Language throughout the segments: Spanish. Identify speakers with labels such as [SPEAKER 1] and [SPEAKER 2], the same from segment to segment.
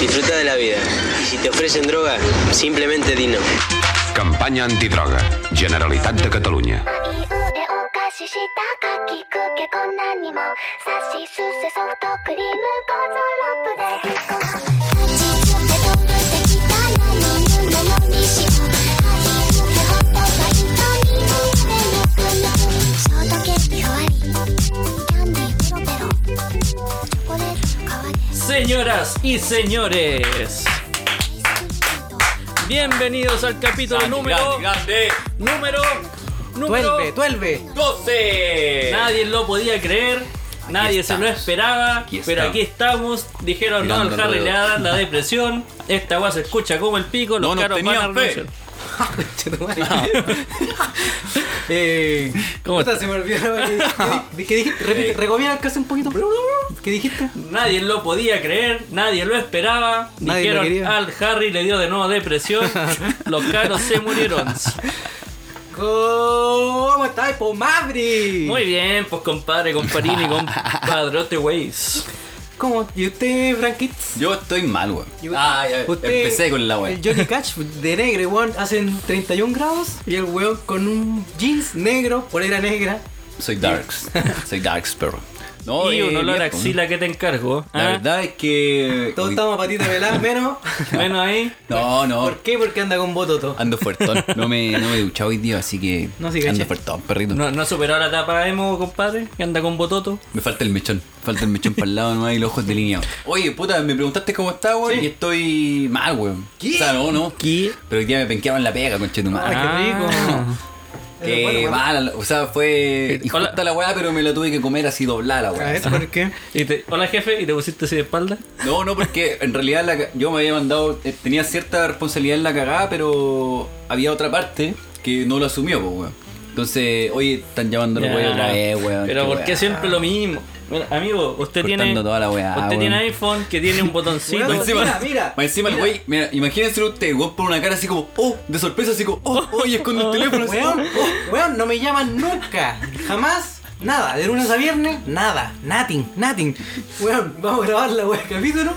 [SPEAKER 1] Disfruta de la vida. Y si te ofrecen droga, simplemente di no.
[SPEAKER 2] Campanya antidroga. Generalitat de Catalunya.
[SPEAKER 3] いい腕をかししたかきくけこんなにもさしすせソフトクリームゴゾロップでチョコレートの皮で
[SPEAKER 4] Señoras y señores, bienvenidos al capítulo número.
[SPEAKER 5] grande,
[SPEAKER 4] Número. Número.
[SPEAKER 6] Tuelve, tuelve.
[SPEAKER 5] 12.
[SPEAKER 4] Nadie lo podía creer, nadie se lo
[SPEAKER 5] estamos.
[SPEAKER 4] esperaba,
[SPEAKER 5] Aquí
[SPEAKER 4] pero
[SPEAKER 5] estamos.
[SPEAKER 4] aquí estamos. Dijeron no al
[SPEAKER 5] Mirando
[SPEAKER 4] Harry le
[SPEAKER 5] alrededor.
[SPEAKER 4] da la depresión. Esta agua se escucha como el pico, los
[SPEAKER 5] No nos
[SPEAKER 4] caros van a
[SPEAKER 5] tenían fe.
[SPEAKER 4] renunciar.
[SPEAKER 6] Chetumare. eh,
[SPEAKER 4] ¿Cómo
[SPEAKER 6] puta,
[SPEAKER 4] está?
[SPEAKER 6] se me olvidó lo que dije. ¿Qué dijiste?
[SPEAKER 5] Eh.
[SPEAKER 6] Repite, recopila el caso un poquito. ¿Qué dijiste?
[SPEAKER 4] Nadie lo podía creer, nadie lo esperaba.
[SPEAKER 6] Nadie lo
[SPEAKER 4] Dijeron
[SPEAKER 6] quería.
[SPEAKER 4] al Harry le dio de nuevo depresión. los caros se murieron.
[SPEAKER 6] ¿Cómo estás, Pomabri?
[SPEAKER 4] Muy bien, pues compadre, comparini, compadrote, weis.
[SPEAKER 6] ¿Cómo? ¿Y usted, Frankitz?
[SPEAKER 5] Yo estoy mal, weón.
[SPEAKER 6] ¿Y u-
[SPEAKER 5] Ah, ya, empecé con la
[SPEAKER 6] El
[SPEAKER 5] weón.
[SPEAKER 6] Johnny Cash de negro, weón, hacen 31 grados y el weón con un jeans negro, polera negra.
[SPEAKER 5] Soy darks. Soy darks, perro. No,
[SPEAKER 4] Y
[SPEAKER 5] eh,
[SPEAKER 4] un olor a
[SPEAKER 5] viejo,
[SPEAKER 4] axila que te encargo.
[SPEAKER 5] La
[SPEAKER 4] ¿ah?
[SPEAKER 5] verdad es que.
[SPEAKER 6] Todos
[SPEAKER 5] Uy,
[SPEAKER 6] estamos patita pelada, menos.
[SPEAKER 4] Menos ahí.
[SPEAKER 5] No, no.
[SPEAKER 6] ¿Por qué? Porque anda con bototo.
[SPEAKER 5] Ando fuertón. No me, no me he duchado hoy día, así que.
[SPEAKER 6] No, sí,
[SPEAKER 5] ando
[SPEAKER 6] caché.
[SPEAKER 5] fuertón, perrito.
[SPEAKER 4] No, no superó la tapa emo, compadre, que anda con bototo.
[SPEAKER 5] Me falta el mechón. Me falta el mechón para el lado, no hay los ojos delineados. Oye, puta, me preguntaste cómo estaba, weón. Y estoy mal, weón. O sea, no, no.
[SPEAKER 4] ¿Qué?
[SPEAKER 5] Pero hoy día me penqueaban la pega, conchetumadre.
[SPEAKER 4] Ah.
[SPEAKER 5] Qué
[SPEAKER 6] Bueno, bueno.
[SPEAKER 5] mala, la- o sea, fue
[SPEAKER 4] Hola.
[SPEAKER 5] injusta la weá, pero me la tuve que comer así doblada la
[SPEAKER 6] A
[SPEAKER 5] weá.
[SPEAKER 6] ver, ¿por qué?
[SPEAKER 4] Y te- hola jefe, y te pusiste así de espalda.
[SPEAKER 5] No, no, porque en realidad la ca- yo me había mandado, eh, tenía cierta responsabilidad en la cagada, pero había otra parte que no lo asumió, pues, weón. Entonces, oye, están llamando a la
[SPEAKER 4] Ya.
[SPEAKER 5] weá otra vez, weón.
[SPEAKER 4] Pero
[SPEAKER 5] qué
[SPEAKER 4] ¿por
[SPEAKER 5] weá.
[SPEAKER 4] qué siempre lo mismo? Mira, amigo, usted
[SPEAKER 5] Cortando
[SPEAKER 4] tiene.
[SPEAKER 5] toda la weá,
[SPEAKER 4] usted
[SPEAKER 5] weón.
[SPEAKER 4] tiene iPhone que tiene un botoncito.
[SPEAKER 5] Más
[SPEAKER 6] Weón,
[SPEAKER 5] encima,
[SPEAKER 6] Mira, mira,
[SPEAKER 5] más encima el güey, mira, imagínense usted, weón, por una cara así como, oh, de sorpresa, así como, oh, oh, y esconde el teléfono, así,
[SPEAKER 6] Weón, oh, weón, no me llaman nunca. Jamás. Nada. De lunes a viernes, nada. Nothing, nothing. Weón, vamos a grabar la weón capítulo.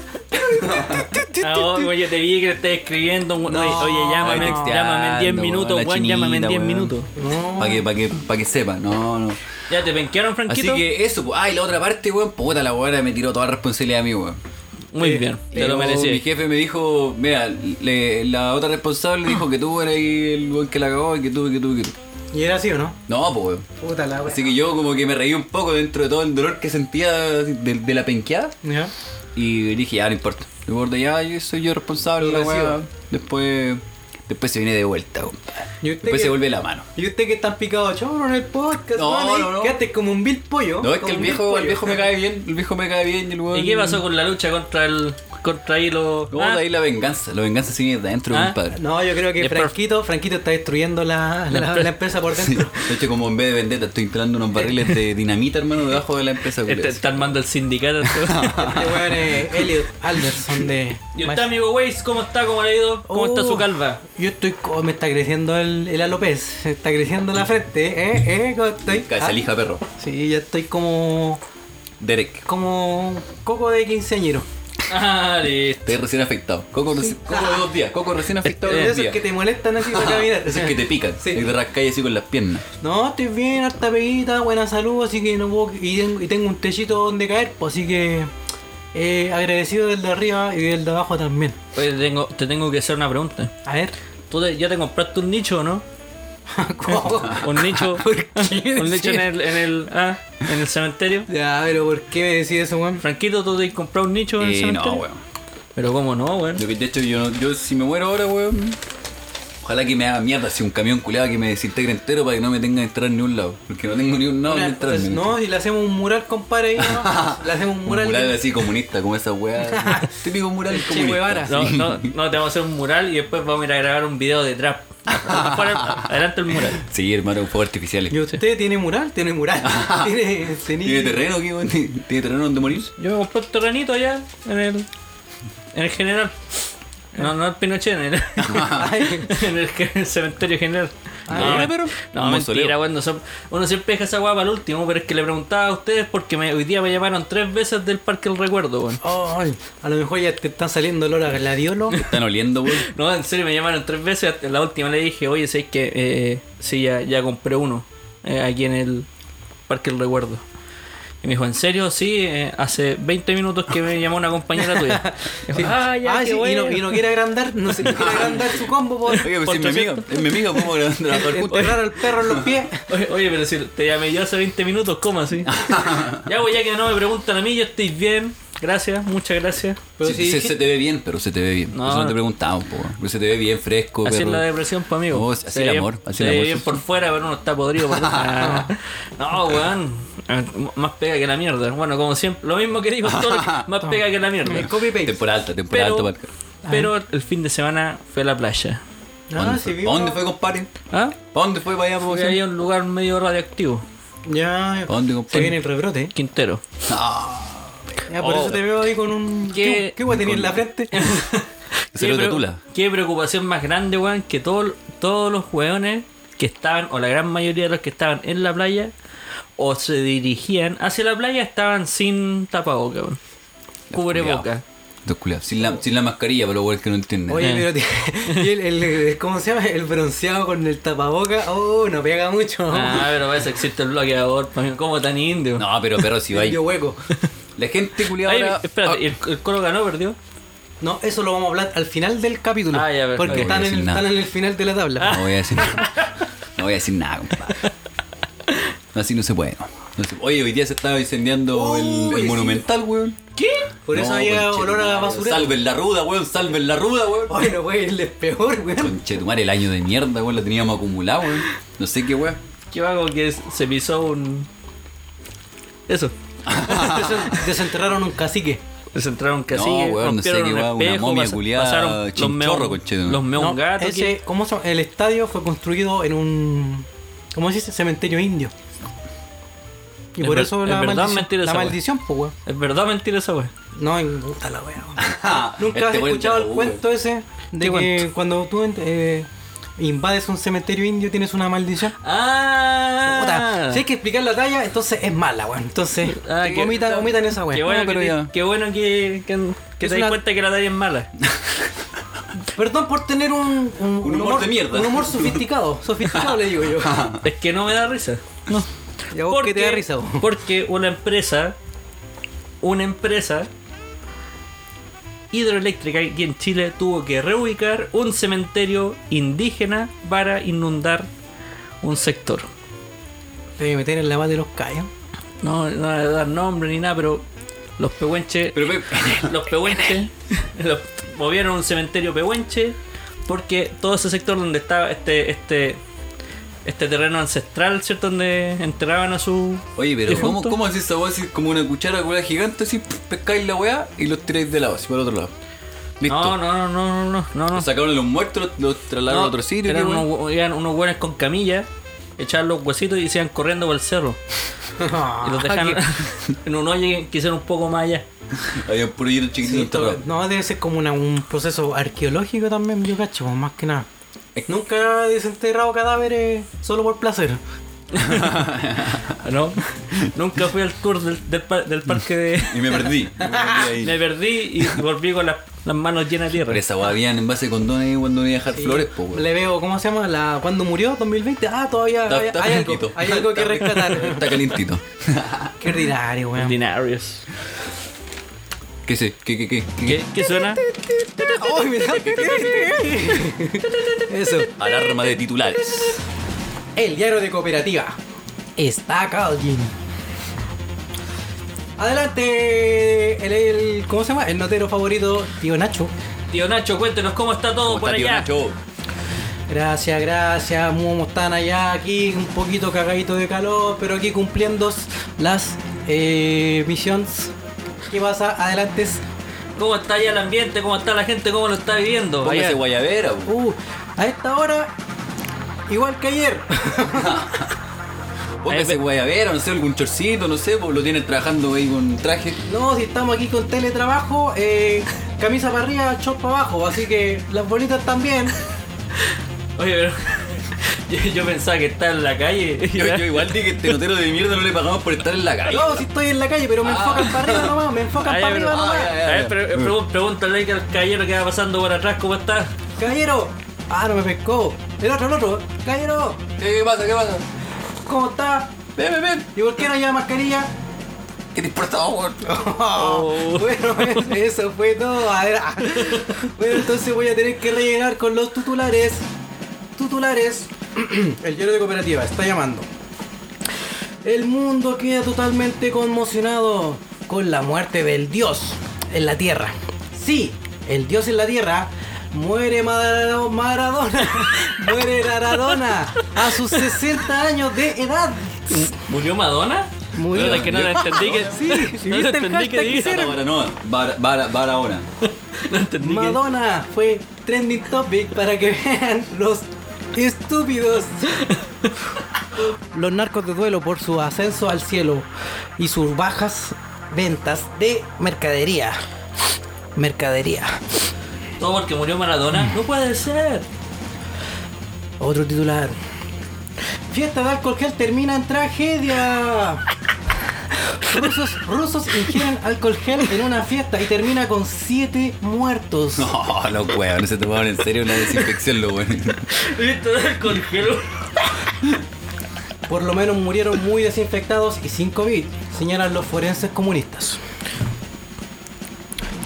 [SPEAKER 4] Ah, oh, oye, te vi que le estás escribiendo. un- oye, oye, llámame,
[SPEAKER 5] "Oh, Ahí texteando,
[SPEAKER 4] llámame en 10 minutos,
[SPEAKER 5] la
[SPEAKER 4] weón, llámame en
[SPEAKER 5] chinita,
[SPEAKER 4] 10
[SPEAKER 5] weón.
[SPEAKER 4] minutos.
[SPEAKER 5] Para que, pa' que, pa' que sepa, no, no.
[SPEAKER 4] Ya te penquearon,
[SPEAKER 5] Así
[SPEAKER 4] Franquito.
[SPEAKER 5] que eso, pues. Ah, y la otra parte, weón, puta la weá, me tiró toda la responsabilidad a mí, weón.
[SPEAKER 4] Muy bien, te
[SPEAKER 5] eh, Pero
[SPEAKER 4] lo
[SPEAKER 5] Mi
[SPEAKER 4] merecí.
[SPEAKER 5] jefe me dijo, mira, le- la otra responsable dijo que tú eras el weón que la cagó y que tú, que tú, que tú.
[SPEAKER 6] ¿Y era así o no?
[SPEAKER 5] No, pues, weón.
[SPEAKER 6] Puta la weón.
[SPEAKER 5] Así que yo como que me reí un poco dentro de todo el dolor que sentía así, de, de la penqueada
[SPEAKER 6] Ya.
[SPEAKER 5] y dije, ya, no importa. No importa, ya, yo soy yo responsable de la
[SPEAKER 6] Progresivo.
[SPEAKER 5] weá. Después, después se viene de vuelta, weón.
[SPEAKER 6] ¿Y usted
[SPEAKER 5] Después
[SPEAKER 6] qué?
[SPEAKER 5] se vuelve la mano.
[SPEAKER 6] Y usted que está picado chorro en el podcast,
[SPEAKER 5] No,
[SPEAKER 6] weón, ahí
[SPEAKER 5] no, no.
[SPEAKER 6] Quedaste como un vil pollo.
[SPEAKER 5] No, es que
[SPEAKER 6] como
[SPEAKER 5] el
[SPEAKER 6] un vil
[SPEAKER 5] viejo, el
[SPEAKER 6] pollo.
[SPEAKER 5] viejo me cae bien, el viejo me cae bien y el weón...
[SPEAKER 4] ¿Y qué pasó con la lucha contra el. contra Hilo?
[SPEAKER 5] No, de ahí la venganza, la venganza se viene de adentro,
[SPEAKER 4] Ah.
[SPEAKER 5] compadre.
[SPEAKER 6] No, yo creo que
[SPEAKER 4] Es per-
[SPEAKER 6] Franquito, Franquito está destruyendo la, la- la empresa por
[SPEAKER 5] Sí,
[SPEAKER 6] dentro.
[SPEAKER 5] De hecho, como en vez de vendetta, estoy instalando unos barriles de dinamita, hermano, debajo de la empresa.
[SPEAKER 4] Este
[SPEAKER 5] culiao.
[SPEAKER 4] está armando el sindicato.
[SPEAKER 6] Este weón es Elliot Alderson de.
[SPEAKER 4] ¿Y usted, amigo Waze, cómo está? ¿Cómo le ha ido? ¿Cómo está
[SPEAKER 6] Oh,
[SPEAKER 4] su calva?
[SPEAKER 6] Yo estoy. co- oh, me está creciendo el, el alopez. Se está creciendo la frente. ¿Eh? ¿Eh? ¿Cómo estoy?
[SPEAKER 5] Cabeza lija, perro.
[SPEAKER 6] Ah, sí, ya estoy como.
[SPEAKER 5] Derek,
[SPEAKER 6] Como. un Coco de quinceañero.
[SPEAKER 4] Ah, listo.
[SPEAKER 5] estoy recién afectado. Coco, reci- Coco de dos días. Coco recién afectado
[SPEAKER 6] Pero
[SPEAKER 5] de
[SPEAKER 6] de
[SPEAKER 5] dos
[SPEAKER 6] esos
[SPEAKER 5] días.
[SPEAKER 6] Este que te molestan así para caminar.
[SPEAKER 5] Esos que te pican.
[SPEAKER 6] Sí.
[SPEAKER 5] Y te rascáis así con las piernas.
[SPEAKER 6] No, estoy bien, harta peguita, buena salud, así que no puedo. Y tengo, y tengo un techito donde caer, pues así que. eh, agradecido del de arriba y del de abajo también.
[SPEAKER 4] Oye, te tengo, te tengo que hacer una pregunta.
[SPEAKER 6] A ver.
[SPEAKER 4] ¿Tú te- ya te compraste un nicho o no?
[SPEAKER 6] ¿Cómo?
[SPEAKER 4] Un nicho.
[SPEAKER 6] ¿Por qué
[SPEAKER 4] un nicho
[SPEAKER 6] decir?
[SPEAKER 4] en el, en el, ah, en el cementerio.
[SPEAKER 6] Ya, pero ¿por qué me decís eso, weón?
[SPEAKER 4] Franquito, ¿tú te has comprado un nicho en el
[SPEAKER 5] Eh,
[SPEAKER 4] cementerio?
[SPEAKER 5] no, weón.
[SPEAKER 4] Pero cómo no, weón.
[SPEAKER 5] Yo que- De hecho, yo, no- yo si me muero ahora, weón. Ojalá que me haga mierda si un camión culeado que me desintegre entero para que no me tenga que entrar en ningún lado. Porque no tengo ni un lado
[SPEAKER 6] Una-
[SPEAKER 5] donde entrar.
[SPEAKER 6] pues, no, si le hacemos un mural, compadre, ahí, ¿no? Le hacemos un
[SPEAKER 5] Un
[SPEAKER 6] mural.
[SPEAKER 5] mural, así comunista, como esa weá. Típico mural
[SPEAKER 6] Che, Guevara.
[SPEAKER 5] comunista.
[SPEAKER 4] No, no, no, te vamos a hacer un mural y después vamos a ir a grabar un video de trap. Para- Adelante el mural.
[SPEAKER 5] Sí, hermano, fuegos artificiales.
[SPEAKER 6] ¿Y usted tiene mural? Tiene mural. tiene, tiene-
[SPEAKER 5] ¿Tiene terreno aquí, weón? ¿Tiene tiene terreno donde morir?
[SPEAKER 4] Yo me compré un terrenito allá en el. En el general. No, no el Pinochet, en el,
[SPEAKER 6] Ay,
[SPEAKER 4] en el, en el cementerio general. No,
[SPEAKER 5] Ah, Ya,
[SPEAKER 4] me-
[SPEAKER 5] pero-
[SPEAKER 4] no,
[SPEAKER 5] un
[SPEAKER 4] mentira,
[SPEAKER 5] mausoleo.
[SPEAKER 4] cuando son, uno siempre deja esa guapa al último, pero es que le preguntaba a ustedes porque me- hoy día me llamaron tres veces del Parque El Recuerdo, weón.
[SPEAKER 6] Ay, a lo mejor ya te están saliendo olor a gladiolo.
[SPEAKER 5] Están oliendo, güey.
[SPEAKER 4] No, en serio, me llamaron tres veces. La última le dije, oye, sé que eh, sí, ya, ya compré uno eh, aquí en el Parque El Recuerdo. Y me dijo, ¿en serio? Sí, eh, hace 20 minutos que me llamó una compañera tuya. Dijo, Ah, ya,
[SPEAKER 6] Ah,
[SPEAKER 4] qué
[SPEAKER 6] sí, y,
[SPEAKER 4] bueno".
[SPEAKER 6] no, y no quiere agrandar, no sé, quiere agrandar su combo por
[SPEAKER 5] Oye, pues si es mi amigo, es mi amigo, ¿cómo lo trabajar juntos?
[SPEAKER 6] enterrar al perro en los pies.
[SPEAKER 4] Oye, oye, pero si te llamé yo hace 20 minutos, ¿cómo así? ya, pues ya que no me preguntan a mí, yo estoy bien. Gracias, muchas gracias.
[SPEAKER 6] Pero
[SPEAKER 5] Sí,
[SPEAKER 6] si
[SPEAKER 5] se,
[SPEAKER 6] dijiste-
[SPEAKER 5] se te ve bien, pero se te ve bien.
[SPEAKER 4] No.
[SPEAKER 5] Eso no te preguntamos, po, güey. Pero se te ve bien fresco.
[SPEAKER 4] Así es
[SPEAKER 5] perro.
[SPEAKER 4] la depresión, pa' amigo.
[SPEAKER 5] Oh, así
[SPEAKER 4] Se
[SPEAKER 5] el
[SPEAKER 4] ve
[SPEAKER 5] amor,
[SPEAKER 4] bien-
[SPEAKER 5] así
[SPEAKER 4] se
[SPEAKER 5] el
[SPEAKER 4] ve
[SPEAKER 5] amor.
[SPEAKER 4] bien por fuera, pero uno está podrido. por dentro. no, weón. Eh, Más pega que la mierda. Bueno, como siempre, lo mismo que digo, todo, más pega que la mierda.
[SPEAKER 6] El copy paste.
[SPEAKER 5] Temporada alta, temporada
[SPEAKER 4] Pero, Ah,
[SPEAKER 5] alta. Para...
[SPEAKER 4] pero el fin de semana fue a la playa.
[SPEAKER 6] Ah, sí,
[SPEAKER 5] ¿Dónde,
[SPEAKER 6] vivo.
[SPEAKER 5] fue, compadre?
[SPEAKER 4] ¿Ah?
[SPEAKER 5] ¿Para dónde fue para allá? po,
[SPEAKER 4] Porque
[SPEAKER 5] sí?
[SPEAKER 4] había un lugar medio radioactivo,
[SPEAKER 6] Ya,
[SPEAKER 5] ¿Para dónde,
[SPEAKER 6] se
[SPEAKER 5] compadre?
[SPEAKER 6] viene el rebrote. ¿eh?
[SPEAKER 4] Quintero.
[SPEAKER 6] Ya, por
[SPEAKER 4] Oh.
[SPEAKER 6] eso te veo ahí con un.
[SPEAKER 4] ¿Qué-
[SPEAKER 6] ¿Qué, qué voy a tener en la frente?
[SPEAKER 5] Se lo
[SPEAKER 4] Qué pre-
[SPEAKER 5] tatula.
[SPEAKER 4] Qué preocupación más grande, weón, que todo- todos los weones que estaban, o la gran mayoría de los que estaban en la playa, o se dirigían hacia la playa, estaban sin tapaboca, weón. Cubre boca.
[SPEAKER 5] Dos culiados. Sin la, sin la mascarilla, pero igual que no entienden.
[SPEAKER 6] Oye,
[SPEAKER 4] Eh.
[SPEAKER 6] pero. te- y el, el- el- ¿Cómo se llama? El bronceado con el tapaboca. Oh, no pega mucho.
[SPEAKER 4] Ah, pero parece que existe el bloqueador, pa' mí, ¿cómo tan indio?
[SPEAKER 5] No, pero perro, si va
[SPEAKER 6] Medio
[SPEAKER 5] ahí.
[SPEAKER 6] hueco.
[SPEAKER 5] La gente culiada
[SPEAKER 4] Ay,
[SPEAKER 5] ahora. Ah.
[SPEAKER 4] espérate, ¿y el, el coro ganó, perdió.
[SPEAKER 6] No, eso lo vamos a hablar al final del capítulo.
[SPEAKER 4] Ah, ya, perfecto.
[SPEAKER 6] porque
[SPEAKER 5] No voy a
[SPEAKER 6] están en,
[SPEAKER 5] decir
[SPEAKER 6] el-
[SPEAKER 5] nada.
[SPEAKER 6] están en el final de la tabla.
[SPEAKER 4] Ah.
[SPEAKER 5] No voy a decir nada. No voy a decir nada, compadre. No, Así no se puede. no. No se- Oye, hoy día se estaba incendiando el, el
[SPEAKER 6] sí.
[SPEAKER 5] monumental, weón.
[SPEAKER 4] ¿Qué?
[SPEAKER 6] Por eso
[SPEAKER 5] No,
[SPEAKER 6] había olor a
[SPEAKER 5] conchetumare,
[SPEAKER 6] la basura.
[SPEAKER 5] Salven la ruda, weón. Salven la ruda, weón.
[SPEAKER 6] Bueno, güey, el es peor, güey.
[SPEAKER 5] Conchetumar, el año de mierda, weón. Lo teníamos acumulado, weón. No sé qué, weón.
[SPEAKER 4] Yo hago que s- se pisó un. Eso.
[SPEAKER 6] Desen- Desenterraron un cacique.
[SPEAKER 4] Desentraron casi,
[SPEAKER 5] No, weón, no sé
[SPEAKER 4] rompieron
[SPEAKER 5] qué
[SPEAKER 4] un
[SPEAKER 5] weá, una
[SPEAKER 4] espejo,
[SPEAKER 5] momia
[SPEAKER 4] pas-
[SPEAKER 5] culiada,
[SPEAKER 4] pasaron los
[SPEAKER 5] chinchorro,
[SPEAKER 4] meón-
[SPEAKER 5] conchetumare.
[SPEAKER 4] los meón
[SPEAKER 6] No,
[SPEAKER 4] gato,
[SPEAKER 6] ese, ¿cómo se llama? El estadio fue construido en un. ¿Cómo se dice? Cementerio indio. Y
[SPEAKER 4] Es
[SPEAKER 6] por
[SPEAKER 4] ver-
[SPEAKER 6] eso
[SPEAKER 4] es
[SPEAKER 6] la
[SPEAKER 4] verdad mentira
[SPEAKER 6] maldición.
[SPEAKER 4] esa
[SPEAKER 6] La
[SPEAKER 4] wea.
[SPEAKER 6] maldición, pues, weón.
[SPEAKER 4] Es verdad mentira esa wea.
[SPEAKER 6] No, me gusta la wea. weón.
[SPEAKER 4] Ah,
[SPEAKER 6] Nunca
[SPEAKER 5] Este
[SPEAKER 6] has
[SPEAKER 5] weón
[SPEAKER 6] escuchado
[SPEAKER 5] de
[SPEAKER 6] el
[SPEAKER 5] la U,
[SPEAKER 6] cuento ese de
[SPEAKER 4] ¿Qué
[SPEAKER 6] que
[SPEAKER 4] cuento?
[SPEAKER 6] cuando tú ent- eh, invades un cementerio indio tienes una maldición.
[SPEAKER 4] Ah,
[SPEAKER 6] Puta, si hay que explicar la talla, entonces es mala, weón. Entonces,
[SPEAKER 4] Ah,
[SPEAKER 6] te
[SPEAKER 4] que-
[SPEAKER 6] vomitan, vomitan esa
[SPEAKER 4] Qué
[SPEAKER 6] weá.
[SPEAKER 4] bueno,
[SPEAKER 5] No, pero
[SPEAKER 4] que, te-
[SPEAKER 5] ya.
[SPEAKER 4] qué bueno que, que, que
[SPEAKER 6] Es
[SPEAKER 4] te das
[SPEAKER 6] una-
[SPEAKER 4] cuenta que la talla es mala.
[SPEAKER 6] Perdón por tener un, un, un
[SPEAKER 5] humor de mierda.
[SPEAKER 6] Un humor sofisticado. Sofisticado le digo yo.
[SPEAKER 4] es que no me da risa.
[SPEAKER 6] ¿Y a vos qué te da risa, vos?
[SPEAKER 4] Porque una empresa, una empresa hidroeléctrica aquí en Chile tuvo que reubicar un cementerio indígena para inundar un sector.
[SPEAKER 6] Te voy a meter en la mano de los callos.
[SPEAKER 4] No, no voy a dar nombre ni nada, pero los pehuenches
[SPEAKER 5] Pero, pe-
[SPEAKER 4] los pehuenches los movieron a un cementerio pehuenche porque todo ese sector donde estaba este este este terreno ancestral, ¿cierto? Donde enterraban a su
[SPEAKER 5] Oye, pero ¿cómo,
[SPEAKER 4] difunto.
[SPEAKER 5] ¿cómo haces esa weá así como una cuchara con gigante así? pf, Pescáis la weá y los tiráis de lado, así para el otro lado.
[SPEAKER 4] No,
[SPEAKER 5] Listo.
[SPEAKER 4] no, no, no, no, no, no.
[SPEAKER 5] Los sacaron a los muertos, los, los trasladaron
[SPEAKER 4] No,
[SPEAKER 5] a otro sitio.
[SPEAKER 4] eran
[SPEAKER 5] qué weá.
[SPEAKER 4] unos, hue- eran unos hueones con camilla, echaban los huesitos y se iban corriendo por el cerro. Y
[SPEAKER 5] Ah,
[SPEAKER 4] los dejaban en un hoyo que hicieron un poco más allá.
[SPEAKER 5] Había un puro hielo chiquitito enterrado.
[SPEAKER 6] no, debe ser como una- un proceso arqueológico también, yo cacho, más que nada. Nunca he desenterrado cadáveres solo por placer.
[SPEAKER 4] ¿No? Nunca fui al tour del, del, par- del parque de.
[SPEAKER 5] Y me perdí. Me perdí
[SPEAKER 4] Ah, Me
[SPEAKER 5] ahí.
[SPEAKER 4] perdí y volví con las, las manos llenas de
[SPEAKER 5] Pero
[SPEAKER 4] tierra.
[SPEAKER 5] esa weá habían en base de condones ahí cuando no iba a dejar flores, po, weón.
[SPEAKER 6] Ah. Le veo, ¿cómo se llama? La, cuando murió, 2020. Ah, todavía
[SPEAKER 5] Está-
[SPEAKER 6] hay,
[SPEAKER 5] está
[SPEAKER 6] hay algo,
[SPEAKER 5] fresquito.
[SPEAKER 6] hay algo que
[SPEAKER 5] Está-
[SPEAKER 6] rescatar.
[SPEAKER 5] Está calientito.
[SPEAKER 6] Qué ordinario, weón.
[SPEAKER 4] Ordinarios.
[SPEAKER 5] ¿Qué sé? ¿Qué, qué, qué? qué?
[SPEAKER 4] ¿Qué, qué suena?
[SPEAKER 6] Ay, mira, qué triste. Eso.
[SPEAKER 5] Alarma de titulares.
[SPEAKER 6] El diario de cooperativa. Está Calgin. Adelante, el, el- ¿cómo se llama? El notero favorito, tío Nacho.
[SPEAKER 4] Tío Nacho, cuéntenos cómo está todo
[SPEAKER 5] ¿Cómo
[SPEAKER 4] por
[SPEAKER 5] está, tío
[SPEAKER 4] allá.
[SPEAKER 5] Nacho?
[SPEAKER 6] Gracias, gracias, como están allá aquí, un poquito cagadito de calor, pero aquí cumpliendo las eh, misiones. ¿Qué pasa? Adelante.
[SPEAKER 4] ¿Cómo está allá el ambiente? ¿Cómo está la gente? ¿Cómo lo está viviendo?
[SPEAKER 5] Póngase
[SPEAKER 4] Allá.
[SPEAKER 5] guayabera, po.
[SPEAKER 6] Uh, a esta hora, igual que ayer.
[SPEAKER 5] Póngase
[SPEAKER 4] Ahí ve-
[SPEAKER 5] guayabera, no sé, algún chorcito, no sé, po, lo tienen trabajando ahí con traje.
[SPEAKER 6] No, si estamos aquí con teletrabajo, eh, camisa para arriba, short para abajo, así que las bolitas también.
[SPEAKER 4] Oye, pero. Yo, yo pensaba que estaba en la calle.
[SPEAKER 5] Yo, yo igual dije que este notero de mierda no le pagamos por estar en la calle.
[SPEAKER 6] No, si estoy en la calle, pero me
[SPEAKER 5] Ah.
[SPEAKER 6] enfocan para arriba nomás, me enfocan
[SPEAKER 4] Ah,
[SPEAKER 6] para
[SPEAKER 4] ya,
[SPEAKER 6] arriba
[SPEAKER 4] pero-
[SPEAKER 6] nomás.
[SPEAKER 5] ah,
[SPEAKER 4] A ver, pre- pregun- pregúntale al caballero que va pasando por atrás cómo está.
[SPEAKER 6] Caballero, ah, no me pescó. El otro, el otro, caballero,
[SPEAKER 5] Eh, ¿Qué pasa? ¿Qué pasa?
[SPEAKER 6] ¿cómo está?
[SPEAKER 5] Ven, ven, ven.
[SPEAKER 6] ¿Y por qué no lleva mascarilla?
[SPEAKER 5] ¿Qué te importa, vamos,
[SPEAKER 4] Oh.
[SPEAKER 6] Bueno, es- eso fue todo. A ver, ah. Bueno, entonces voy a tener que rellenar con los tutulares. Tutulares. El diario de cooperativa está llamando. El mundo queda totalmente conmocionado con la muerte del dios en la tierra. Sí, el dios en la tierra. Muere Marado- Maradona. Muere Maradona a sus 60 años de edad.
[SPEAKER 4] ¿Murió Madonna?
[SPEAKER 6] Murió.
[SPEAKER 4] No, es que no la entendí que.
[SPEAKER 6] Sí, si
[SPEAKER 4] no la
[SPEAKER 6] viste el
[SPEAKER 4] entendí que
[SPEAKER 6] hashtag que
[SPEAKER 4] diga.
[SPEAKER 6] hicieron.
[SPEAKER 5] Ahora no, vara, vara, vara ahora.
[SPEAKER 4] No entendí que-
[SPEAKER 6] Madonna fue trending topic para que vean los estúpidos. Los narcos de duelo por su ascenso al cielo y sus bajas ventas de mercadería. Mercadería.
[SPEAKER 4] Todo porque murió Maradona. No puede ser.
[SPEAKER 6] Otro titular. Fiesta de alcohol gel termina en tragedia. Rusos, rusos ingieren alcohol gel en una fiesta y termina con siete muertos.
[SPEAKER 5] No, los weones se tomaron en serio una desinfección, los weones.
[SPEAKER 4] Esto del congelo.
[SPEAKER 6] Por lo menos murieron muy desinfectados y sin COVID, señalan los forenses comunistas.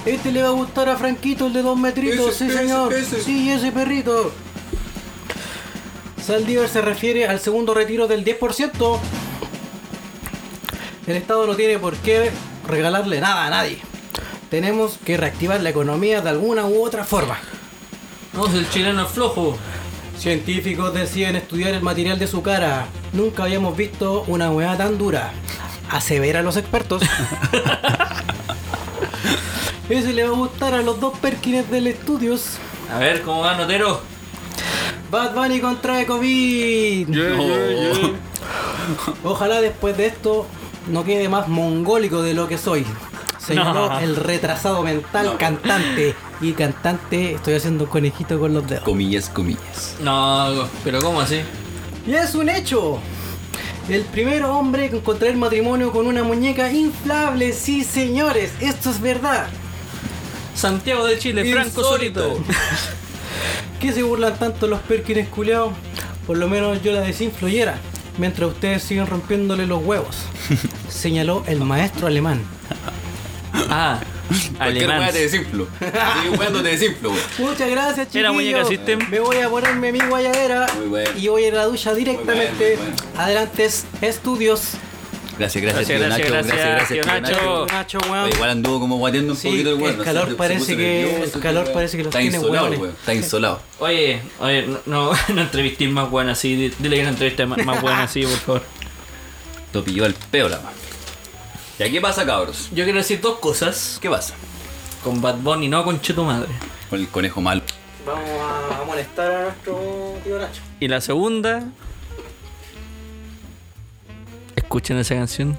[SPEAKER 6] Este le va a gustar a Franquito, el de dos metritos, sí
[SPEAKER 5] Ese, ese,
[SPEAKER 6] señor.
[SPEAKER 5] ese.
[SPEAKER 6] Sí, ese perrito. Saldívar se refiere al segundo retiro del 10%. El Estado no tiene por qué regalarle nada a nadie. Tenemos que reactivar la economía de alguna u otra forma.
[SPEAKER 4] No, si el chileno es flojo.
[SPEAKER 6] Científicos deciden estudiar el material de su cara. Nunca habíamos visto una hueá tan dura. Aseveran los expertos. Ese le va a gustar a los dos Perkins del estudios.
[SPEAKER 4] A ver, ¿cómo va, Notero?
[SPEAKER 6] Bad Bunny contrae COVID. Oh. Ojalá después de esto no quede más mongólico de lo que soy. Señaló
[SPEAKER 4] No.
[SPEAKER 6] el retrasado mental
[SPEAKER 5] No.
[SPEAKER 6] cantante. Y cantante, estoy haciendo un conejito con los dedos.
[SPEAKER 5] Comillas, comillas.
[SPEAKER 4] No, pero ¿cómo así?
[SPEAKER 6] Y es un hecho. El primer hombre en contraer matrimonio con una muñeca inflable, sí señores, esto es verdad.
[SPEAKER 4] Santiago de Chile, Franco
[SPEAKER 6] Insólito.
[SPEAKER 4] Solito.
[SPEAKER 6] ¿Qué se burlan tanto los perkins culeados? Por lo menos yo la desinfluyera, mientras ustedes siguen rompiéndole los huevos, señaló el maestro alemán.
[SPEAKER 4] Ah,
[SPEAKER 5] Cualquier
[SPEAKER 4] alemán.
[SPEAKER 5] weá te desinflo. Estoy jugando te desinflo, weón.
[SPEAKER 6] Muchas gracias,
[SPEAKER 4] Era muñeca
[SPEAKER 6] chiquillos.
[SPEAKER 4] System.
[SPEAKER 6] Me voy a ponerme mi guayadera
[SPEAKER 5] Muy bueno.
[SPEAKER 6] y voy a la ducha directamente.
[SPEAKER 5] Muy bueno, muy
[SPEAKER 6] Adelante, estudios.
[SPEAKER 5] Gracias,
[SPEAKER 4] Gracias,
[SPEAKER 5] gracias, tío Nacho.
[SPEAKER 4] gracias, gracias,
[SPEAKER 5] tío
[SPEAKER 4] tío Nacho.
[SPEAKER 6] Nacho,
[SPEAKER 5] Oye,
[SPEAKER 6] weón.
[SPEAKER 5] Igual anduvo como guateando un
[SPEAKER 6] Sí,
[SPEAKER 5] poquito el weón.
[SPEAKER 6] el
[SPEAKER 5] no sé,
[SPEAKER 6] calor
[SPEAKER 5] se puso
[SPEAKER 6] parece que-
[SPEAKER 5] nervioso,
[SPEAKER 6] el
[SPEAKER 5] tío,
[SPEAKER 6] calor
[SPEAKER 5] weón.
[SPEAKER 6] parece que los
[SPEAKER 5] Está
[SPEAKER 6] tiene
[SPEAKER 5] insolado,
[SPEAKER 6] hueones.
[SPEAKER 5] weón. Está insolado.
[SPEAKER 4] Oye, oye, no, no, no entrevistéis más buena así. di- Dile que no entrevista más, más buena así, por favor.
[SPEAKER 5] Lo pilló al peo la mano. ¿Y aquí pasa, cabros?
[SPEAKER 4] Yo quiero decir dos cosas.
[SPEAKER 5] ¿Qué pasa?
[SPEAKER 4] Con Bad Bunny, no con Cheto Madre.
[SPEAKER 5] Con el conejo malo.
[SPEAKER 6] Vamos a molestar a nuestro tío Nacho.
[SPEAKER 4] Y la segunda. Escuchen esa canción.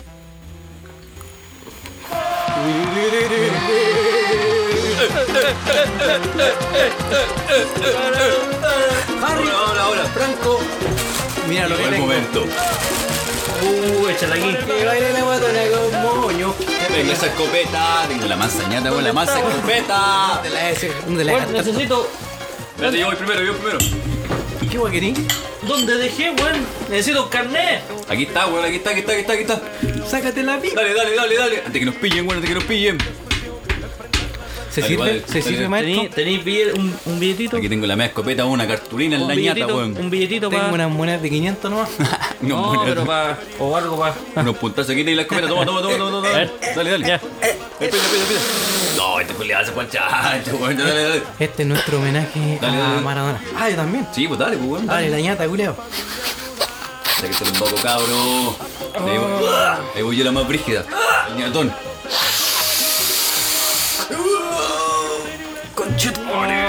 [SPEAKER 5] Ahora, ahora, ahora.
[SPEAKER 6] Franco, mira lo que
[SPEAKER 5] Llegó el
[SPEAKER 6] tengo.
[SPEAKER 5] momento.
[SPEAKER 4] Uh, échala aquí.
[SPEAKER 6] Que baile la guatona con moño.
[SPEAKER 5] Tengo esa escopeta. Tengo la manzañata, weón. La mansa escopeta. Te la-
[SPEAKER 6] ¿Dónde la
[SPEAKER 4] Weón,
[SPEAKER 6] gastaste?
[SPEAKER 4] necesito.
[SPEAKER 5] Espérate, yo voy primero, yo voy primero.
[SPEAKER 6] ¿Qué guaquerí?
[SPEAKER 4] ¿Dónde dejé, weón? Necesito un carnet.
[SPEAKER 5] Aquí está, weón. Aquí está, aquí está, aquí está, aquí está.
[SPEAKER 6] Sácate la pipa.
[SPEAKER 5] Dale, dale, dale, dale. Antes que nos pillen, weón. Antes que nos pillen.
[SPEAKER 6] ¿Se
[SPEAKER 5] Dale,
[SPEAKER 6] sirve?
[SPEAKER 5] vale,
[SPEAKER 6] ¿Se
[SPEAKER 5] dale.
[SPEAKER 6] sirve,
[SPEAKER 4] ¿Tení,
[SPEAKER 6] maestro?
[SPEAKER 4] tení billet- un, un billetito?
[SPEAKER 5] Aquí tengo la media escopeta, una cartulina en
[SPEAKER 4] un
[SPEAKER 5] la ñata,
[SPEAKER 4] billetito,
[SPEAKER 5] weón.
[SPEAKER 4] un billetito
[SPEAKER 6] Tengo
[SPEAKER 4] para.
[SPEAKER 6] unas monedas de 500 nomás.
[SPEAKER 4] No,
[SPEAKER 5] bueno,
[SPEAKER 4] pero para. O algo para.
[SPEAKER 5] Unos puntazos aquí y la escopeta. Toma, toma, toma, toma. toma.
[SPEAKER 4] ver. Eh,
[SPEAKER 5] Dale, dale.
[SPEAKER 4] Ya.
[SPEAKER 5] Espera, espera, espera. No, este culiado se fue al chancho, weón. Dale, dale, dale.
[SPEAKER 6] Este es nuestro homenaje
[SPEAKER 5] Dale,
[SPEAKER 6] a
[SPEAKER 5] dale.
[SPEAKER 6] Maradona. Ah, yo también.
[SPEAKER 5] Sí, pues dale, pues, weón.
[SPEAKER 4] Ah,
[SPEAKER 6] Dale,
[SPEAKER 5] Dale.
[SPEAKER 6] la ñata, culeo.
[SPEAKER 5] Hasta que se lo emboco, cabro. Ahí voy- Ahí voy yo la más brígida. El ñatón. Conchetmone.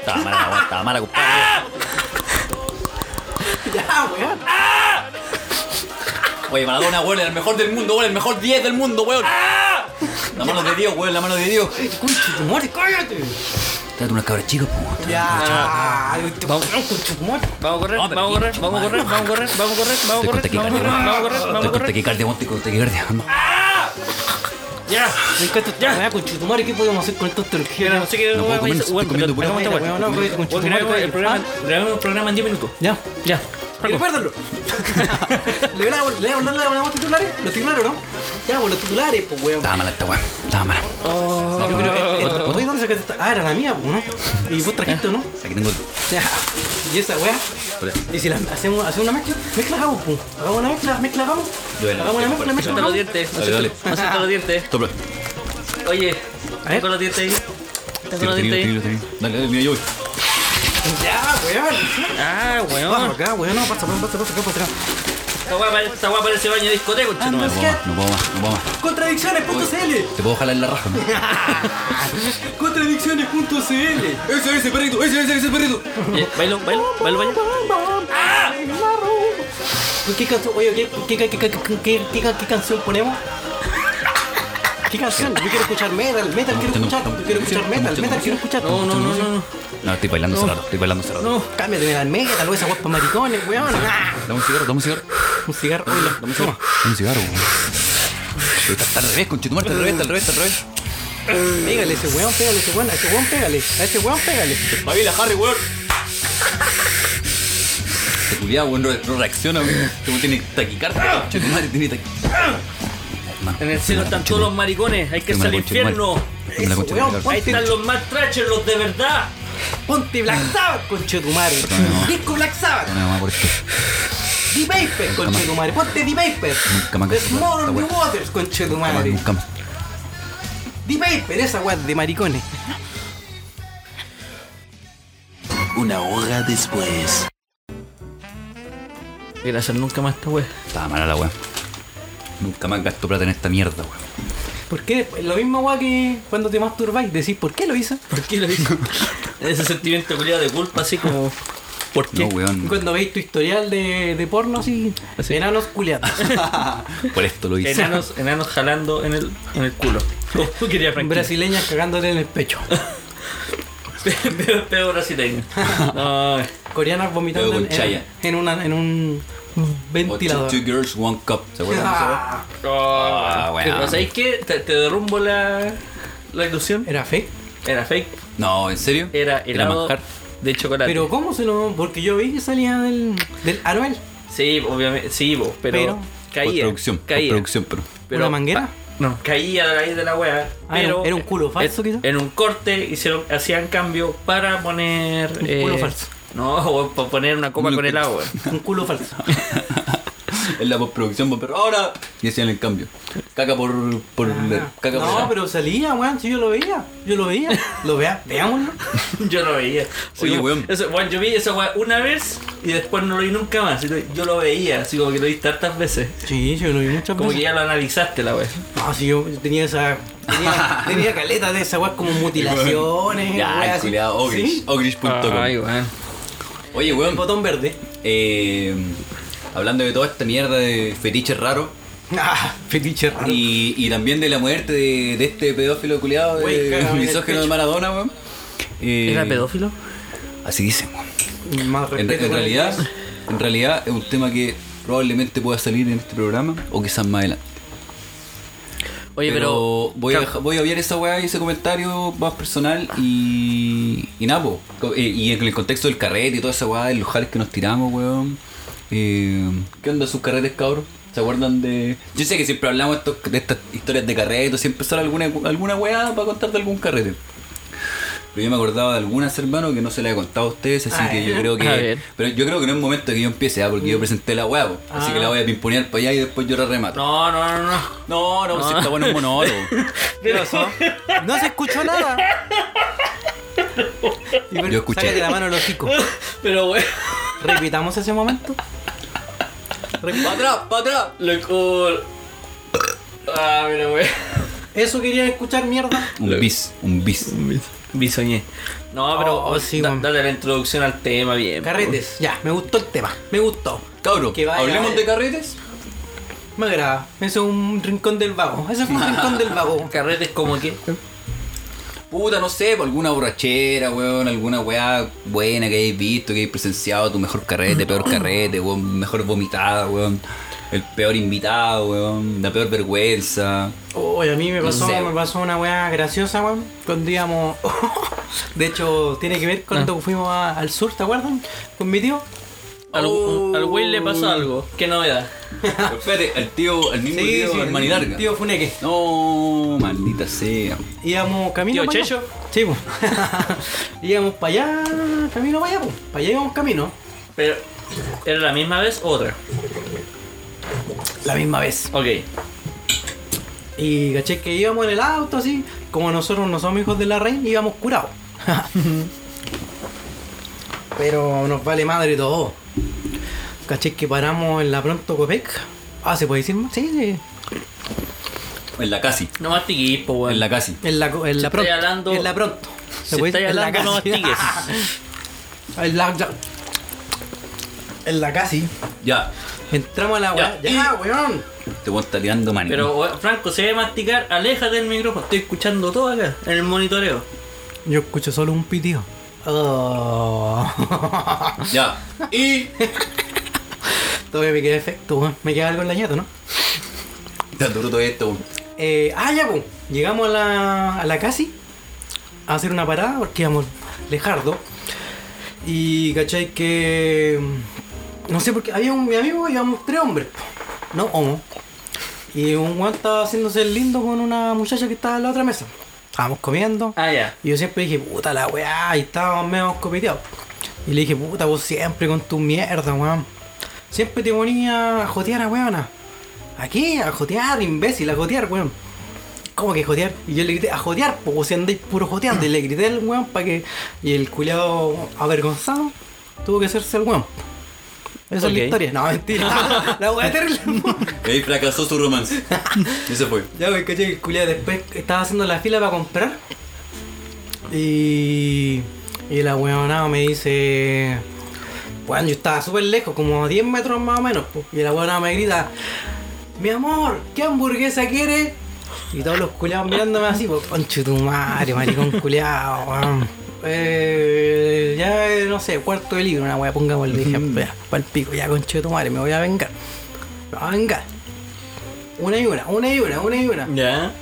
[SPEAKER 5] Estaba mala, la weá, estaba mala, compadre.
[SPEAKER 6] Ya, weón.
[SPEAKER 5] Oye, Maradona, weón, el mejor del mundo, weón, el mejor 10 del mundo, weón. La mano de Dios, weón, la mano de Dios.
[SPEAKER 6] Conche tu madre, cállate.
[SPEAKER 5] Trate unos cabros chicos, pues, weón.
[SPEAKER 6] Ya.
[SPEAKER 4] Vamos. Vamos a correr, vamos a correr, vamos a correr, vamos a correr, vamos a correr, vamos a
[SPEAKER 5] Estoy con
[SPEAKER 4] correr, vamos a correr, vamos a correr, vamos a
[SPEAKER 5] taquicardia, weón. Estoy con
[SPEAKER 4] correr.
[SPEAKER 5] taquicardia, weón. Estoy con taquicardia. Anda.
[SPEAKER 4] Ya. Ya.
[SPEAKER 6] Ya, conchetumare, ¿qué podemos hacer con esta
[SPEAKER 4] Mira,
[SPEAKER 6] tecnología?
[SPEAKER 4] no sé qué
[SPEAKER 5] No puedo
[SPEAKER 4] weón,
[SPEAKER 5] comer,
[SPEAKER 4] weón,
[SPEAKER 5] estoy
[SPEAKER 4] pero
[SPEAKER 5] comiendo pura
[SPEAKER 4] hagamos esta
[SPEAKER 6] vaina,
[SPEAKER 4] weón.
[SPEAKER 6] weón, no, con
[SPEAKER 4] Weón, grabemos
[SPEAKER 6] chutumare,
[SPEAKER 4] el programa-
[SPEAKER 6] ah.
[SPEAKER 4] grabemos el programa en 10 minutos.
[SPEAKER 6] Ya.
[SPEAKER 4] Ya. Paco.
[SPEAKER 6] Recuérdenlo. ¿Le van a vol- le van a hablar a los titulares? ¿Los titulares no? Ya, pues los titulares, pues, weón.
[SPEAKER 5] Estaba mala esta weón. Estaba mala.
[SPEAKER 4] Oh.
[SPEAKER 6] No, yo creo que- eh, ¿vos de dónde sacaste esta? Ah, era la mía, pues, ¿no? Y vos trajiste, ¿no?
[SPEAKER 5] Aquí tengo.
[SPEAKER 6] Ya. Y esa weá.
[SPEAKER 5] Espera.
[SPEAKER 6] Y si la hacemos, hacemos una mezcla, mezcla hagamos, pues. Hagamos una mezcla, mezcla hagamos.
[SPEAKER 5] Duele.
[SPEAKER 6] Hagamos una mezcla, mezcla
[SPEAKER 4] Suelta los
[SPEAKER 6] hagamos.
[SPEAKER 4] dientes,
[SPEAKER 5] Dale, dale.
[SPEAKER 4] suelta los dientes.
[SPEAKER 5] Topla.
[SPEAKER 4] Oye,
[SPEAKER 6] A ver.
[SPEAKER 4] suelta los dientes ahí. Suelta
[SPEAKER 5] Tiro,
[SPEAKER 4] los
[SPEAKER 5] tiro,
[SPEAKER 4] dientes ahí.
[SPEAKER 5] tiro, tiro. Dale, dale, mira yo. voy.
[SPEAKER 6] Ya, weón.
[SPEAKER 4] Ah,
[SPEAKER 6] Vamos
[SPEAKER 4] weón.
[SPEAKER 6] acá, weón. No, pasa, pasa, pasa, acá, pasa acá.
[SPEAKER 4] Esta weá pare- Esta weá parece baño de discoteca,
[SPEAKER 6] Ah,
[SPEAKER 4] conchetumare.
[SPEAKER 5] No puedo más, no puedo más, no puedo más.
[SPEAKER 6] Contradicciones.cl
[SPEAKER 5] Te puedo jalar la raja, ¿no?
[SPEAKER 6] Contradicciones.cl
[SPEAKER 5] Ese, ese perrito, ese, ese, ese perrito.
[SPEAKER 4] Ya, Eh, Bailo, bailo, bailo, bailo.
[SPEAKER 6] ¿Qué canción? Oye, ¿qué, qué, qué, qué, qué, qué, qué- qué canción ponemos? ¿Qué canción? Yo quiero escuchar metal, metal quiero escuchar, yo quiero escuchar metal, metal quiero escuchar.
[SPEAKER 4] No, no, no, no, no.
[SPEAKER 5] No, estoy bailando cerrado, estoy bailando cerrado.
[SPEAKER 4] No.
[SPEAKER 6] Cámbiate metal, metal, o esa guapa maricones, weón. Ah,
[SPEAKER 5] Dame un cigarro, dame un cigarro. Ah,
[SPEAKER 6] Un cigarro, oye, la- toma.
[SPEAKER 5] Un cigarro, weón. Pero está- Está al revés, conchetumar, está al revés, está al revés, está al revés.
[SPEAKER 6] Pégale a ese weón, pégale a ese weón, a ese weón pégale, a ese weón pégale.
[SPEAKER 5] Babila, Harry, weón. Te culiado, weón, no, no reacciona, weón. Como tiene taquicardia, conchetumar, tiene taquicardia.
[SPEAKER 4] En el cielo están todos los maricones, hay que irse al infierno. Ahí están los más trashers, los de verdad.
[SPEAKER 6] Ponte Black Sabbath, conchetumare.
[SPEAKER 5] Ah. no. Ah.
[SPEAKER 6] Disco Black Sabbath,
[SPEAKER 5] No, mamá, por esto.
[SPEAKER 6] The Paper, conchetumare. Ponte The Paper.
[SPEAKER 5] Nunca más
[SPEAKER 6] The Small
[SPEAKER 5] esta
[SPEAKER 6] New
[SPEAKER 5] weá.
[SPEAKER 6] Waters,
[SPEAKER 5] Mamá,
[SPEAKER 6] conchetumare.
[SPEAKER 5] nunca más.
[SPEAKER 6] The Paper, esa weá de maricones.
[SPEAKER 7] Una hora después.
[SPEAKER 4] Voy a hacer nunca más esta wea.
[SPEAKER 5] Estaba mala la weón. Nunca más gasto plata en esta mierda, weón.
[SPEAKER 6] ¿Por qué? Lo mismo weá que cuando te masturbáis, decís ¿por qué lo hizo?
[SPEAKER 4] ¿Por qué lo hice? Ese sentimiento culiado de culpa, así como. ¿Por qué?
[SPEAKER 5] No, weón.
[SPEAKER 6] Y Cuando veis tu historial de, de porno así,
[SPEAKER 4] Así.
[SPEAKER 6] enanos culiados.
[SPEAKER 5] Por esto lo hice.
[SPEAKER 4] Enanos, enanos jalando en el, en el culo. Como tú querías, Frankie.
[SPEAKER 6] brasileñas cagándole en el pecho.
[SPEAKER 4] Peor, peor brasileño. No,
[SPEAKER 6] Ah, Coreanas vomitando
[SPEAKER 5] Luego
[SPEAKER 6] en,
[SPEAKER 5] con chaya.
[SPEAKER 6] en una, en un ventilador.
[SPEAKER 5] Two girls, one cup. ¿Se acuerdan? de esa weá?
[SPEAKER 6] Ah,
[SPEAKER 4] Ah,
[SPEAKER 5] bueno.
[SPEAKER 4] Pero ¿sabéis qué? Te, te derrumbo la, la ilusión.
[SPEAKER 6] era fake.
[SPEAKER 4] Era fake,
[SPEAKER 5] No, ¿en serio?
[SPEAKER 4] era helado
[SPEAKER 5] manjar.
[SPEAKER 4] de chocolate.
[SPEAKER 6] Pero ¿cómo se lo.? Porque yo vi que salía del, del Anuel.
[SPEAKER 4] Sí, obviamente, sí, vos, pero,
[SPEAKER 6] Pero-
[SPEAKER 4] caía.
[SPEAKER 5] Postproducción,
[SPEAKER 4] caía.
[SPEAKER 5] postproducción, pero.
[SPEAKER 4] Pero-
[SPEAKER 6] ¿Una manguera?
[SPEAKER 4] No, caía a la raíz de la wea.
[SPEAKER 6] Ah, era
[SPEAKER 4] pero
[SPEAKER 6] un- era un culo falso,
[SPEAKER 4] en,
[SPEAKER 6] quizá.
[SPEAKER 4] en un corte hicieron, hacían cambio para poner. eh,
[SPEAKER 6] Un culo falso.
[SPEAKER 4] No, weón, para poner una copa
[SPEAKER 5] Un
[SPEAKER 4] con
[SPEAKER 5] culo-
[SPEAKER 4] helado, weón.
[SPEAKER 6] Un culo falso.
[SPEAKER 5] en la postproducción, pues, pero ahora. Y hacían el cambio. Caca por. por caca por.
[SPEAKER 6] Ah. No, pero salía, weón. Si yo lo veía. Yo lo veía. Lo vea. Veámoslo.
[SPEAKER 4] Yo lo veía.
[SPEAKER 5] Oye,
[SPEAKER 4] como-
[SPEAKER 5] weón.
[SPEAKER 4] eso- weón, yo vi esa weá una vez y después no lo vi nunca más. Y lo- Yo lo veía, así como que lo vi tantas veces.
[SPEAKER 6] Sí, yo lo vi muchas
[SPEAKER 4] Como que
[SPEAKER 6] veces.
[SPEAKER 4] ya lo analizaste la wea.
[SPEAKER 6] No, si yo tenía esa. Tenía, tenía caleta de esa weón como mutilaciones. weas
[SPEAKER 5] Ya,
[SPEAKER 6] así.
[SPEAKER 5] culiado. Ogrish.
[SPEAKER 6] Sí,
[SPEAKER 5] Ogrish.com.
[SPEAKER 4] weón.
[SPEAKER 5] Oye,
[SPEAKER 6] El
[SPEAKER 5] weón.
[SPEAKER 6] botón verde.
[SPEAKER 5] eh, hablando de toda esta mierda de fetiches raros.
[SPEAKER 6] Ah, fetiche raro.
[SPEAKER 5] Y, y también de la muerte de, de este pedófilo culiado,
[SPEAKER 6] Güey,
[SPEAKER 5] de
[SPEAKER 6] cágame en el
[SPEAKER 5] misógeno de
[SPEAKER 6] pecho.
[SPEAKER 5] Maradona, weón. Eh,
[SPEAKER 4] ¿Era pedófilo?
[SPEAKER 5] Así dicen, weón.
[SPEAKER 6] Más
[SPEAKER 5] En,
[SPEAKER 6] respeto
[SPEAKER 5] en
[SPEAKER 6] por el-
[SPEAKER 5] realidad, en realidad es un tema que probablemente pueda salir en este programa o quizás más adelante.
[SPEAKER 4] Oye, pero.
[SPEAKER 5] voy, a,
[SPEAKER 4] Cam-
[SPEAKER 5] deja- voy a obviar esa weá y ese comentario más personal y. Y nada, po. Co- eh, Y en el contexto del carrete y toda esa weá, de los jales que nos tiramos, weón. Eh, ¿Qué onda sus carretes, cabros? ¿Se acuerdan de.? Yo sé que siempre hablamos de, estos- de estas historias de carrete, siempre sale alguna, alguna weá para contar de algún carrete. Pero yo me acordaba de algunas, hermano, que no se las he contado a ustedes, así
[SPEAKER 6] Ah,
[SPEAKER 5] que yo
[SPEAKER 6] ya.
[SPEAKER 5] creo
[SPEAKER 4] A
[SPEAKER 5] que.
[SPEAKER 4] ver. Mm.
[SPEAKER 5] Pero yo creo que no es momento que yo empiece, ¿ah? porque yo presenté la weá, po. así
[SPEAKER 6] Ah.
[SPEAKER 5] que la voy a pimponear para allá y después yo la remato.
[SPEAKER 4] No, Ah. no, no, no.
[SPEAKER 5] No, no, si está bueno un monólogo.
[SPEAKER 6] ¿Qué pasó? No se escuchó nada. Y bueno,
[SPEAKER 5] Yo escuché.
[SPEAKER 6] Sácate la mano al hocico.
[SPEAKER 4] Pero weón.
[SPEAKER 6] Repitamos ese momento.
[SPEAKER 5] ¡Para atrás, para atrás!
[SPEAKER 4] Loco. Ah, pero weón.
[SPEAKER 6] Eso quería escuchar, mierda.
[SPEAKER 5] Un bis, un bis.
[SPEAKER 4] Bisoñé. No, pero.
[SPEAKER 6] Oh, sí,
[SPEAKER 4] da-
[SPEAKER 6] weón.
[SPEAKER 4] date la introducción al tema bien.
[SPEAKER 6] Carretes. Ya, me gustó el tema. Me gustó.
[SPEAKER 5] Cabro,
[SPEAKER 6] Que vaya,
[SPEAKER 5] hablemos
[SPEAKER 6] vaya.
[SPEAKER 5] de carretes.
[SPEAKER 6] Me agrada. Eso es un rincón del vago. Eso fue un rincón del vago.
[SPEAKER 4] Carretes como que.
[SPEAKER 5] Puta, no sé, por alguna borrachera, weón, alguna weá buena que hayas visto, que hayas presenciado, tu mejor carrete, peor carrete, weón, mejor vomitada, weón, el peor invitado, weón, la peor vergüenza.
[SPEAKER 6] Oye, a mí me pasó,
[SPEAKER 5] sé,
[SPEAKER 6] me
[SPEAKER 5] weón.
[SPEAKER 6] pasó una weá graciosa, weón. Cuando íbamos. de hecho, tiene que ver cuando fuimos a- al sur, ¿te acuerdan? Con mi tío.
[SPEAKER 4] Al, al güey le pasó algo. Qué novedad.
[SPEAKER 5] Oh. Espérate, al tío, al mismo tío, al manilarga.
[SPEAKER 6] Tío Funeque.
[SPEAKER 5] No, maldita sea.
[SPEAKER 6] Íbamos camino.
[SPEAKER 4] Tío
[SPEAKER 6] para
[SPEAKER 4] Checho.
[SPEAKER 6] Allá. Sí, po. íbamos para allá, camino para allá, po. Para allá íbamos camino.
[SPEAKER 4] Pero, ¿era la misma vez o otra?
[SPEAKER 6] La misma vez.
[SPEAKER 4] Ok.
[SPEAKER 6] Y caché que íbamos en el auto así, como nosotros no somos hijos de la reina, íbamos curados. Pero nos vale madre todo. Caché que paramos en la Pronto Copec. Ah, ¿se puede decir? más? Sí, sí.
[SPEAKER 5] En la casi,
[SPEAKER 4] No mastiguís, po, weón.
[SPEAKER 5] en la casi.
[SPEAKER 6] En la, co- en la
[SPEAKER 4] estáis
[SPEAKER 6] Pronto.
[SPEAKER 4] hablando-
[SPEAKER 6] en la Pronto.
[SPEAKER 4] Si
[SPEAKER 6] puede
[SPEAKER 4] estáis
[SPEAKER 6] decir? En la
[SPEAKER 4] hablando, no
[SPEAKER 6] casi.
[SPEAKER 4] mastigues.
[SPEAKER 6] En la, ya- en la casi.
[SPEAKER 5] Ya,
[SPEAKER 6] Entramos a la weá.
[SPEAKER 4] Ya.
[SPEAKER 6] Ya, weón.
[SPEAKER 5] te voy a estar tirando maní.
[SPEAKER 4] Pero, weón, Franco, si hay masticar, aléjate del micrófono. Estoy escuchando todo acá, en el monitoreo.
[SPEAKER 6] Yo escucho solo un pitido. Oh.
[SPEAKER 5] Ya. Y
[SPEAKER 6] Todavía me queda efecto, weón. Me queda algo en la ñata, ¿no?
[SPEAKER 5] Te duro todo esto. weón.
[SPEAKER 6] Eh, ah, ya, pues. Llegamos a la, a la casi a hacer una parada porque íbamos lejardo. Y cachai que. mm, No sé por qué. Había un mi amigo, íbamos tres hombres, po, no homo. Y un guante estaba haciéndose el lindo con una muchacha que estaba en la otra mesa. Estábamos comiendo.
[SPEAKER 4] Ah, ya.
[SPEAKER 6] Y yo siempre dije, puta la weá, y estábamos medio copeteados. Y le dije, puta, vos siempre con tu mierda, weón. Siempre te ponía a jotear a weona. ¿A qué? A jotear, imbécil, a jotear, weón. ¿Cómo que jotear? Y yo le grité, a jotear, pues si andáis puro joteando. Y le grité al weón para que. Y el culiado avergonzado tuvo que hacerse el weón. Esa es
[SPEAKER 4] Ok.
[SPEAKER 6] la historia. No, mentira. la weá es terrible.
[SPEAKER 5] Y ahí fracasó su romance. Y se fue.
[SPEAKER 6] Ya, güey, caché que el culiao después estaba haciendo la fila para comprar. Y. Y la weonada me dice. Bueno, yo estaba súper lejos, como a 10 metros más o menos. po. Y la weonada me grita: Mi amor, ¿qué hamburguesa quieres? Y todos los culiados mirándome así, pues, concho tu madre, maricón culiao, weón. Eh, ya, eh, no sé, cuarto de libro, una wea, pongámosle, dije, "Vea, pa'l pico, ya, concho de tu madre, me voy a vengar. Me voy a vengar. Una y una, una y una, una y una.
[SPEAKER 4] Ya.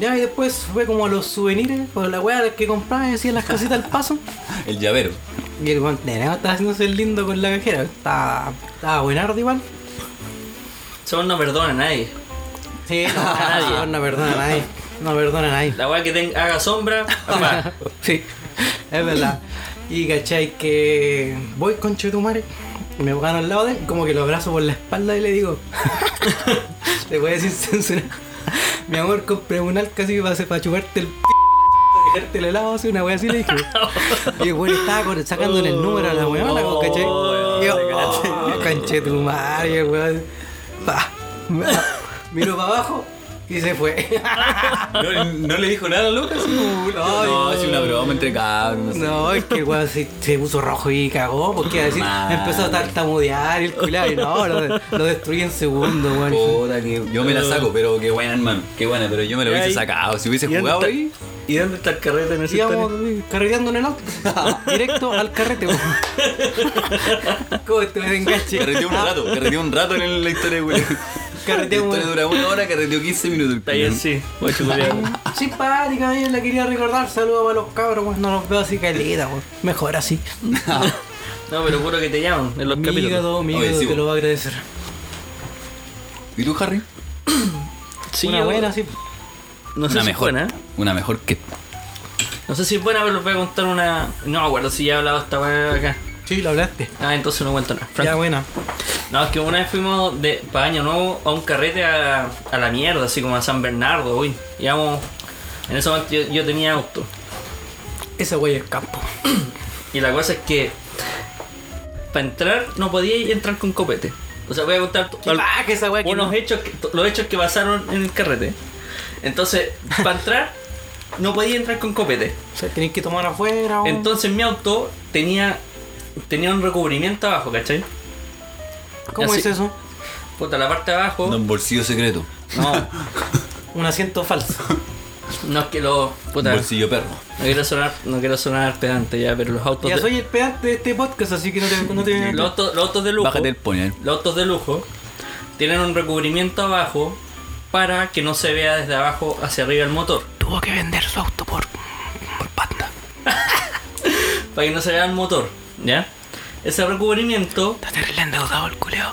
[SPEAKER 6] Ya, y después fue como a los souvenirs, por la weá que compraba y decía las cositas al paso.
[SPEAKER 5] El llavero.
[SPEAKER 6] Y el guantenero estaba haciéndose el lindo con la cajera. Estaba, estaba buenardo igual.
[SPEAKER 4] Son no perdona a nadie.
[SPEAKER 6] Sí, no, no, no perdona a nadie. No perdona a nadie.
[SPEAKER 4] La weá que tenga, haga sombra, papá.
[SPEAKER 6] sí, es verdad. Y cachai que voy con Chetumare, me gano al lado de él, como que lo abrazo por la espalda y le digo, te voy a decir censura, mi amor, compré un alca así para, hacer- para chuparte el p para dejarte el helado, así una wea así le dije. Y el weón estaba con- sacándole el número a la weona,
[SPEAKER 4] Oh,
[SPEAKER 6] ¿cachai?
[SPEAKER 4] weón,
[SPEAKER 6] Y yo, "Oh,
[SPEAKER 4] te
[SPEAKER 6] Conchetumare, y el weón. pa, Miro para abajo y se fue.
[SPEAKER 5] No, no le dijo nada a Lucas. No, no, es una broma entre cabros. No, sé.
[SPEAKER 6] No, es que el weón se, se puso rojo y cagó, porque a decir,
[SPEAKER 5] Madre.
[SPEAKER 6] empezó a tartamudear y el culiao, y no, lo, lo destruye en segundo, weón.
[SPEAKER 5] Puta, que yo me la saco, pero qué buena, hermano. Qué buena, pero yo me la hubiese
[SPEAKER 4] Ay.
[SPEAKER 5] sacado. Si hubiese
[SPEAKER 4] ¿Y dónde
[SPEAKER 5] jugado
[SPEAKER 4] está-
[SPEAKER 5] ahí.
[SPEAKER 4] ¿Y dónde está el carrete en ese
[SPEAKER 6] Íbamos
[SPEAKER 4] instante?
[SPEAKER 6] carreteando en el auto, directo al carrete, weón. ¿Cómo te ves enganche?
[SPEAKER 5] Carreteó un rato, carreteó un rato en la historia, güey. La
[SPEAKER 6] Carreteamos.
[SPEAKER 5] historia dura una hora, carreteó 15 minutos.
[SPEAKER 4] Está bien, sí. Voy a chupar algo.
[SPEAKER 6] Simpática, yo la quería recordar. Saludos para los cabros, weón. No los veo así caleta, weón. Mejor así.
[SPEAKER 4] No, pero juro que te llaman en los
[SPEAKER 6] Mi
[SPEAKER 4] capítulos.
[SPEAKER 6] hígado, mi
[SPEAKER 5] Oye,
[SPEAKER 6] hígado te
[SPEAKER 5] sí, weón.
[SPEAKER 6] lo va a agradecer.
[SPEAKER 5] ¿Y tú, Harry?
[SPEAKER 4] Sí,
[SPEAKER 6] Una
[SPEAKER 4] yo-
[SPEAKER 6] buena, sí.
[SPEAKER 4] No sé si es buena. ¿eh?
[SPEAKER 5] Una mejor que.
[SPEAKER 4] No sé si es buena, pero les voy a contar una. No me acuerdo si ya he hablado esta weá acá.
[SPEAKER 6] Sí, lo hablaste.
[SPEAKER 4] Ah, entonces no cuento nada.
[SPEAKER 6] Ya,
[SPEAKER 4] Franco.
[SPEAKER 6] buena.
[SPEAKER 4] No, es que una vez fuimos de, para Año Nuevo a un carrete a, a la mierda, así como a San Bernardo, uy. Íbamos. En ese momento yo, yo tenía auto.
[SPEAKER 6] Esa wey es campo.
[SPEAKER 4] Y la cosa es que. Para entrar, no podía entrar con copete. O sea, voy a contar to-
[SPEAKER 6] Qué paja esa wea Ah, que
[SPEAKER 4] unos
[SPEAKER 6] no-
[SPEAKER 4] hechos que- to- los hechos que pasaron en el carrete. Entonces, para entrar, no podía entrar con copete.
[SPEAKER 6] O sea, tenés que tomar afuera, weón.
[SPEAKER 4] Entonces mi auto tenía tenía un recubrimiento abajo, ¿cachai?
[SPEAKER 6] ¿Cómo
[SPEAKER 4] así-
[SPEAKER 6] es eso?
[SPEAKER 4] Puta, la parte de abajo.
[SPEAKER 5] Un
[SPEAKER 4] No.
[SPEAKER 5] bolsillo secreto.
[SPEAKER 6] Un asiento falso.
[SPEAKER 4] No es que lo. Puta,
[SPEAKER 5] Bolsillo perro.
[SPEAKER 4] no quiero sonar, no quiero sonar pedante ya, pero los autos
[SPEAKER 6] Ya
[SPEAKER 4] de,
[SPEAKER 6] soy el pedante de este podcast, así que no te. No te
[SPEAKER 4] los autos, los autos de lujo.
[SPEAKER 5] Bájate el poner.
[SPEAKER 4] Los autos de lujo tienen un recubrimiento abajo para que no se vea desde abajo hacia arriba el motor.
[SPEAKER 6] Tuvo que vender su auto por. por panda.
[SPEAKER 4] Para que no se vea el motor, ¿ya? Ese recubrimiento,
[SPEAKER 6] Está terrible endeudado el culeo.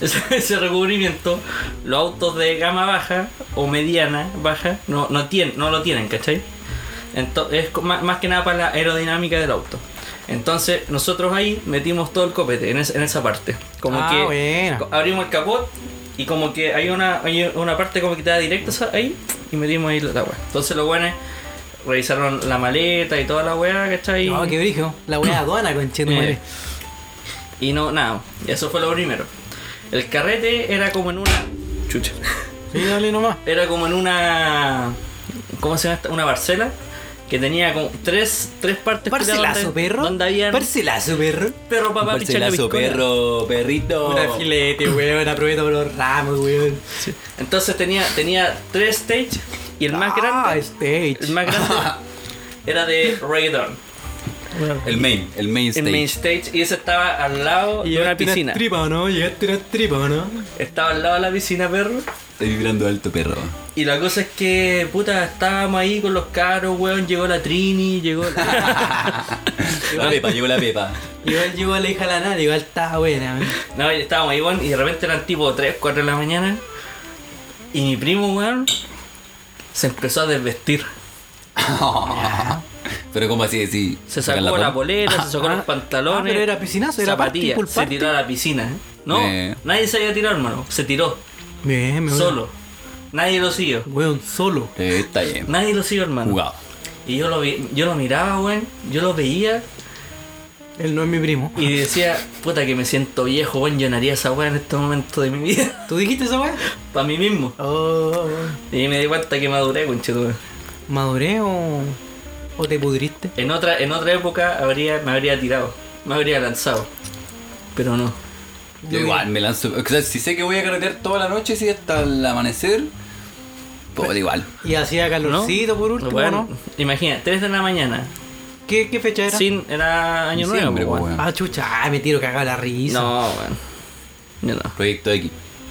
[SPEAKER 4] ese, ese recubrimiento, los autos de gama baja o mediana baja no, no, tienen, no lo tienen, ¿cachai? Entonces, es co- ma- más, que nada para la aerodinámica del auto. Entonces, nosotros ahí metimos todo el copete en, es- en esa parte. Como
[SPEAKER 6] Ah,
[SPEAKER 4] que
[SPEAKER 6] buena.
[SPEAKER 4] co- abrimos el capot y como que hay una, hay una parte como que te da directo esa- ahí y metimos ahí la weá. Entonces, los buenos revisaron la maleta y toda la weá, ¿cachai?
[SPEAKER 6] No, Oh, qué brillo. La wea aduana, conchendo,
[SPEAKER 4] Eh, y no, nada, eso fue lo primero. El carrete era como en una. Chucha.
[SPEAKER 6] Sí, dale nomás.
[SPEAKER 4] Era como en una. ¿Cómo se llama esta? Una parcela que tenía como tres, tres partes que eran
[SPEAKER 6] Parcelazo,
[SPEAKER 4] donde,
[SPEAKER 6] perro.
[SPEAKER 4] Donde había
[SPEAKER 6] Parcelazo, perro.
[SPEAKER 4] perro papá pichar la
[SPEAKER 5] Parcelazo,
[SPEAKER 4] piscola.
[SPEAKER 5] perro, perrito.
[SPEAKER 6] Una filete, weón. Aprovecho por los ramos, weón.
[SPEAKER 4] Sí. Entonces tenía, tenía tres stage y el más
[SPEAKER 6] Ah,
[SPEAKER 4] grande.
[SPEAKER 6] stage.
[SPEAKER 4] El más grande era de Raydon.
[SPEAKER 5] El main, el main
[SPEAKER 4] El
[SPEAKER 5] stage.
[SPEAKER 4] main stage y ese estaba al lado de una
[SPEAKER 6] Oh, Llegaste unas
[SPEAKER 4] piscina.
[SPEAKER 6] tripas, ¿o no? Llegaste unas tripas, ¿o no?
[SPEAKER 4] Estaba al lado de la piscina, perro.
[SPEAKER 5] Está vibrando alto, perro.
[SPEAKER 4] Y la cosa es que, puta, estábamos ahí con los caros, weón. Llegó la Trini, llegó.
[SPEAKER 5] La pepa, llegó la pepa.
[SPEAKER 6] Igual llegó la hija de la nada, igual estaba buena, weón.
[SPEAKER 4] no, y estábamos ahí, weón. Y de repente eran tipo 3, 4 de la mañana. Y mi primo, weón, se empezó a desvestir.
[SPEAKER 5] Pero como así, sí.
[SPEAKER 4] Se sacó
[SPEAKER 5] sacan
[SPEAKER 4] la,
[SPEAKER 5] pol-
[SPEAKER 4] polera, se sacó
[SPEAKER 6] ah,
[SPEAKER 4] los pantalones.
[SPEAKER 6] ah, pero era piscinazo, era
[SPEAKER 4] zapatillas,
[SPEAKER 6] party, full
[SPEAKER 4] Se
[SPEAKER 6] party.
[SPEAKER 4] tiró a la piscina, ¿eh? No,
[SPEAKER 5] Eh.
[SPEAKER 4] nadie se había tirado, hermano. Se tiró,
[SPEAKER 6] Bien, me voy.
[SPEAKER 4] solo. Nadie lo siguió.
[SPEAKER 6] Weón, solo.
[SPEAKER 5] Eh, está bien.
[SPEAKER 4] Nadie lo siguió, hermano.
[SPEAKER 5] Jugado.
[SPEAKER 4] Y yo lo, vi, yo lo miraba, weón. Yo lo veía.
[SPEAKER 6] Él no es mi primo.
[SPEAKER 4] Y decía, puta que me siento viejo, weón, yo no haría esa weá en este momento de mi vida.
[SPEAKER 6] ¿Tú dijiste esa weá?
[SPEAKER 4] Para mí mismo.
[SPEAKER 6] Oh,
[SPEAKER 4] Y me di cuenta que maduré, conchetumare.
[SPEAKER 6] ¿Maduré o, o te pudriste?
[SPEAKER 4] En otra, en otra época habría, me habría tirado, me habría lanzado. Pero no.
[SPEAKER 5] Yo igual me lanzo. O sea, si sé que voy a carretear toda la noche, sí, hasta el amanecer. Pues igual.
[SPEAKER 6] Y hacía calorcito por último,
[SPEAKER 4] Bueno,
[SPEAKER 6] ¿no?
[SPEAKER 4] Imagina, 3 de la mañana.
[SPEAKER 6] ¿Qué, qué fecha era?
[SPEAKER 4] Sin, era año nuevo.
[SPEAKER 5] Diciembre,
[SPEAKER 4] weón.
[SPEAKER 5] weón.
[SPEAKER 6] Ah, chucha, ah, me tiro cagada la risa.
[SPEAKER 4] No, weón. Yo no.
[SPEAKER 5] Proyecto X.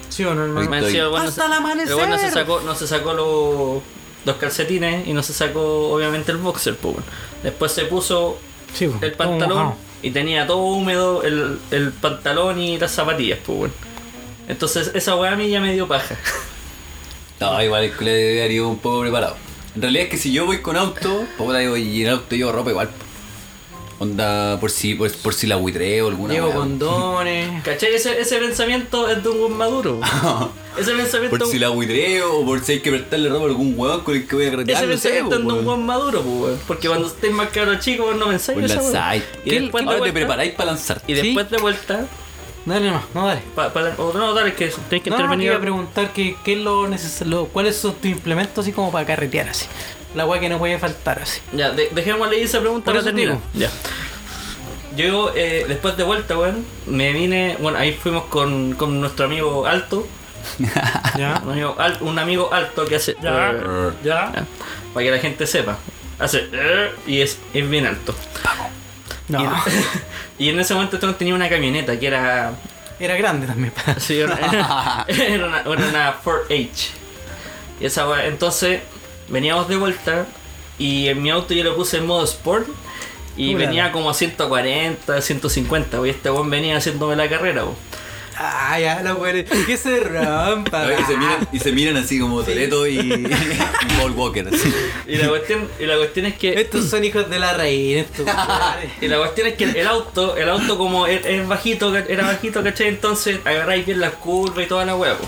[SPEAKER 6] Sí o no, hermano.
[SPEAKER 4] Me
[SPEAKER 5] Estoy-
[SPEAKER 4] decía, bueno,
[SPEAKER 6] Hasta el
[SPEAKER 4] se-
[SPEAKER 6] amanecer.
[SPEAKER 4] pero bueno, se sacó, no se sacó los, los calcetines y no se sacó obviamente el boxer, pues, weón. Después se puso
[SPEAKER 6] Sí, pues,
[SPEAKER 4] el
[SPEAKER 6] todo
[SPEAKER 4] pantalón
[SPEAKER 6] mojado.
[SPEAKER 4] y tenía todo húmedo el, el pantalón y las zapatillas, pues, weón. Entonces esa weá a mí ya me dio paja.
[SPEAKER 5] No, igual el culé debe haber ido un poco preparado. En realidad es que si yo voy con auto, pues ahora digo, y en el auto llevo ropa igual. Onda, por si, por, por si la buitreo o alguna
[SPEAKER 6] Llevo
[SPEAKER 5] weá.
[SPEAKER 6] condones.
[SPEAKER 4] ¿Cachai? Ese, ese pensamiento es de un weón maduro. Ese pensamiento,
[SPEAKER 5] Por si la buitreo o por si hay que prestarle ropa a algún huevón con el que voy a carretear.
[SPEAKER 4] ese
[SPEAKER 5] no sé,
[SPEAKER 4] pensamiento es de
[SPEAKER 5] po,
[SPEAKER 4] un
[SPEAKER 5] weón.
[SPEAKER 4] weón maduro, pues, weón. Porque cuando estés más caro chico, vos no pensáis en
[SPEAKER 5] Pues
[SPEAKER 4] esa weá.
[SPEAKER 5] lanzáis.
[SPEAKER 4] Y
[SPEAKER 5] ¿Qué-
[SPEAKER 4] después
[SPEAKER 5] qué-
[SPEAKER 4] de
[SPEAKER 5] ahora te
[SPEAKER 4] vuelta-
[SPEAKER 5] preparáis para lanzarte?
[SPEAKER 4] Y
[SPEAKER 6] Sí.
[SPEAKER 4] después de vuelta,
[SPEAKER 6] Dale nomás, no dale.
[SPEAKER 4] pa- pa- o no, dale, que tenés que
[SPEAKER 6] No, no, te
[SPEAKER 4] intervenir.
[SPEAKER 6] iba a preguntar que, qué es lo neces- lo- cuáles son tus implementos así como para carretear así. La weá que no puede faltar así.
[SPEAKER 4] Ya, de- dejémosle esa pregunta
[SPEAKER 6] Por
[SPEAKER 4] para
[SPEAKER 6] eso
[SPEAKER 4] terminar. Ya. Yo, eh, después de vuelta, weón, me vine. Bueno, ahí fuimos con, con nuestro amigo Alto.
[SPEAKER 6] ¿Ya?
[SPEAKER 4] Un amigo, al- un amigo alto que hace. eh, ah.
[SPEAKER 5] Ya.
[SPEAKER 4] Ya. Para que la gente sepa. Hace. eh, Y es, es bien alto.
[SPEAKER 6] No.
[SPEAKER 4] Y en ese momento Tron tenía una camioneta que era.
[SPEAKER 6] Era grande también.
[SPEAKER 4] sí, era, era una, era una 4H. Y esa wea- Entonces, veníamos de vuelta. Y en mi auto yo lo puse en modo sport. Y
[SPEAKER 6] Pura.
[SPEAKER 4] venía como a 140, 150. Y este weón venía haciéndome la carrera. po.
[SPEAKER 6] Ah, ya, la weá. Que se rompa.
[SPEAKER 5] Y se, miran, y se miran así como Toreto y, y Paul Walker. así.
[SPEAKER 4] Y la cuestión, y la cuestión es que.
[SPEAKER 6] Estos son hijos de la reina, estos weones.
[SPEAKER 4] Y la cuestión es que el auto, el auto como es, es bajito, ca- era bajito, ¿cachai? Entonces agarráis bien las curvas y toda la hueá, po.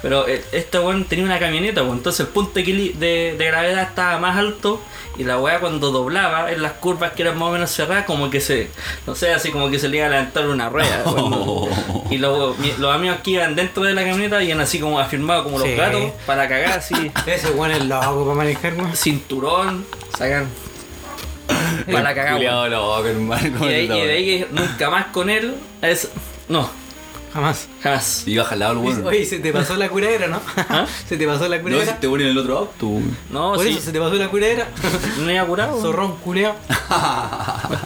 [SPEAKER 4] Pero eh, este weón tenía una camioneta, po. Entonces el punto de, equili- de, de gravedad estaba más alto y la hueá cuando doblaba en las curvas que eran más o menos cerradas, como que se, no sé, así como que se le iba a levantar una rueda. weón. Y los, mi- los amigos que iban dentro de la camioneta iban así como afirmados como
[SPEAKER 6] Sí.
[SPEAKER 4] los gatos para cagar así.
[SPEAKER 6] Ese weón es loco para manejar, weón.
[SPEAKER 4] Cinturón, sacan. Para cagar, weón.
[SPEAKER 5] Culeado loco, hermano.
[SPEAKER 4] Y de, ahí, y
[SPEAKER 5] ¿cómo
[SPEAKER 4] de
[SPEAKER 5] está?
[SPEAKER 4] ahí que nunca más con él es. No.
[SPEAKER 6] Jamás.
[SPEAKER 4] Jamás.
[SPEAKER 5] Y baja al lado el weón.
[SPEAKER 6] Oye, se te pasó la curadera, ¿no?
[SPEAKER 4] ¿Ah?
[SPEAKER 6] Se te pasó la
[SPEAKER 5] No,
[SPEAKER 6] curadera.
[SPEAKER 5] si te ponen en el otro auto. weón.
[SPEAKER 4] No,
[SPEAKER 6] Por
[SPEAKER 4] sí.
[SPEAKER 6] eso se te pasó la curadera.
[SPEAKER 4] No he curado.
[SPEAKER 6] Zorrón culeo.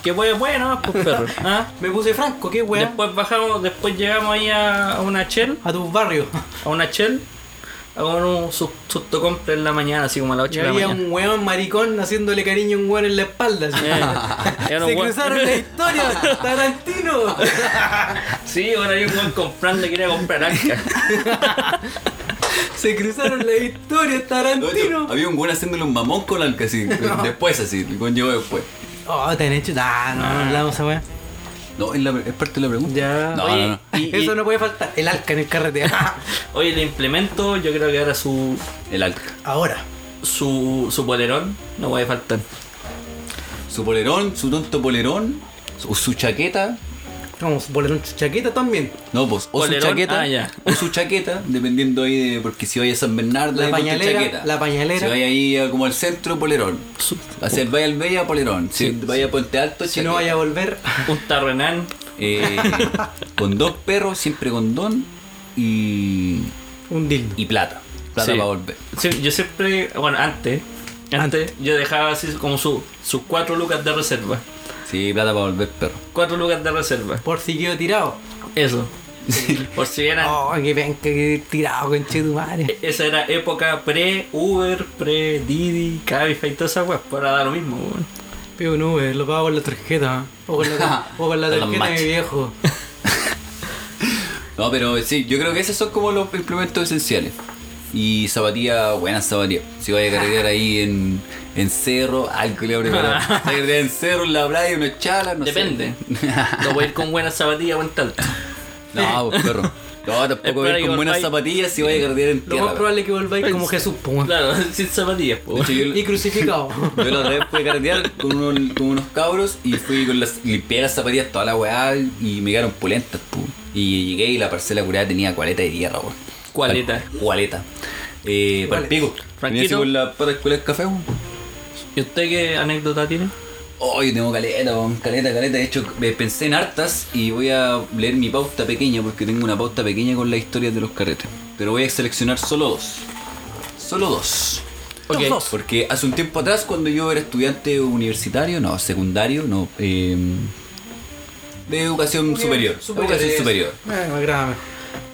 [SPEAKER 4] Que fue bueno, pues perro. ¿Ah?
[SPEAKER 6] Me puse franco, qué weá.
[SPEAKER 4] Después bajamos, después llegamos ahí a, a una chel,
[SPEAKER 6] A tus barrios.
[SPEAKER 4] a una chel, a un su- susto compra en la mañana, así como a las 8
[SPEAKER 6] Y
[SPEAKER 4] de la
[SPEAKER 6] había
[SPEAKER 4] mañana.
[SPEAKER 6] un weón maricón haciéndole cariño a un weón en la espalda. así.
[SPEAKER 4] Eh, era un
[SPEAKER 6] Se
[SPEAKER 4] weón.
[SPEAKER 6] cruzaron la historia, Tarantino.
[SPEAKER 4] Sí, bueno, hay un buen comprando que quería comprar arca.
[SPEAKER 6] Se cruzaron la historia,
[SPEAKER 5] No,
[SPEAKER 6] Tarantino.
[SPEAKER 5] Había un weón haciéndole un mamón con alca así. Después así. El weón llegó después.
[SPEAKER 6] Oh, te han hecho. Ah, no, no hablamos esa weá.
[SPEAKER 5] No, es, la, es parte de la pregunta.
[SPEAKER 6] Ya.
[SPEAKER 5] No,
[SPEAKER 4] Oye,
[SPEAKER 5] no, no.
[SPEAKER 4] Y-
[SPEAKER 6] Eso
[SPEAKER 4] y-
[SPEAKER 6] no puede faltar. El alca en el carrete.
[SPEAKER 4] Oye, le implemento, yo creo que ahora su,
[SPEAKER 5] El alca.
[SPEAKER 6] Ahora.
[SPEAKER 4] su, su polerón no puede faltar.
[SPEAKER 5] Su polerón, su tonto polerón, su, su chaqueta.
[SPEAKER 6] Vamos, polerón chaqueta también.
[SPEAKER 5] No, pues, o
[SPEAKER 4] Polerón,
[SPEAKER 5] su chaqueta,
[SPEAKER 4] ah, ya.
[SPEAKER 5] o su chaqueta, dependiendo ahí de, porque si vaya a San Bernardo,
[SPEAKER 6] La
[SPEAKER 5] ahí ponte
[SPEAKER 6] pañalera,
[SPEAKER 5] chaqueta.
[SPEAKER 6] la pañalera.
[SPEAKER 5] Si vaya ahí a- como al centro, polerón. Hacia el Valle al Bella, polerón. Si vaya a Puente Alto,
[SPEAKER 6] Si no vaya a volver.
[SPEAKER 4] Un tarrenán.
[SPEAKER 5] Eh, con dos perros, siempre condón y,
[SPEAKER 6] Un dildo.
[SPEAKER 5] y plata. Plata
[SPEAKER 4] Sí.
[SPEAKER 5] para volver.
[SPEAKER 4] Sí, yo siempre, bueno, antes, antes, yo dejaba así como su, sus cuatro lucas de reserva.
[SPEAKER 5] Sí, plata para volver, perro.
[SPEAKER 4] Cuatro lucas de reserva.
[SPEAKER 6] Por si quedo tirado.
[SPEAKER 4] Eso. Por si eran.
[SPEAKER 6] Oh, que penca, que tirado, conche tu madre.
[SPEAKER 4] Esa era época pre-Uber, pre-Didi, Cabify, toda esa weá. Para dar lo mismo, weón.
[SPEAKER 6] Pero no, Uber, lo pago con la tarjeta. O con la, o con la
[SPEAKER 5] Con la
[SPEAKER 6] tarjeta de mi
[SPEAKER 5] machi.
[SPEAKER 6] viejo.
[SPEAKER 5] No, pero sí, yo creo que esos son como los implementos esenciales. Y zapatillas, buenas zapatillas. Si vaya a carretear ahí en, en cerro, algo le abre para. Si vaya a carretear en cerro, en la playa, una chala, no
[SPEAKER 4] Depende.
[SPEAKER 5] sé.
[SPEAKER 4] No voy a ir con buenas zapatillas, buen tal.
[SPEAKER 5] no, pues perro. No, tampoco
[SPEAKER 4] Espera
[SPEAKER 5] ir
[SPEAKER 4] que
[SPEAKER 5] con buenas
[SPEAKER 4] volváis.
[SPEAKER 5] zapatillas si vaya a carretear en
[SPEAKER 6] Lo más
[SPEAKER 5] tierra. perro.
[SPEAKER 6] probable es que volváis como Jesús, po, weón.
[SPEAKER 4] Claro, sin zapatillas, pues. po,
[SPEAKER 5] De hecho,
[SPEAKER 4] weón.
[SPEAKER 5] yo,
[SPEAKER 6] Y crucificado.
[SPEAKER 5] yo la otra vez fui a carretear con, unos- con unos cabros y fui con las, limpié las zapatillas toda la weá y me quedaron pulentas, pu. Y llegué y la parcela curada tenía cualeta de tierra, weón.
[SPEAKER 4] Cualeta.
[SPEAKER 5] Cualeta. Eh, para el pico. Venía así
[SPEAKER 4] Franquito.
[SPEAKER 5] con la pata escuela del café, weón.
[SPEAKER 4] ¿Y usted qué anécdota tiene?
[SPEAKER 5] Oh, yo tengo caleta, weón, caleta, caleta. De hecho, me pensé en hartas y voy a leer mi pauta pequeña porque tengo una pauta pequeña con las historias de los carretes. Pero voy a seleccionar solo dos. Solo dos.
[SPEAKER 4] Ok.
[SPEAKER 6] Los dos.
[SPEAKER 5] Porque hace un tiempo atrás, cuando yo era estudiante universitario, no, secundario, no, eh, de educación superior. Educación superior.
[SPEAKER 6] Eh, me agrada mejor.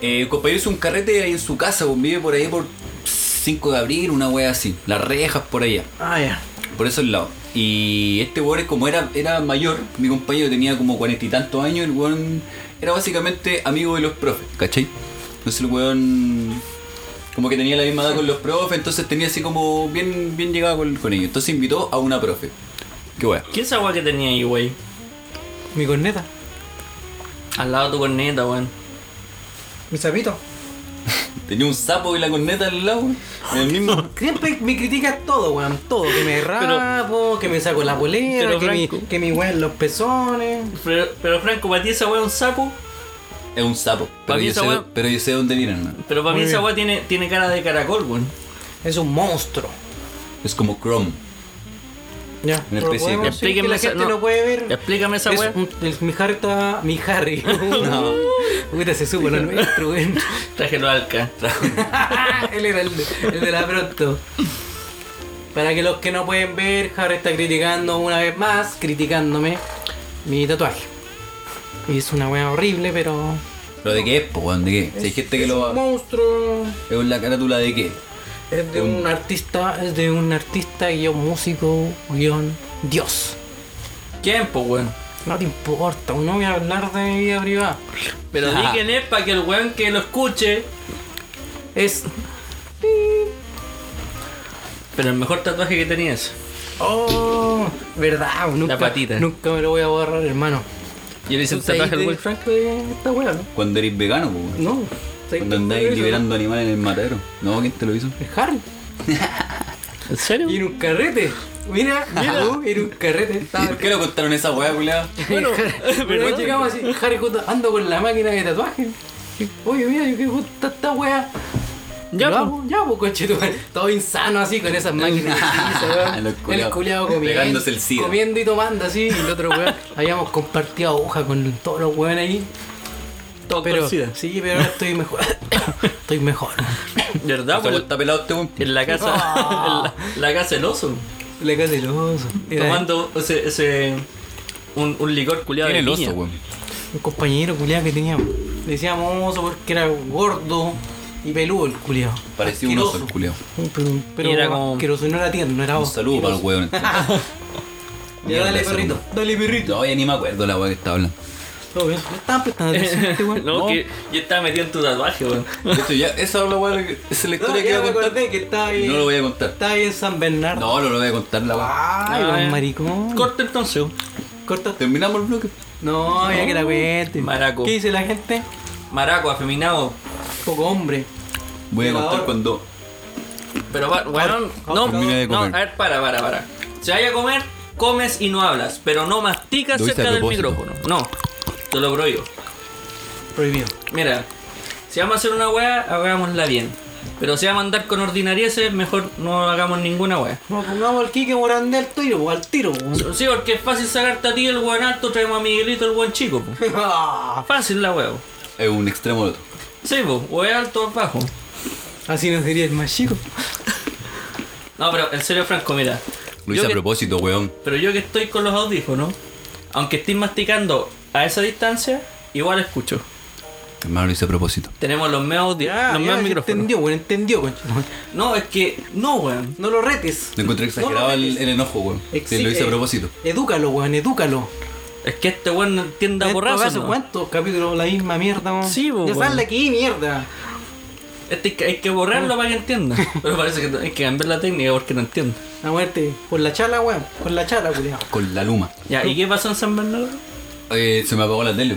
[SPEAKER 5] Eh, el compañero hizo un carrete ahí en su casa, weón, vive por ahí por 5 de abril, una wea así. Las rejas por allá.
[SPEAKER 6] Ah, ya.
[SPEAKER 5] Por esos lados. Y este weón es como era, era mayor, mi compañero tenía como cuarenta y tantos años, el weón era básicamente amigo de los profes, ¿cachai? Entonces el weón como que tenía la misma edad con los profes, entonces tenía así como bien, bien llegado con, con ellos. Entonces invitó a una profe. Qué weón.
[SPEAKER 4] ¿Qué es esa weá que tenía ahí, wey?
[SPEAKER 6] Mi corneta.
[SPEAKER 4] Al lado de tu corneta, weón.
[SPEAKER 6] Mi sapito.
[SPEAKER 5] Tenía un sapo y la corneta al lado, weón, en el mismo.
[SPEAKER 6] Siempre me criticas todo, weón. Todo. Que me rapo, que me saco la polera,
[SPEAKER 4] pero
[SPEAKER 6] que mi,
[SPEAKER 4] Franco.
[SPEAKER 6] que mi weón los pezones.
[SPEAKER 4] Pero, pero Franco, para ti esa weá es un sapo.
[SPEAKER 5] Es un sapo. Pero,
[SPEAKER 4] Para mí
[SPEAKER 5] yo
[SPEAKER 4] esa
[SPEAKER 5] sé,
[SPEAKER 4] weá-
[SPEAKER 5] pero yo sé dónde vienen, ¿no?
[SPEAKER 4] Pero para mí
[SPEAKER 6] Muy
[SPEAKER 4] esa
[SPEAKER 6] bien.
[SPEAKER 4] weá tiene, tiene cara de caracol, weón.
[SPEAKER 6] Es un monstruo.
[SPEAKER 5] Es como Chrome.
[SPEAKER 6] Ya.
[SPEAKER 5] Una
[SPEAKER 6] pero
[SPEAKER 5] especie de-
[SPEAKER 6] podemos decir que
[SPEAKER 4] Explíqueme
[SPEAKER 6] la
[SPEAKER 4] esa-
[SPEAKER 6] gente
[SPEAKER 4] no.
[SPEAKER 6] no puede ver.
[SPEAKER 4] Explícame esa
[SPEAKER 6] Es
[SPEAKER 4] weá.
[SPEAKER 6] un- el- mi Harry está. Mi Harry. no. Puta, se supo lo nuestro, weón.
[SPEAKER 4] Traje lo alca.
[SPEAKER 6] Él era el, el de la pronto. Para que los que no pueden ver, Harry está criticando una vez más, criticándome mi tatuaje. Y es una wea horrible, pero.
[SPEAKER 5] ¿Pero de qué es, po, weón? ¿De qué? Si hay gente Este que
[SPEAKER 6] Un
[SPEAKER 5] lo.
[SPEAKER 6] monstruo.
[SPEAKER 5] Es la carátula de qué.
[SPEAKER 6] Es de un artista, es de un artista, guión músico, guión Dios.
[SPEAKER 4] ¿Quién, po, pues, weón?
[SPEAKER 6] No te importa, no voy a hablar de mi vida privada.
[SPEAKER 4] Pero di quién es para que el weón que lo escuche.
[SPEAKER 6] Es.
[SPEAKER 4] Pero el mejor tatuaje que tenías.
[SPEAKER 6] Oh, verdad, nunca,
[SPEAKER 4] patita.
[SPEAKER 6] nunca me lo voy a borrar, hermano.
[SPEAKER 4] Yo le hice un
[SPEAKER 6] Entonces,
[SPEAKER 4] tatuaje al
[SPEAKER 6] ahí
[SPEAKER 4] weón.
[SPEAKER 6] te- Franco de esta wea, ¿no?
[SPEAKER 5] Cuando eres vegano, po, weón.
[SPEAKER 6] No. ¿sabes
[SPEAKER 5] Cuando
[SPEAKER 6] qué?
[SPEAKER 5] andáis
[SPEAKER 6] Eso,
[SPEAKER 5] liberando animales en el matadero. No, ¿quién te lo hizo?
[SPEAKER 6] ¿no? El Harry.
[SPEAKER 4] ¿En serio?
[SPEAKER 6] Y en un carrete. Mira, mira, uh, en un carrete. Estaba-
[SPEAKER 5] ¿Y por qué lo contaron esa weá, culiao?
[SPEAKER 6] Bueno, pero llegamos así. Harry justo ando con la máquina de tatuaje. Y, Oye, mira, yo que gusta esta wea.
[SPEAKER 4] Ya,
[SPEAKER 6] lo
[SPEAKER 4] po.
[SPEAKER 6] hago, ya, pues, coche, tu madre. Todo insano así con esas máquinas. de pizza,
[SPEAKER 5] Los
[SPEAKER 6] weón. el
[SPEAKER 5] culiados.
[SPEAKER 6] culiado comiendo.
[SPEAKER 5] Pegándose el sida.
[SPEAKER 6] Comiendo y tomando así. Y el otro weón. Habíamos compartido aguja con todos los weones ahí.
[SPEAKER 4] Todo
[SPEAKER 6] Pero,
[SPEAKER 4] con sida.
[SPEAKER 6] sí, pero ahora estoy mejor. estoy mejor.
[SPEAKER 4] ¿Verdad?
[SPEAKER 5] Está-
[SPEAKER 4] Pues,
[SPEAKER 5] Está pelado este weón.
[SPEAKER 4] en la casa. en la, la casa del oso.
[SPEAKER 6] Le cae el oso. Era
[SPEAKER 4] Tomando ese. ese un, un licor culiado
[SPEAKER 5] Tiene
[SPEAKER 4] de
[SPEAKER 5] el
[SPEAKER 4] piña.
[SPEAKER 5] oso, weón.
[SPEAKER 6] Un compañero culiado que teníamos. Le decíamos oso porque era gordo y peludo el culiado.
[SPEAKER 5] Parecía un oso el culiao.
[SPEAKER 6] Pero, pero
[SPEAKER 4] Y era como-
[SPEAKER 6] asqueroso, no era tierno, era
[SPEAKER 5] Un
[SPEAKER 6] oso.
[SPEAKER 5] saludo para los weones.
[SPEAKER 6] Ya dale,
[SPEAKER 5] Mierda,
[SPEAKER 6] perrito.
[SPEAKER 5] saludo.
[SPEAKER 6] Dale, perrito.
[SPEAKER 5] No, ya ni me acuerdo la weá que estaba hablando.
[SPEAKER 6] No, bien. No estaban prestando atención a este weón.
[SPEAKER 4] no, que yo estaba metido en tu tatuaje, weón.
[SPEAKER 5] De hecho, ya, esa es la weá, que- esa es la
[SPEAKER 6] No,
[SPEAKER 5] historia que
[SPEAKER 6] ya
[SPEAKER 5] iba
[SPEAKER 6] me
[SPEAKER 5] a
[SPEAKER 6] acordé
[SPEAKER 5] contar.
[SPEAKER 6] que estaba ahí.
[SPEAKER 5] Y no lo voy a contar.
[SPEAKER 6] Estaba ahí en San Bernardo.
[SPEAKER 5] No, no lo voy a contar la weá.
[SPEAKER 6] Ay,
[SPEAKER 4] Ah,
[SPEAKER 6] buen
[SPEAKER 4] ya.
[SPEAKER 6] maricón.
[SPEAKER 4] Corta entonces. weón.
[SPEAKER 6] Corta.
[SPEAKER 5] Terminamos el bloque.
[SPEAKER 6] No, ya que la cuente.
[SPEAKER 4] Maraco.
[SPEAKER 6] ¿Qué dice la gente?
[SPEAKER 4] Maraco, afeminado.
[SPEAKER 6] Poco hombre.
[SPEAKER 5] Voy a
[SPEAKER 6] Violador.
[SPEAKER 5] contar cuando.
[SPEAKER 4] Pero, va- weón. No,
[SPEAKER 5] termina de
[SPEAKER 4] no, a
[SPEAKER 5] comer.
[SPEAKER 4] ver, para, para, para. Se vaya a comer, comes y no hablas. Pero no masticas
[SPEAKER 5] Lo hice
[SPEAKER 4] cerca
[SPEAKER 5] a
[SPEAKER 4] del
[SPEAKER 5] propósito.
[SPEAKER 4] micrófono. No, te lo prohíbo.
[SPEAKER 6] Prohibido.
[SPEAKER 4] Mira, si vamos a hacer una weá, hagámosla bien. Pero si vamos a andar con ordinarieces, mejor no hagamos ninguna weá.
[SPEAKER 6] No, pongamos al Kike Morandé al tiro, po, al tiro. pues. po.
[SPEAKER 4] Sí, porque es fácil sacarte a ti el buen alto, traemos a Miguelito el buen chico. po.
[SPEAKER 6] Ah,
[SPEAKER 4] Fácil la weá. po.
[SPEAKER 5] Es un extremo al otro.
[SPEAKER 4] Sí, po, o es alto o es bajo.
[SPEAKER 6] Así nos diría el más chico.
[SPEAKER 4] No, pero en serio, Franco, mira.
[SPEAKER 5] Lo
[SPEAKER 4] yo
[SPEAKER 5] hice a
[SPEAKER 4] que-
[SPEAKER 5] propósito, weón.
[SPEAKER 4] Pero yo que estoy con los audífonos, aunque estoy masticando a esa distancia, igual escucho.
[SPEAKER 5] Hermano, lo hice a propósito.
[SPEAKER 4] Tenemos los medios audi- los medios
[SPEAKER 6] Ah, se
[SPEAKER 4] micrófonos.
[SPEAKER 6] entendió, bueno, entendió, concha.
[SPEAKER 4] No, es que, no, weón.
[SPEAKER 6] No lo retes.
[SPEAKER 5] Lo encontré exagerado
[SPEAKER 6] No lo
[SPEAKER 5] el,
[SPEAKER 6] retes.
[SPEAKER 5] el enojo, weón. Sí, lo
[SPEAKER 6] Exige-
[SPEAKER 5] hice a propósito.
[SPEAKER 6] Edúcalo, weón, edúcalo.
[SPEAKER 4] Es que este weón no entiende a
[SPEAKER 6] En todo
[SPEAKER 4] porrazo.
[SPEAKER 6] caso,
[SPEAKER 4] ¿no?
[SPEAKER 6] ¿Cuántos capítulos la misma mierda, weón?
[SPEAKER 4] Sí, po,
[SPEAKER 6] Ya
[SPEAKER 4] weón.
[SPEAKER 6] sal de aquí, mierda.
[SPEAKER 4] Este hay que- hay que borrarlo para que entienda. Pero parece que hay que cambiar la técnica porque no entiende.
[SPEAKER 6] La muerte. Por la chala, weón. Por la chala, culiao.
[SPEAKER 5] Con la luma.
[SPEAKER 4] Ya, ¿y qué pasó en San Bernardo?
[SPEAKER 5] Eh, se me apagó la tele.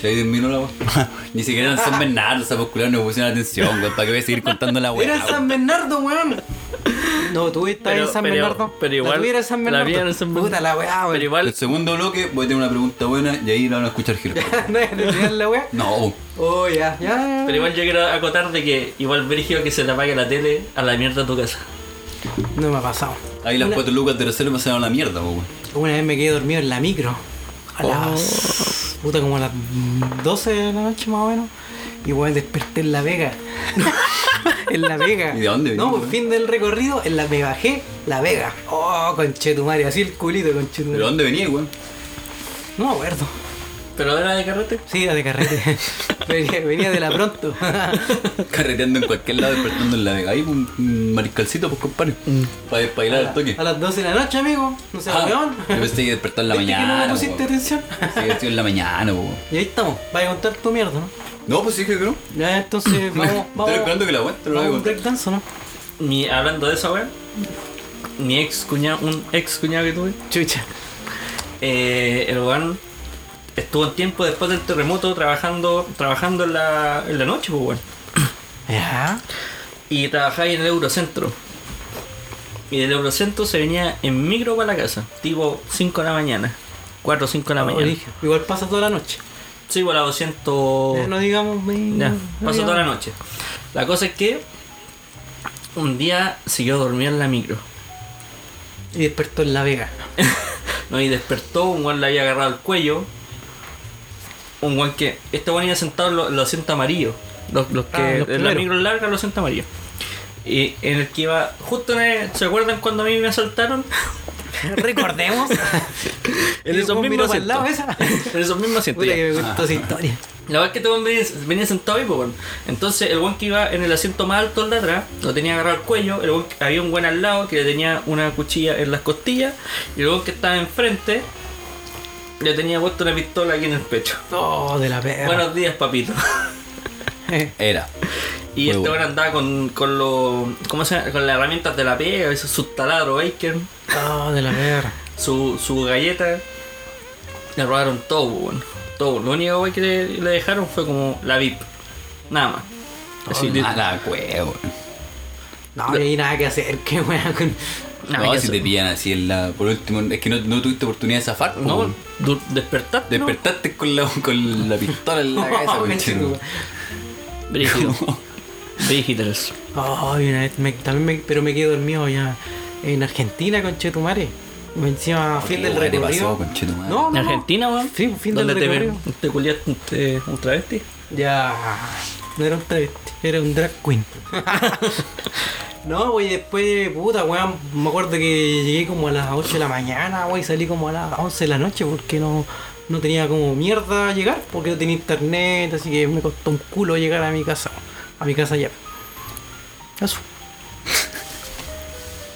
[SPEAKER 5] Se ahí terminó la weón. Ni siquiera eran San Bernardo, esa muscular no me pusieron atención, weón. ¿Para qué voy a seguir contando la
[SPEAKER 6] Era en
[SPEAKER 5] weá?
[SPEAKER 6] San Bernardo, weón. No, tú estabas
[SPEAKER 4] Pero-
[SPEAKER 6] en San
[SPEAKER 4] pero-
[SPEAKER 6] Bernardo.
[SPEAKER 4] pero igual-
[SPEAKER 6] La tuya era en San
[SPEAKER 4] la
[SPEAKER 6] Bernardo.
[SPEAKER 4] mía era en San Bernardo.
[SPEAKER 6] Puta la weá,
[SPEAKER 4] Pero
[SPEAKER 6] weón.
[SPEAKER 5] El
[SPEAKER 4] igual,
[SPEAKER 5] segundo bloque voy a tener una pregunta buena y ahí la van a escuchar giro.
[SPEAKER 6] No es de la weá.
[SPEAKER 5] No, weón.
[SPEAKER 6] Oh, ya, ya.
[SPEAKER 4] pero igual yo quiero acotar de que igual brígido que se te apague la tele a la mierda a tu casa.
[SPEAKER 6] No me ha pasado.
[SPEAKER 5] ahí las
[SPEAKER 6] Una-
[SPEAKER 5] cuatro lucas de reserva se van a la mierda, weón.
[SPEAKER 6] Una vez me quedé dormido en la micro. A las.
[SPEAKER 5] Oh.
[SPEAKER 6] Puta, como a las 12 de la noche más o menos. Y weón, desperté en la Vega. en la Vega.
[SPEAKER 5] ¿Y de dónde
[SPEAKER 6] No,
[SPEAKER 5] venís,
[SPEAKER 6] por
[SPEAKER 5] weón?
[SPEAKER 6] fin del recorrido, en la, me bajé la Vega. Oh, conchetumare, así el culito,
[SPEAKER 5] ¿Pero
[SPEAKER 6] conchetumare.
[SPEAKER 5] dónde venía, weón?
[SPEAKER 6] No me acuerdo.
[SPEAKER 4] ¿Pero era de carrete?
[SPEAKER 6] Sí, era de carrete. venía, venía de la pronto.
[SPEAKER 5] Carreteando en cualquier lado, despertando en la vega. Ahí un- un mariscalcito, pues compadre.
[SPEAKER 6] Mm.
[SPEAKER 5] Para bailar al toque.
[SPEAKER 6] a las 12 de la noche, amigo. No se
[SPEAKER 5] Ah,
[SPEAKER 6] weón.
[SPEAKER 5] Yo pensé que despertó en la
[SPEAKER 6] ¿Viste que no
[SPEAKER 5] mañana.
[SPEAKER 6] me pusiste
[SPEAKER 5] po.
[SPEAKER 6] atención?
[SPEAKER 5] Sí, estoy en la mañana, po.
[SPEAKER 6] Y ahí estamos. Vaya a contar tu mierda, ¿no?
[SPEAKER 5] No, pues sí que no.
[SPEAKER 6] Ya, entonces vamos, vamos.
[SPEAKER 5] Estoy esperando que la aguante, no la voy a
[SPEAKER 6] Vamos a un
[SPEAKER 5] contar.
[SPEAKER 6] breakdance, ¿o ¿no?
[SPEAKER 4] Ni hablando de esa weón, mi ex cuñado, un ex cuñado que tuve,
[SPEAKER 6] Chucha.
[SPEAKER 4] eh, el weón estuvo un tiempo después del terremoto trabajando trabajando en la, en la noche, pues weón.
[SPEAKER 6] Ya.
[SPEAKER 4] Y trabajaba en el Eurocentro. Y del Eurocentro se venía en micro para la casa, tipo 5 de la mañana. 4 o 5 de la mañana.
[SPEAKER 6] Origen. Igual pasa toda la noche.
[SPEAKER 4] Sí, por la 200.
[SPEAKER 6] Ya, no digamos. me-
[SPEAKER 4] Oh. Ya,
[SPEAKER 6] no
[SPEAKER 4] pasó
[SPEAKER 6] digamos.
[SPEAKER 4] toda la noche. La cosa es que un día siguió dormir en la micro.
[SPEAKER 6] Y despertó en La Vega.
[SPEAKER 4] ¿no? Y despertó, un guan le había agarrado el cuello. Un guan que. Este guan iba sentado en lo- en los asientos amarillos. Los, los que.
[SPEAKER 6] Ah, los
[SPEAKER 4] en la
[SPEAKER 6] primeros.
[SPEAKER 4] micro larga, los asientos amarillos. Y en el que iba. Justo en el- ¿Se acuerdan cuando a mí me asaltaron?
[SPEAKER 6] Recordemos.
[SPEAKER 4] En
[SPEAKER 6] Y
[SPEAKER 4] esos
[SPEAKER 6] vos
[SPEAKER 4] mismos
[SPEAKER 6] miró
[SPEAKER 4] Ah.
[SPEAKER 6] para el lado,
[SPEAKER 4] asientos.
[SPEAKER 6] esa.
[SPEAKER 4] En esos mismos asientos.
[SPEAKER 6] Puta
[SPEAKER 4] ya.
[SPEAKER 6] que me gustó esa historia.
[SPEAKER 4] La verdad es que este weón venía, venía sentado ahí, pues, weón. Entonces, el buen que iba en el asiento más alto, el de atrás, lo tenía agarrado al cuello. El weón que- había un buen al lado que le tenía una cuchilla en las costillas. Y el buen que estaba enfrente le tenía puesto una pistola aquí en el pecho.
[SPEAKER 6] Oh, de la perra.
[SPEAKER 4] Buenos días, papito.
[SPEAKER 5] Era.
[SPEAKER 4] Y
[SPEAKER 5] Muy
[SPEAKER 4] este
[SPEAKER 5] bueno.
[SPEAKER 4] weón andaba con, con, los- ¿cómo se llama? con las herramientas de la pega, esos- sus taladros Baker,
[SPEAKER 6] Oh, de la perra.
[SPEAKER 4] su, su galleta. Le robaron todo, pues, weón. Todo. Lo único weón, que le, le dejaron fue como la VIP. Nada más. Así, listo.
[SPEAKER 5] Ah, la cueva, weón.
[SPEAKER 6] No, no hay nada que hacer. Qué weá. Con...
[SPEAKER 4] Nada
[SPEAKER 5] No,
[SPEAKER 4] que
[SPEAKER 5] si
[SPEAKER 4] hacer.
[SPEAKER 5] te pillan así en la. Por último, es que no, no tuviste oportunidad de zafar, po,
[SPEAKER 4] No,
[SPEAKER 5] weón.
[SPEAKER 4] du- despertaste. ¿no?
[SPEAKER 5] Despertaste con, la, con la pistola en la cabeza, weón. chino.
[SPEAKER 4] Brígido. Brígido eso.
[SPEAKER 6] Oh, y una vez me- también me- pero me quedé dormido ya en Argentina con Chetumare. Encima, fin del
[SPEAKER 5] ¿Qué pasó,
[SPEAKER 6] recorrido.
[SPEAKER 5] conchetumadre?
[SPEAKER 6] No,
[SPEAKER 4] En
[SPEAKER 6] no, no.
[SPEAKER 4] Argentina, weón.
[SPEAKER 6] Sí, fin del
[SPEAKER 4] donde te,
[SPEAKER 6] recorrido.
[SPEAKER 4] ven- te culiaste un, te- un travesti.
[SPEAKER 6] Ya. No era un travesti, era un drag queen. no, güey, después, puta, weón, me acuerdo que llegué como a las 8 de la mañana, güey, salí como a las 11 de la noche porque no, no tenía como mierda llegar, porque no tenía internet, así que me costó un culo llegar a mi casa, a mi casa ya. Eso.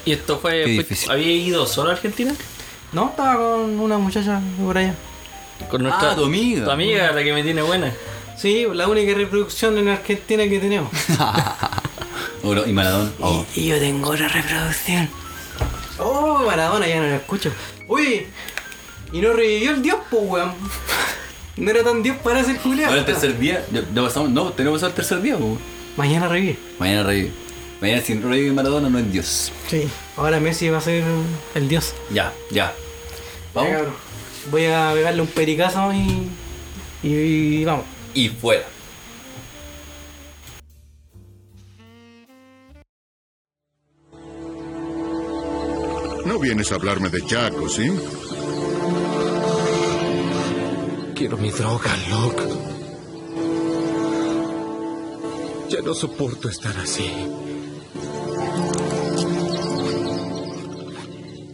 [SPEAKER 4] Y esto fue.
[SPEAKER 5] Qué
[SPEAKER 4] fue-
[SPEAKER 5] difícil.
[SPEAKER 4] ¿Había ido solo a Argentina?
[SPEAKER 6] No, estaba con una muchacha de por allá.
[SPEAKER 4] Con
[SPEAKER 5] Ah, tu amiga.
[SPEAKER 4] Tu amiga, la que me tiene buena.
[SPEAKER 6] Sí, la única reproducción en Argentina que tenemos.
[SPEAKER 5] Oh, no, y Maradona. Oh.
[SPEAKER 6] Y yo tengo la reproducción. Oh, Maradona, ya no la escucho. Uy, y no revivió el dios, pues, weón. No era tan dios para ser Julián.
[SPEAKER 5] Ahora el tercer día. Ya, ya pasamos. No, tenemos al tercer día, po.
[SPEAKER 6] Mañana revive.
[SPEAKER 5] Mañana revive. Mañana si no revive Maradona no es Dios.
[SPEAKER 6] Sí. Ahora Messi va a ser el dios.
[SPEAKER 5] Ya, ya.
[SPEAKER 6] Ya,
[SPEAKER 5] Vamos.
[SPEAKER 6] cabrón. Voy a pegarle un pericazo y. Y, y vamos.
[SPEAKER 5] Y fuera.
[SPEAKER 8] No vienes a hablarme de Chaco, ¿sí?
[SPEAKER 7] Quiero mi droga, Locke. Ya no soporto estar así.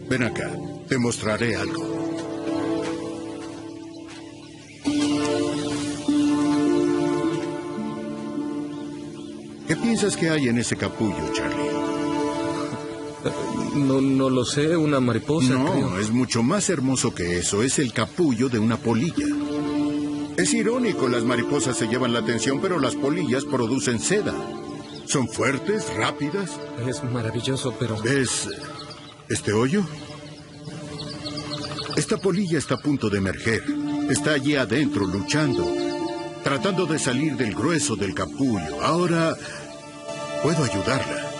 [SPEAKER 8] Ven acá, te mostraré algo. ¿Qué piensas que hay en ese capullo, Charlie?
[SPEAKER 7] No, no lo sé, una mariposa.
[SPEAKER 8] No, es mucho más hermoso que eso. Es el capullo de una polilla. Es irónico, las mariposas se llevan la atención, pero las polillas producen seda. Son fuertes, rápidas.
[SPEAKER 7] creo. Es maravilloso, pero
[SPEAKER 8] ¿Ves este hoyo? Esta polilla está a punto de emerger. Está allí adentro luchando, tratando de salir del grueso del capullo. Ahora puedo ayudarla.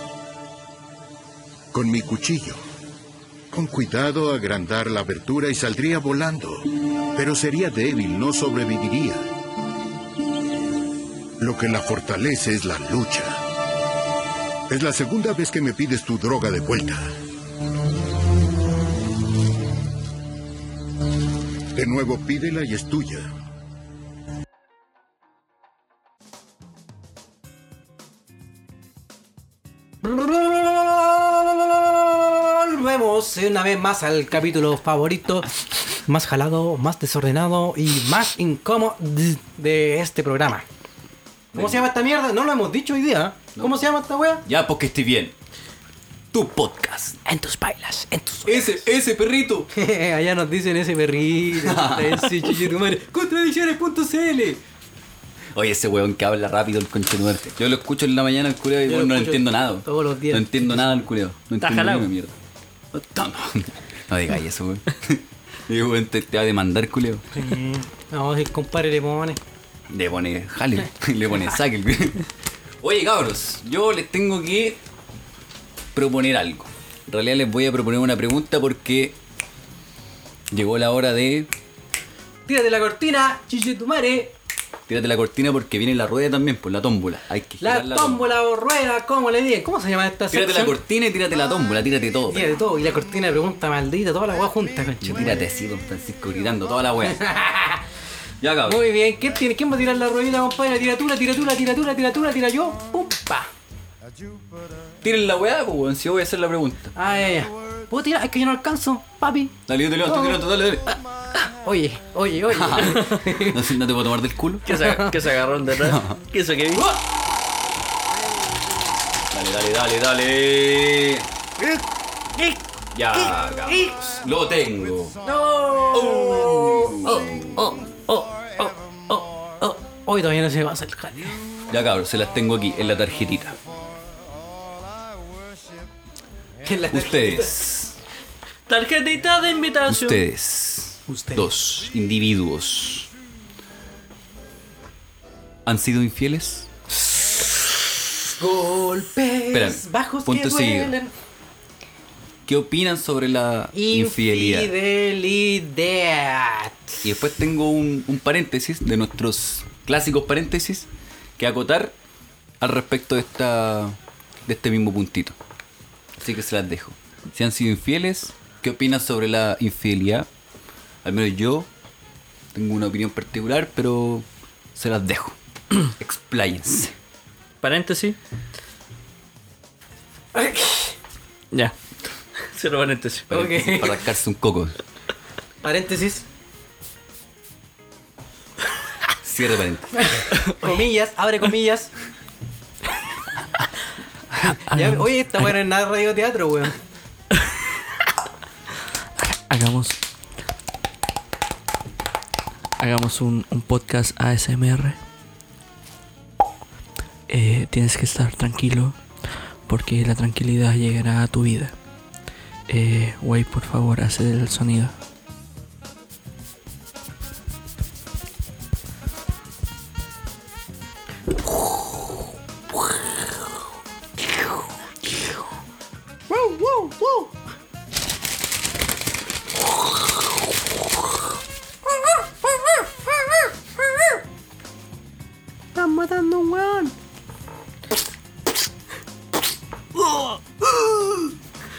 [SPEAKER 8] Con mi cuchillo. Con cuidado agrandar la abertura y saldría volando. Pero sería débil, no sobreviviría. Lo que la fortalece es la lucha. Es la segunda vez que me pides tu droga de vuelta. De nuevo pídela y es tuya.
[SPEAKER 6] Volvemos una vez más al capítulo favorito, más jalado, más desordenado y más incómodo de este programa. ¿Cómo se llama esta mierda? No lo hemos dicho hoy día. ¿eh? ¿Cómo se llama esta wea?
[SPEAKER 5] Ya, porque estoy bien. Tu podcast.
[SPEAKER 6] En tus bailas, en tus...
[SPEAKER 5] Ese, eh. ese perrito.
[SPEAKER 6] Allá nos dicen ese perrito, ese chichitumare. Contradicciones.cl
[SPEAKER 5] Oye, ese weón que habla rápido el conchetumadre. Yo lo escucho en la mañana al culeo y
[SPEAKER 6] Yo lo
[SPEAKER 5] bueno, no
[SPEAKER 6] escucho
[SPEAKER 5] entiendo nada.
[SPEAKER 6] todos los días.
[SPEAKER 5] No entiendo nada al culeo. No
[SPEAKER 4] Está
[SPEAKER 5] entiendo ni
[SPEAKER 4] jalado.
[SPEAKER 5] una mierda. No, no, no digas eso, weón. Y weón te, te va a demandar, culeo.
[SPEAKER 6] Vamos, el compadre le pone.
[SPEAKER 5] Le pone jale, le pone saque. el weón. Oye, cabros, yo les tengo que proponer algo. En realidad les voy a proponer una pregunta porque llegó la hora de
[SPEAKER 6] Tírate la cortina, chichitumare.
[SPEAKER 5] Tírate la cortina porque viene la rueda también, pues la tómbola. Hay que
[SPEAKER 6] La
[SPEAKER 5] girar
[SPEAKER 6] tómbola o rueda, ¿cómo le digan? ¿Cómo se llama esta
[SPEAKER 5] Tírate la
[SPEAKER 6] sección?
[SPEAKER 5] cortina y tírate la tómbola, tírate todo.
[SPEAKER 6] Tira de todo, y la cortina de pregunta maldita, toda la weá junta,
[SPEAKER 5] Y
[SPEAKER 6] conchito.
[SPEAKER 5] tírate así, don Francisco, gritando toda la wea. ya cabrón.
[SPEAKER 6] Muy bien, ¿quién, tiene? ¿quién va a tirar la ruedita, compadre? Tira tú, la tira tú, la tira tú, la tira tú, la tira yo. ¡Pum! ¡Pa!
[SPEAKER 5] Tiren la weá, pues weón, si yo voy a hacer la pregunta.
[SPEAKER 6] Ah, ya, ya. ¿Puedo tirar? Es que yo no alcanzo, papi.
[SPEAKER 5] Dale, yo te levanto, te levanto, dale, dale.
[SPEAKER 6] Oye, oye, oye.
[SPEAKER 5] No, sé, no te puedo tomar del culo.
[SPEAKER 4] Que se, que se agarró de atrás. Que eso que vi.
[SPEAKER 5] Dale, dale, dale, dale. Ya, cabros. Lo tengo.
[SPEAKER 6] Oh, hoy todavía no se va a hacer jale.
[SPEAKER 5] Ya cabros, se las tengo aquí, en la tarjetita.
[SPEAKER 6] En la-
[SPEAKER 5] Ustedes.
[SPEAKER 4] Tarjetita de invitación.
[SPEAKER 5] Ustedes, dos individuos, ¿han sido infieles?
[SPEAKER 6] Golpes
[SPEAKER 5] Espera,
[SPEAKER 6] bajos que
[SPEAKER 5] punto seguido.
[SPEAKER 6] duelen.
[SPEAKER 5] ¿Qué opinan sobre la infidelidad?
[SPEAKER 6] Infidelidad.
[SPEAKER 5] Y después tengo un, un paréntesis de nuestros clásicos paréntesis que acotar al respecto de, esta, de este mismo puntito. Así que se las dejo. Si han sido infieles, ¿Qué opinan sobre la infidelidad? Al menos yo tengo una opinión particular, pero se las dejo. Expláyense.
[SPEAKER 4] Paréntesis. Ya. Cierro paréntesis.
[SPEAKER 5] Para,
[SPEAKER 6] Ok.
[SPEAKER 5] para rascarse un coco.
[SPEAKER 6] Paréntesis,
[SPEAKER 5] Cierre paréntesis.
[SPEAKER 6] comillas, abre comillas. Ya, oye, esta weá no es nada de radioteatro, weón.
[SPEAKER 4] Hagamos. Hagamos un, un podcast ASMR. Eh, tienes que estar tranquilo porque la tranquilidad llegará a tu vida. Eh, wey, por favor, haz el sonido.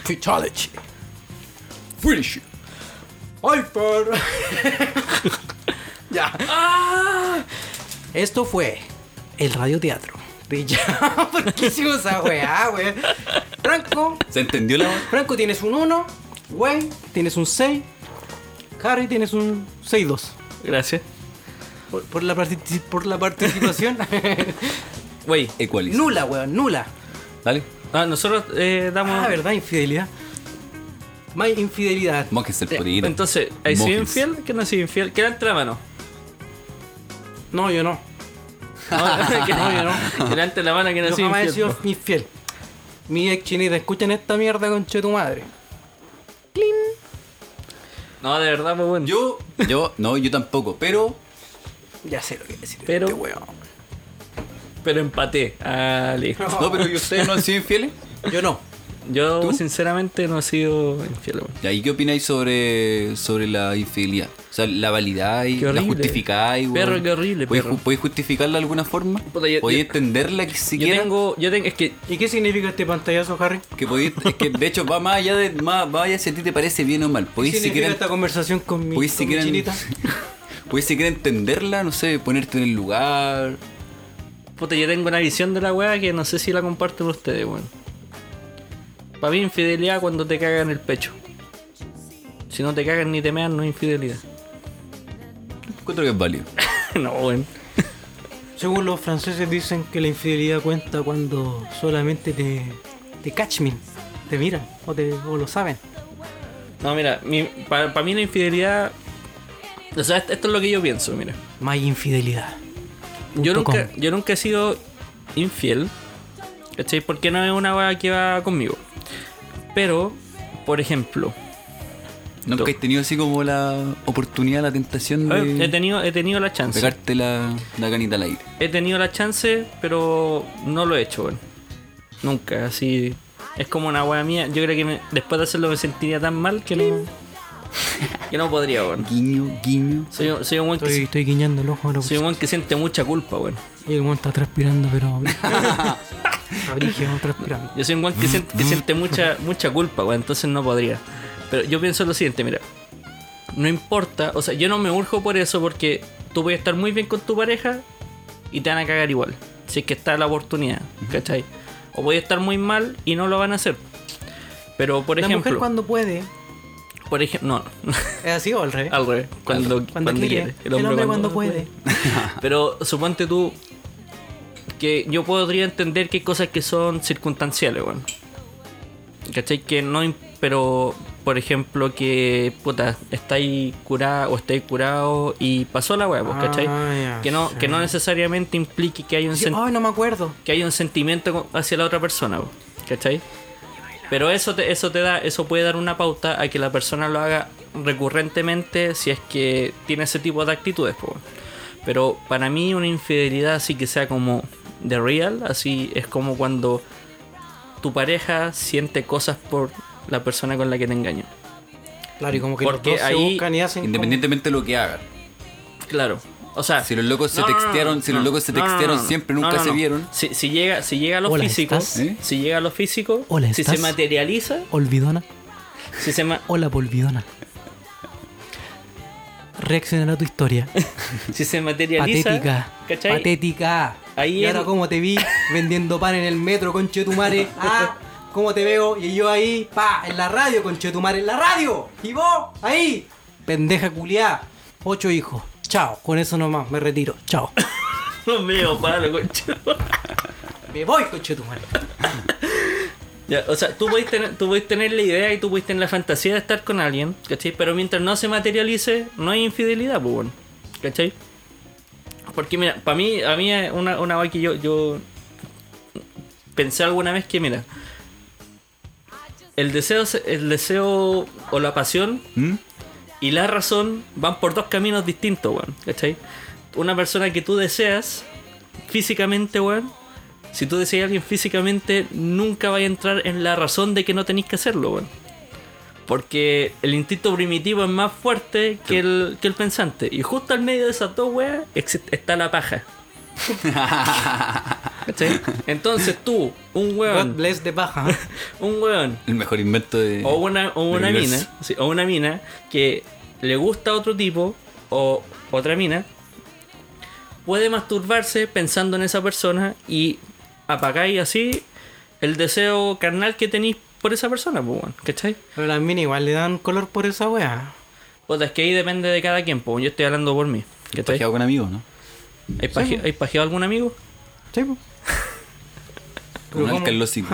[SPEAKER 5] Fatality. Finish.
[SPEAKER 6] ¡Hyper! ya. Esto fue el radioteatro. De ya. ¿Por qué hicimos esa weá, weón? Franco,
[SPEAKER 5] ¿Se entendió la voz?
[SPEAKER 6] Franco tienes un 1, Wayne tienes un 6, Harry tienes un 6-2.
[SPEAKER 4] Gracias.
[SPEAKER 6] Por, por la, partici- por la participación.
[SPEAKER 4] Wey.
[SPEAKER 5] Equaliza.
[SPEAKER 6] nula, weón, nula.
[SPEAKER 5] Dale.
[SPEAKER 4] Ah, nosotros eh, damos.
[SPEAKER 6] Ah, verdad, infidelidad. Más infidelidad.
[SPEAKER 5] Mójense el
[SPEAKER 4] Eh,
[SPEAKER 5] potito.
[SPEAKER 4] Entonces, ¿hay sido
[SPEAKER 5] Mójense.
[SPEAKER 4] infiel? ¿Qué no ha sido infiel? ¿Qué era entre la mano?
[SPEAKER 6] No, yo no.
[SPEAKER 4] No, que
[SPEAKER 6] No,
[SPEAKER 4] no,
[SPEAKER 6] yo
[SPEAKER 4] yo
[SPEAKER 6] no.
[SPEAKER 4] Delante la mano que no ha
[SPEAKER 6] Yo
[SPEAKER 4] sido
[SPEAKER 6] jamás he
[SPEAKER 4] infiel.
[SPEAKER 6] sido infiel. Mi ex chinita, escuchen esta mierda conche tu madre.
[SPEAKER 4] No, de verdad, pues bueno.
[SPEAKER 5] Yo, yo, no, yo tampoco, pero
[SPEAKER 6] Ya sé lo que decir.
[SPEAKER 4] Pero-
[SPEAKER 6] este weón.
[SPEAKER 4] Pero empaté. Ah, listo.
[SPEAKER 5] No, pero ¿y ustedes no han sido infieles?
[SPEAKER 6] Yo no.
[SPEAKER 4] Yo,
[SPEAKER 5] ¿Tú?
[SPEAKER 4] sinceramente, no he sido infiel, weón.
[SPEAKER 5] ¿Y ahí qué opináis sobre, sobre la infidelidad? O sea, ¿la validáis?
[SPEAKER 4] Qué
[SPEAKER 5] ¿La
[SPEAKER 4] horrible.
[SPEAKER 5] justificáis? weón?
[SPEAKER 4] Perro, qué horrible,
[SPEAKER 5] ¿Podéis,
[SPEAKER 4] perro.
[SPEAKER 5] ju- podéis justificarla de alguna forma?
[SPEAKER 4] Puta, yo-
[SPEAKER 5] ¿Podéis
[SPEAKER 4] yo-
[SPEAKER 5] entenderla que
[SPEAKER 4] Yo
[SPEAKER 5] siquiera?
[SPEAKER 4] tengo, yo tengo, es que
[SPEAKER 6] ¿Y qué significa este pantallazo, Harry?
[SPEAKER 5] Que podéis, es que de hecho va más allá de más, va allá de si a ti te parece bien o mal.
[SPEAKER 6] ¿Qué
[SPEAKER 5] Podéis
[SPEAKER 6] significa
[SPEAKER 5] siquiera,
[SPEAKER 6] esta conversación con mi,
[SPEAKER 5] podéis
[SPEAKER 6] con mi
[SPEAKER 5] siquiera,
[SPEAKER 6] chinita?
[SPEAKER 5] podéis siquiera entenderla, no sé, ponerte en el lugar.
[SPEAKER 4] Puta, yo tengo una visión de la weá que no sé si la comparto con ustedes, weón. Para mí, infidelidad cuando te cagan el pecho. Si no te cagan ni te mean, no es infidelidad.
[SPEAKER 5] Encuentro que es válido.
[SPEAKER 4] no, weón.
[SPEAKER 6] Según los franceses dicen que la infidelidad cuenta cuando solamente te, te catchmen, te miran o, te, o lo saben.
[SPEAKER 4] No, mira, para mí la infidelidad. O sea, esto esto es lo que yo pienso, mira.
[SPEAKER 6] Más infidelidad.
[SPEAKER 4] Yo
[SPEAKER 6] Punto
[SPEAKER 4] nunca,
[SPEAKER 6] com.
[SPEAKER 4] yo nunca he sido infiel. ¿Cachai? Porque no es una weá que va conmigo. Pero, por ejemplo,
[SPEAKER 5] ¿Nunca
[SPEAKER 4] Tú.
[SPEAKER 5] has tenido así como la oportunidad, la tentación
[SPEAKER 4] a ver, he
[SPEAKER 5] de
[SPEAKER 4] tenido, he tenido la chance.
[SPEAKER 5] pegarte la, la canita al aire?
[SPEAKER 4] he tenido la chance, pero no lo he hecho, weón. Nunca, así. Es como una weá mía. Yo creo que me- después de hacerlo me sentiría tan mal que no. que no podría, weón.
[SPEAKER 5] Guiño, guiño.
[SPEAKER 4] Soy, un- soy un weón
[SPEAKER 6] Estoy,
[SPEAKER 4] que,
[SPEAKER 6] estoy guiñando el ojo a lo
[SPEAKER 4] soy un weón que siente mucha culpa, weón.
[SPEAKER 6] Y el weón está transpirando, pero. Abrígido, transpirando.
[SPEAKER 4] Yo soy un weón que siente, que siente mucha, mucha culpa, weón. Entonces no podría. Pero yo pienso lo siguiente, mira. No importa, o sea, yo no me urjo por eso porque tú puedes estar muy bien con tu pareja y te van a cagar igual. Si es que está la oportunidad, ¿cachai? O puedes estar muy mal y no lo van a hacer. Pero por
[SPEAKER 6] la
[SPEAKER 4] ejemplo,
[SPEAKER 6] mujer cuando puede,
[SPEAKER 4] por ejemplo, no,
[SPEAKER 6] es así o al revés.
[SPEAKER 4] al revés, cuando, ¿Eh? cuando, quiere,
[SPEAKER 6] El hombre, cuando, puede.
[SPEAKER 4] Pero suponte tú que yo podría entender que hay cosas que son circunstanciales, weón. ¿Cachai? Que no. im- Pero, por ejemplo, que, puta, estáis curado o estáis curado y pasó la weá, pues,
[SPEAKER 6] Ah,
[SPEAKER 4] ¿cachai?
[SPEAKER 6] ya,
[SPEAKER 4] que, no,
[SPEAKER 6] sí.
[SPEAKER 4] que no necesariamente implique que hay un,
[SPEAKER 6] Sí,
[SPEAKER 4] sen-
[SPEAKER 6] Ay, no me acuerdo.
[SPEAKER 4] que hay un sentimiento con- hacia la otra persona, po, ¿cachai? Pero eso te, eso te da, eso puede dar una pauta a que la persona lo haga recurrentemente si es que tiene ese tipo de actitudes, po. Pero para mí una infidelidad así que sea como de real, así es como cuando tu pareja siente cosas por la persona con la que te engañó.
[SPEAKER 6] Claro, y como que
[SPEAKER 4] Porque
[SPEAKER 6] los dos se
[SPEAKER 4] ahí,
[SPEAKER 6] buscan y hacen. como-
[SPEAKER 5] Independientemente de lo que hagan.
[SPEAKER 4] Claro. O sea,
[SPEAKER 5] Si los locos se
[SPEAKER 4] no, no, no,
[SPEAKER 5] textearon,
[SPEAKER 4] no,
[SPEAKER 5] si los
[SPEAKER 4] no,
[SPEAKER 5] locos se
[SPEAKER 4] no, no,
[SPEAKER 5] textearon
[SPEAKER 4] no, no,
[SPEAKER 5] siempre,
[SPEAKER 4] no,
[SPEAKER 5] nunca
[SPEAKER 4] no,
[SPEAKER 5] se
[SPEAKER 4] no.
[SPEAKER 5] vieron.
[SPEAKER 4] Si, si llega, si llega a lo
[SPEAKER 6] Hola,
[SPEAKER 4] físico,
[SPEAKER 6] ¿estás?
[SPEAKER 5] ¿Eh?
[SPEAKER 4] si llega a lo físico,
[SPEAKER 6] Hola,
[SPEAKER 4] si
[SPEAKER 6] ¿estás?
[SPEAKER 4] se materializa,
[SPEAKER 6] Olvidona.
[SPEAKER 4] Si se llama,
[SPEAKER 6] Hola, Polvidona. Reaccionar a tu historia.
[SPEAKER 4] si se materializa.
[SPEAKER 6] Patética.
[SPEAKER 4] ¿cachai?
[SPEAKER 6] Patética.
[SPEAKER 4] Ahí
[SPEAKER 6] y ahora,
[SPEAKER 4] el-
[SPEAKER 6] como te vi vendiendo pan en el metro, conchetumare. Ah, cómo te veo. Y yo ahí, pa, en la radio, conchetumare, en la radio. Y vos, ahí. Pendeja culiá. Ocho hijos. Chao. Con eso nomás, me retiro. Chao.
[SPEAKER 4] No me veo palo, concha.
[SPEAKER 6] Me voy, conchetumare.
[SPEAKER 4] Ya, o sea, tú podés, tener, tú podés tener la idea y tú podés tener la fantasía de estar con alguien, ¿cachai? Pero mientras no se materialice, no hay infidelidad, pues bueno, ¿cachai? Porque mira, para mí, a mí es una, una vaina que yo, yo pensé alguna vez que, mira, el deseo, se- el deseo o la pasión y la razón van por dos caminos distintos, weón, ¿cachai? Una persona que tú deseas físicamente, weón, si tú deseas a alguien físicamente, nunca va a entrar en la razón de que no tenéis que hacerlo, weón. Porque el instinto primitivo es más fuerte que el, que el pensante. Y justo al medio de esas dos weas exi- está la paja. ¿Cachai? Entonces tú, un
[SPEAKER 6] God
[SPEAKER 4] weón,
[SPEAKER 6] bless de paja. ¿eh?
[SPEAKER 4] un weón
[SPEAKER 5] El mejor invento de.
[SPEAKER 4] o una, o
[SPEAKER 5] del
[SPEAKER 4] una mina,
[SPEAKER 5] universo.
[SPEAKER 4] sí, o una mina que le gusta a otro tipo o otra mina, puede masturbarse pensando en esa persona y apagáis así el deseo carnal que tenéis por esa persona, pues, weón, ¿cachai?
[SPEAKER 6] Pero las mini igual le dan color por esa wea.
[SPEAKER 4] O sea, es que ahí depende de cada quien, pues, yo estoy hablando por mí, ¿cachai?
[SPEAKER 5] Pajeado con amigos, ¿no?
[SPEAKER 4] ¿Hay paje- ¿hay pajeado algún amigo?
[SPEAKER 6] Sí, po.
[SPEAKER 5] Con un alcalósico.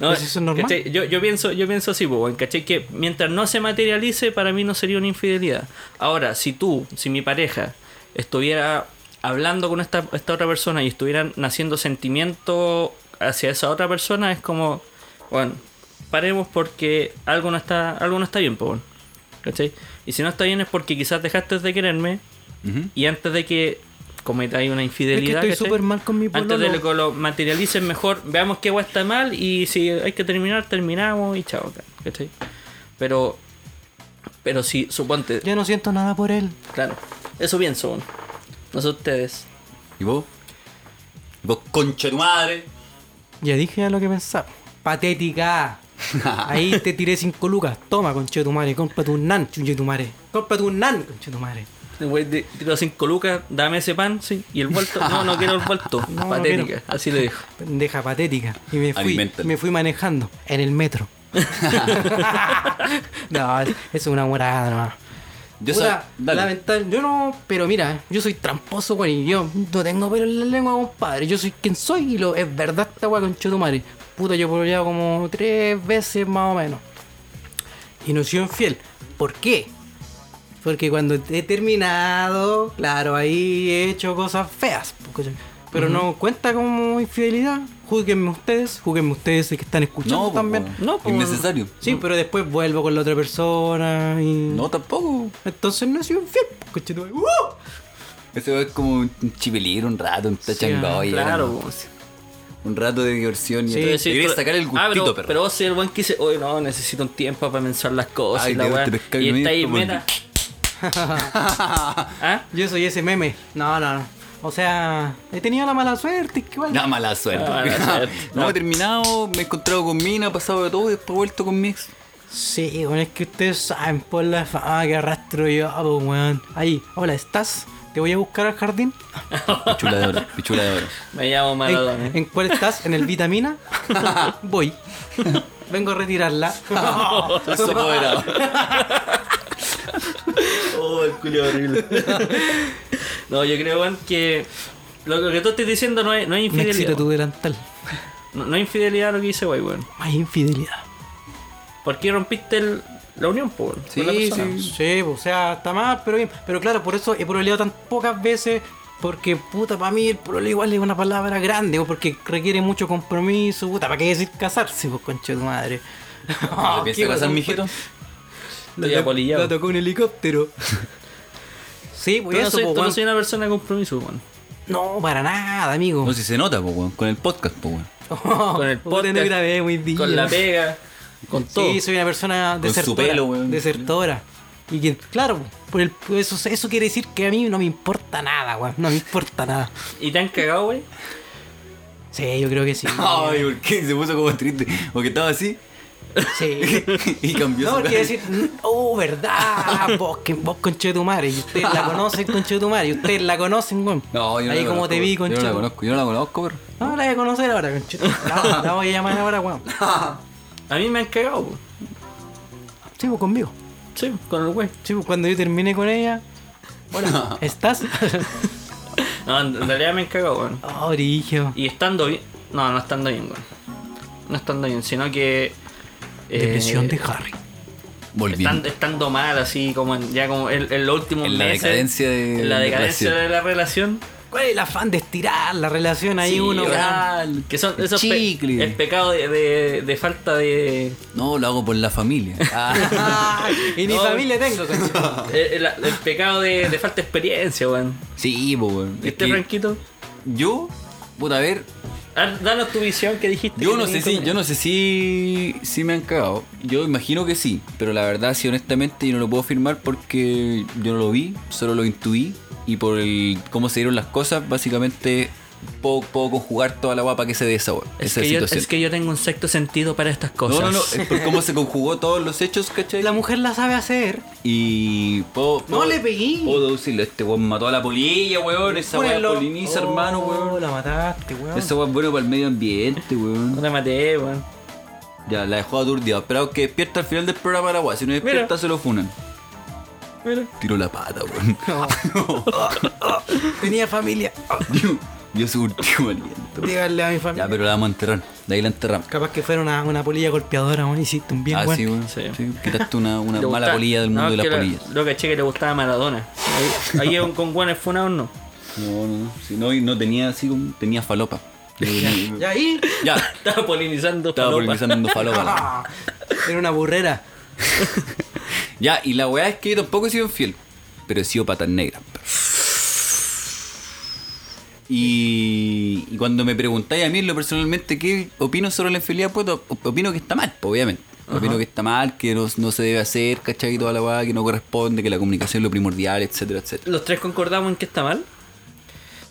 [SPEAKER 4] No,
[SPEAKER 6] Pues eso es normal.
[SPEAKER 4] ¿cachai? Yo, yo pienso, yo pienso así, pues, weón, ¿cachai? Que mientras no se materialice, para mí no sería una infidelidad. Ahora, si tú, si mi pareja estuviera hablando con esta, esta otra persona y estuvieran naciendo sentimiento hacia esa otra persona, es como, bueno, paremos porque algo no está, algo no está bien, pues, weón, ¿cachai? Y si no está bien es porque quizás dejaste de quererme y antes de que cometáis una infidelidad.
[SPEAKER 6] estoy
[SPEAKER 4] ¿cachai?
[SPEAKER 6] súper mal con mi
[SPEAKER 4] Antes de
[SPEAKER 6] pololo.
[SPEAKER 4] que lo materialicen mejor, veamos qué guay está mal y si hay que terminar, terminamos y chao. ca- ¿cachai? Pero, pero si, suponte,
[SPEAKER 6] Ya no siento nada por él.
[SPEAKER 4] claro, eso pienso, bueno. no sé ustedes.
[SPEAKER 5] ¿Y vos? ¿Y vos, concha de tu madre?
[SPEAKER 6] Ya dije ya lo que pensaba. Patética. Ahí te tiré cinco lucas. Toma, conche tu madre. Compra tu nan, chunche tu madre. Compra tu nan, conche tu madre.
[SPEAKER 4] El güey de- Tiro 5 lucas, dame ese pan, sí, y el vuelto. No, no quiero el vuelto.
[SPEAKER 6] No, no
[SPEAKER 4] Patética,
[SPEAKER 6] quiero.
[SPEAKER 4] así le dijo.
[SPEAKER 6] Pendeja patética. Y me fui,
[SPEAKER 5] Aliméntalo.
[SPEAKER 6] me fui manejando en el metro. no, eso es una morada nomás.
[SPEAKER 5] Yo
[SPEAKER 6] Puta,
[SPEAKER 5] sab- dale.
[SPEAKER 6] lamentable- Yo no, pero mira, yo soy tramposo, weón, y yo no tengo pelo en la lengua, compadre. Yo soy quien soy y lo, es verdad esta weá con Chetumare. Puta, yo pololeado como tres veces más o menos. Y no he sido infiel. ¿Por qué? Porque cuando he terminado, claro, ahí he hecho cosas feas. po, ¿cachai? Pero no cuenta como infidelidad. Júguenme ustedes, júguenme ustedes que están escuchando
[SPEAKER 5] No, po,
[SPEAKER 6] también.
[SPEAKER 5] po.
[SPEAKER 4] No, po.
[SPEAKER 5] Innecesario.
[SPEAKER 6] Sí, pero después vuelvo con la otra persona y...
[SPEAKER 5] No, tampoco.
[SPEAKER 6] Entonces no soy un fiel. Conchetumare. ¡Uh!
[SPEAKER 5] Ese es como un chipelero, un rato, un tachangoy.
[SPEAKER 4] ah, Claro,
[SPEAKER 5] ¿no?
[SPEAKER 4] po.
[SPEAKER 5] Un rato de diversión. Y
[SPEAKER 4] Tú decís,
[SPEAKER 5] entonces te querías
[SPEAKER 4] tú-
[SPEAKER 5] sacar el
[SPEAKER 4] Ah,
[SPEAKER 5] gustito,
[SPEAKER 4] pero,
[SPEAKER 5] perro.
[SPEAKER 4] pero vos si el buen que dice, oye, no, necesito un tiempo para pensar las cosas
[SPEAKER 5] Ay,
[SPEAKER 4] y la
[SPEAKER 5] te-
[SPEAKER 4] weá.
[SPEAKER 5] te pescáis
[SPEAKER 4] Y
[SPEAKER 5] un
[SPEAKER 4] está ahí,
[SPEAKER 5] minuto,
[SPEAKER 4] meta. ¿Ah?
[SPEAKER 6] Yo soy ese meme. No, no, no. O sea, he tenido la mala suerte. Que igual.
[SPEAKER 5] Nada mala suerte.
[SPEAKER 4] Ah, mala suerte.
[SPEAKER 5] no, he terminado, me he encontrado con mina, he pasado de todo y después he vuelto con mi ex.
[SPEAKER 6] Sí, bueno, es que ustedes saben por la fama que arrastro yo, po, weón. Ahí, hola, ¿estás? Te voy a buscar al jardín.
[SPEAKER 5] Pichula de oro, pichula de oro.
[SPEAKER 4] Me llamo Maradona.
[SPEAKER 6] ¿En, en cuál estás? ¿En el vitamina? voy. Vengo a retirarla.
[SPEAKER 5] Eso apoderado.
[SPEAKER 4] Oh, el culo horrible. no, yo creo, weón, que lo que tú estás diciendo no es, no es
[SPEAKER 6] Me
[SPEAKER 4] infidelidad.
[SPEAKER 6] excita tu delantal.
[SPEAKER 4] No, no es infidelidad lo que dice, wey, weón.
[SPEAKER 6] Hay infidelidad.
[SPEAKER 4] ¿Por qué rompiste el- la unión, po, weón? con la
[SPEAKER 5] Sí,
[SPEAKER 4] persona?
[SPEAKER 6] Sí, o sea, está mal, pero bien. Pero claro, por eso he proleado tan pocas veces. Porque, puta, para mí el problema igual es una palabra grande, o porque requiere mucho compromiso, puta, ¿para qué decir casarse, pues, concha de tu madre?
[SPEAKER 4] Ah,
[SPEAKER 5] ¿Te piensas casar, mijito?
[SPEAKER 6] Lo
[SPEAKER 4] Estoy
[SPEAKER 6] to-
[SPEAKER 4] apolillado.
[SPEAKER 6] lo tocó un helicóptero. sí, pues
[SPEAKER 4] Yo no
[SPEAKER 6] eso,
[SPEAKER 4] soy,
[SPEAKER 6] po,
[SPEAKER 4] tú no
[SPEAKER 6] weón.
[SPEAKER 4] soy una persona de compromiso, weón.
[SPEAKER 6] no, para nada, amigo.
[SPEAKER 5] No, si se nota, po, weón. Con el podcast, po, weón.
[SPEAKER 4] Con el
[SPEAKER 6] Puta,
[SPEAKER 4] podcast,
[SPEAKER 6] no Oh, grabé muy bien.
[SPEAKER 4] Con la pega, con todo.
[SPEAKER 6] Sí, soy una persona
[SPEAKER 5] Con su
[SPEAKER 6] desertora.
[SPEAKER 5] pelo, weón.
[SPEAKER 6] desertora. Y que, claro, por el, eso, eso quiere decir que a mí no me importa nada, weón. No me importa nada.
[SPEAKER 4] ¿Y te han cagado, wey?
[SPEAKER 6] Sí, yo creo que sí.
[SPEAKER 5] Ay, ¿por qué? Se puso como triste. Porque estaba así.
[SPEAKER 6] Sí.
[SPEAKER 5] y cambió
[SPEAKER 6] No,
[SPEAKER 5] su
[SPEAKER 6] porque decir, oh, verdad, vos, que, vos conchetumare, y ustedes la conocen, conchetumare, y ustedes la conocen, weón.
[SPEAKER 5] No, yo no
[SPEAKER 6] Ahí
[SPEAKER 5] la
[SPEAKER 6] como
[SPEAKER 5] conozco,
[SPEAKER 6] te vi,
[SPEAKER 5] Yo no la
[SPEAKER 6] conchetumare.
[SPEAKER 5] conozco, yo no la conozco, pero.
[SPEAKER 6] No, la voy a conocer ahora, conchetumare. La, la voy a llamar ahora, weón.
[SPEAKER 4] A mí me han cagado, po.
[SPEAKER 6] Sí, pues conmigo.
[SPEAKER 4] sí, con el güey.
[SPEAKER 6] Sí, pues cuando yo termine con ella, bueno, ¿estás?
[SPEAKER 4] No, en en realidad me han cagado, weón.
[SPEAKER 6] oh, origio.
[SPEAKER 4] Y estando bien. No, no estando bien, weón. No estando bien, sino que. eh,
[SPEAKER 6] Depresión de Harry.
[SPEAKER 5] Volviendo.
[SPEAKER 4] Estando, estando mal, así como en, ya como en, en los últimos
[SPEAKER 5] En la
[SPEAKER 4] meses,
[SPEAKER 5] decadencia de-
[SPEAKER 4] en la
[SPEAKER 5] de
[SPEAKER 4] decadencia
[SPEAKER 5] relación.
[SPEAKER 4] de la relación.
[SPEAKER 6] ¿Cuál es el afán de estirar la relación ahí
[SPEAKER 4] Sí,
[SPEAKER 6] uno?
[SPEAKER 4] weón.
[SPEAKER 5] weón.
[SPEAKER 4] que son esos
[SPEAKER 5] Chicle.
[SPEAKER 4] el pecado de, de- de falta de
[SPEAKER 5] No, lo hago por la familia.
[SPEAKER 6] Ah, y ni
[SPEAKER 4] No,
[SPEAKER 6] familia tengo, conchetumare.
[SPEAKER 5] Ah.
[SPEAKER 4] eh, la- el, pecado de, de falta de experiencia, weón.
[SPEAKER 5] sí, po, weón. Es
[SPEAKER 4] ¿Viste,
[SPEAKER 5] que
[SPEAKER 4] Franquito?
[SPEAKER 5] Yo, puta, a ver,
[SPEAKER 4] A ver, Danos tu visión que dijiste.
[SPEAKER 5] Yo
[SPEAKER 4] que
[SPEAKER 5] no sé
[SPEAKER 4] tenías
[SPEAKER 5] si,
[SPEAKER 4] con-
[SPEAKER 5] yo no sé si, si me han cagado. Yo imagino que sí, pero la verdad, si honestamente, yo no lo puedo afirmar porque yo no lo vi, solo lo intuí y por el cómo se dieron las cosas, básicamente puedo, puedo conjugar toda la guapa que se dé esa,
[SPEAKER 4] Es
[SPEAKER 5] esa
[SPEAKER 4] que, yo,
[SPEAKER 5] situación.
[SPEAKER 4] es que yo tengo un sexto sentido para estas cosas.
[SPEAKER 5] no, no, no, es por cómo se conjugó todos los hechos, ¿cachai?
[SPEAKER 6] La mujer la sabe hacer.
[SPEAKER 5] Y puedo, puedo-
[SPEAKER 6] le pegué.
[SPEAKER 5] Puedo decirle, este weón mató a la polilla, weón, esa weón
[SPEAKER 6] Júrenlo.
[SPEAKER 5] poliniza,
[SPEAKER 6] Oh,
[SPEAKER 5] hermano, weón.
[SPEAKER 6] La mataste, weón.
[SPEAKER 5] Esa weón es bueno para el medio ambiente, weón.
[SPEAKER 4] No la maté, weón.
[SPEAKER 5] Ya, la dejó aturdida. Pero que despierta al final del programa de la weá. Si no despierta,
[SPEAKER 4] Mira.
[SPEAKER 5] se lo funan.
[SPEAKER 4] Mira.
[SPEAKER 5] Tiro la pata, weón.
[SPEAKER 6] Tenía familia.
[SPEAKER 5] Yo- Yo soy último aliento.
[SPEAKER 6] Díganle a mi familia.
[SPEAKER 5] Ya, pero la vamos a enterrar. De ahí la enterramos.
[SPEAKER 6] Capaz que fuera una, una polilla golpeadora, weón. Hiciste un bien,
[SPEAKER 5] ah,
[SPEAKER 6] weón.
[SPEAKER 5] sí, weón.
[SPEAKER 4] Sí.
[SPEAKER 5] Sí, Quitaste una, una
[SPEAKER 4] Le
[SPEAKER 5] mala
[SPEAKER 4] gustaba-
[SPEAKER 5] polilla del mundo
[SPEAKER 4] no,
[SPEAKER 5] de las
[SPEAKER 4] que la-
[SPEAKER 5] polillas.
[SPEAKER 4] Lo caché que le gustaba Maradona. Ahí, ahí es un- con Juan funados no.
[SPEAKER 5] No, no, no. Si no, y no tenía así como. Tenía falopa.
[SPEAKER 6] Y ahí
[SPEAKER 5] ya.
[SPEAKER 4] Estaba polinizando.
[SPEAKER 5] Estaba
[SPEAKER 4] falopa.
[SPEAKER 5] polinizando falopa.
[SPEAKER 6] ah, era una burrera.
[SPEAKER 5] ya, y la weá es que yo tampoco he sido infiel. Pero he sido patas negras. Y, y cuando me preguntáis a mí, en lo personalmente, ¿qué opino sobre la infidelidad? Pues op- opino que está mal, pues, obviamente. Opino que está mal, que no, no se debe hacer, ¿cachai? Y Toda la weá, que no corresponde, que la comunicación es lo primordial, etcétera, etcétera.
[SPEAKER 4] Los tres concordamos en que está mal.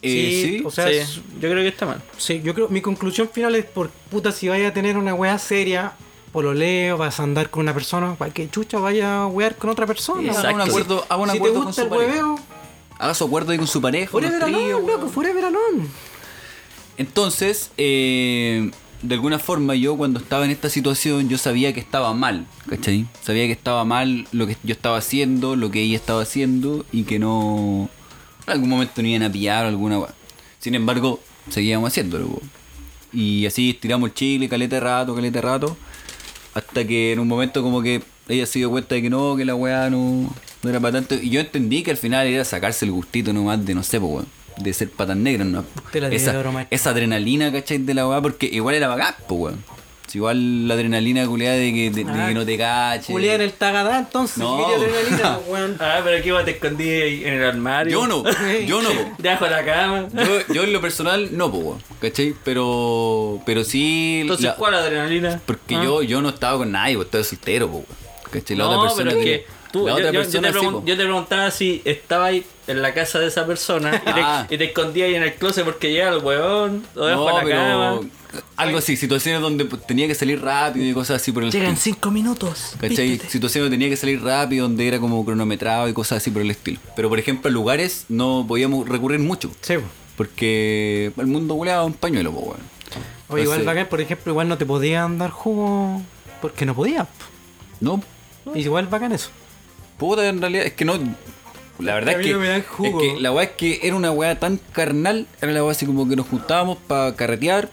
[SPEAKER 5] Eh,
[SPEAKER 6] o sea,
[SPEAKER 4] Sí,
[SPEAKER 6] es-
[SPEAKER 4] yo creo que está mal.
[SPEAKER 6] Sí, yo creo, mi conclusión final es por puta si vaya a tener una weá seria, pololeo, vas a andar con una persona, para que chucha vaya a wear con otra persona.
[SPEAKER 5] Exacto.
[SPEAKER 6] weón.
[SPEAKER 5] Haga un acuerdo- haga un
[SPEAKER 6] si
[SPEAKER 5] acuerdo
[SPEAKER 6] te
[SPEAKER 5] con
[SPEAKER 6] gusta
[SPEAKER 5] su
[SPEAKER 6] el
[SPEAKER 5] pareja.
[SPEAKER 6] hueveo,
[SPEAKER 5] Haga su acuerdo ahí con su pareja. unos
[SPEAKER 6] forever alone,
[SPEAKER 5] tríos, weón.
[SPEAKER 6] loco, forever alone.
[SPEAKER 5] Entonces, eh, de alguna forma yo cuando estaba en esta situación, yo sabía que estaba mal, ¿cachai? Sabía que estaba mal lo que yo estaba haciendo, lo que ella estaba haciendo y que no... En algún momento no iban a pillar alguna... wea. Sin embargo, seguíamos haciéndolo. po. Y así estiramos el chile, caleta de rato, caleta de rato, hasta que en un momento como que ella se dio cuenta de que no, que la weá no, no era para tanto. Y yo entendí que al final era sacarse el gustito nomás de, no sé, po, weón, de ser patas negras. ¿no?
[SPEAKER 6] Te la tiré de broma.
[SPEAKER 5] esa, esa adrenalina, ¿cachai? De la weá, porque igual era bacán, po, weón. Si igual la adrenalina culiada de que, de, de
[SPEAKER 4] Ah,
[SPEAKER 5] que no te caches.
[SPEAKER 6] Julián el Tagadá, entonces,
[SPEAKER 5] No.
[SPEAKER 6] quería adrenalina, weón.
[SPEAKER 4] Ah, pero qué va, te escondí ahí en el armario.
[SPEAKER 5] Yo no, yo no, po.
[SPEAKER 4] Debajo de la cama.
[SPEAKER 5] Yo, yo en lo personal no, po, weón, ¿cachai? Pero, pero sí.
[SPEAKER 4] Entonces,
[SPEAKER 5] la-
[SPEAKER 4] ¿cuál adrenalina?
[SPEAKER 5] Porque
[SPEAKER 4] Ah.
[SPEAKER 5] yo, yo no estaba con nadie, pues estaba soltero, po, weón. ¿Cachai? La
[SPEAKER 4] no,
[SPEAKER 5] otra persona
[SPEAKER 4] pero es
[SPEAKER 5] tenía-
[SPEAKER 4] que tú,
[SPEAKER 5] la
[SPEAKER 4] yo,
[SPEAKER 5] otra
[SPEAKER 4] yo- yo
[SPEAKER 5] persona
[SPEAKER 4] te
[SPEAKER 5] sí,
[SPEAKER 4] pregun-
[SPEAKER 5] po.
[SPEAKER 4] yo te preguntaba si estaba ahí en la casa de esa persona y te,
[SPEAKER 5] Ah.
[SPEAKER 4] y te escondía ahí en el closet porque llega el weón, lo dejo
[SPEAKER 5] No,
[SPEAKER 4] en la cama.
[SPEAKER 5] pero algo así, situaciones donde pues, tenía que salir rápido y cosas así por el
[SPEAKER 6] Llegan
[SPEAKER 5] estilo.
[SPEAKER 6] cinco minutos.
[SPEAKER 5] ¿Cachai? Situaciones donde tenía que salir rápido, donde era como cronometrado y cosas así por el estilo. Pero por ejemplo, a lugares no podíamos recurrir mucho.
[SPEAKER 6] Sí, po.
[SPEAKER 5] Porque el mundo volaba un pañuelo, pues, weón.
[SPEAKER 6] O igual
[SPEAKER 5] Entonces,
[SPEAKER 6] bacán, por ejemplo, igual no te podían dar jugo porque no podías. po.
[SPEAKER 5] No,
[SPEAKER 6] Y igual bacán eso.
[SPEAKER 5] puta, en realidad, es que no. La verdad
[SPEAKER 6] A
[SPEAKER 5] es
[SPEAKER 6] mí
[SPEAKER 5] que,
[SPEAKER 6] no me dan jugo.
[SPEAKER 5] es que la weá es que era una weá tan carnal, era la weá así como que nos juntábamos para carretear,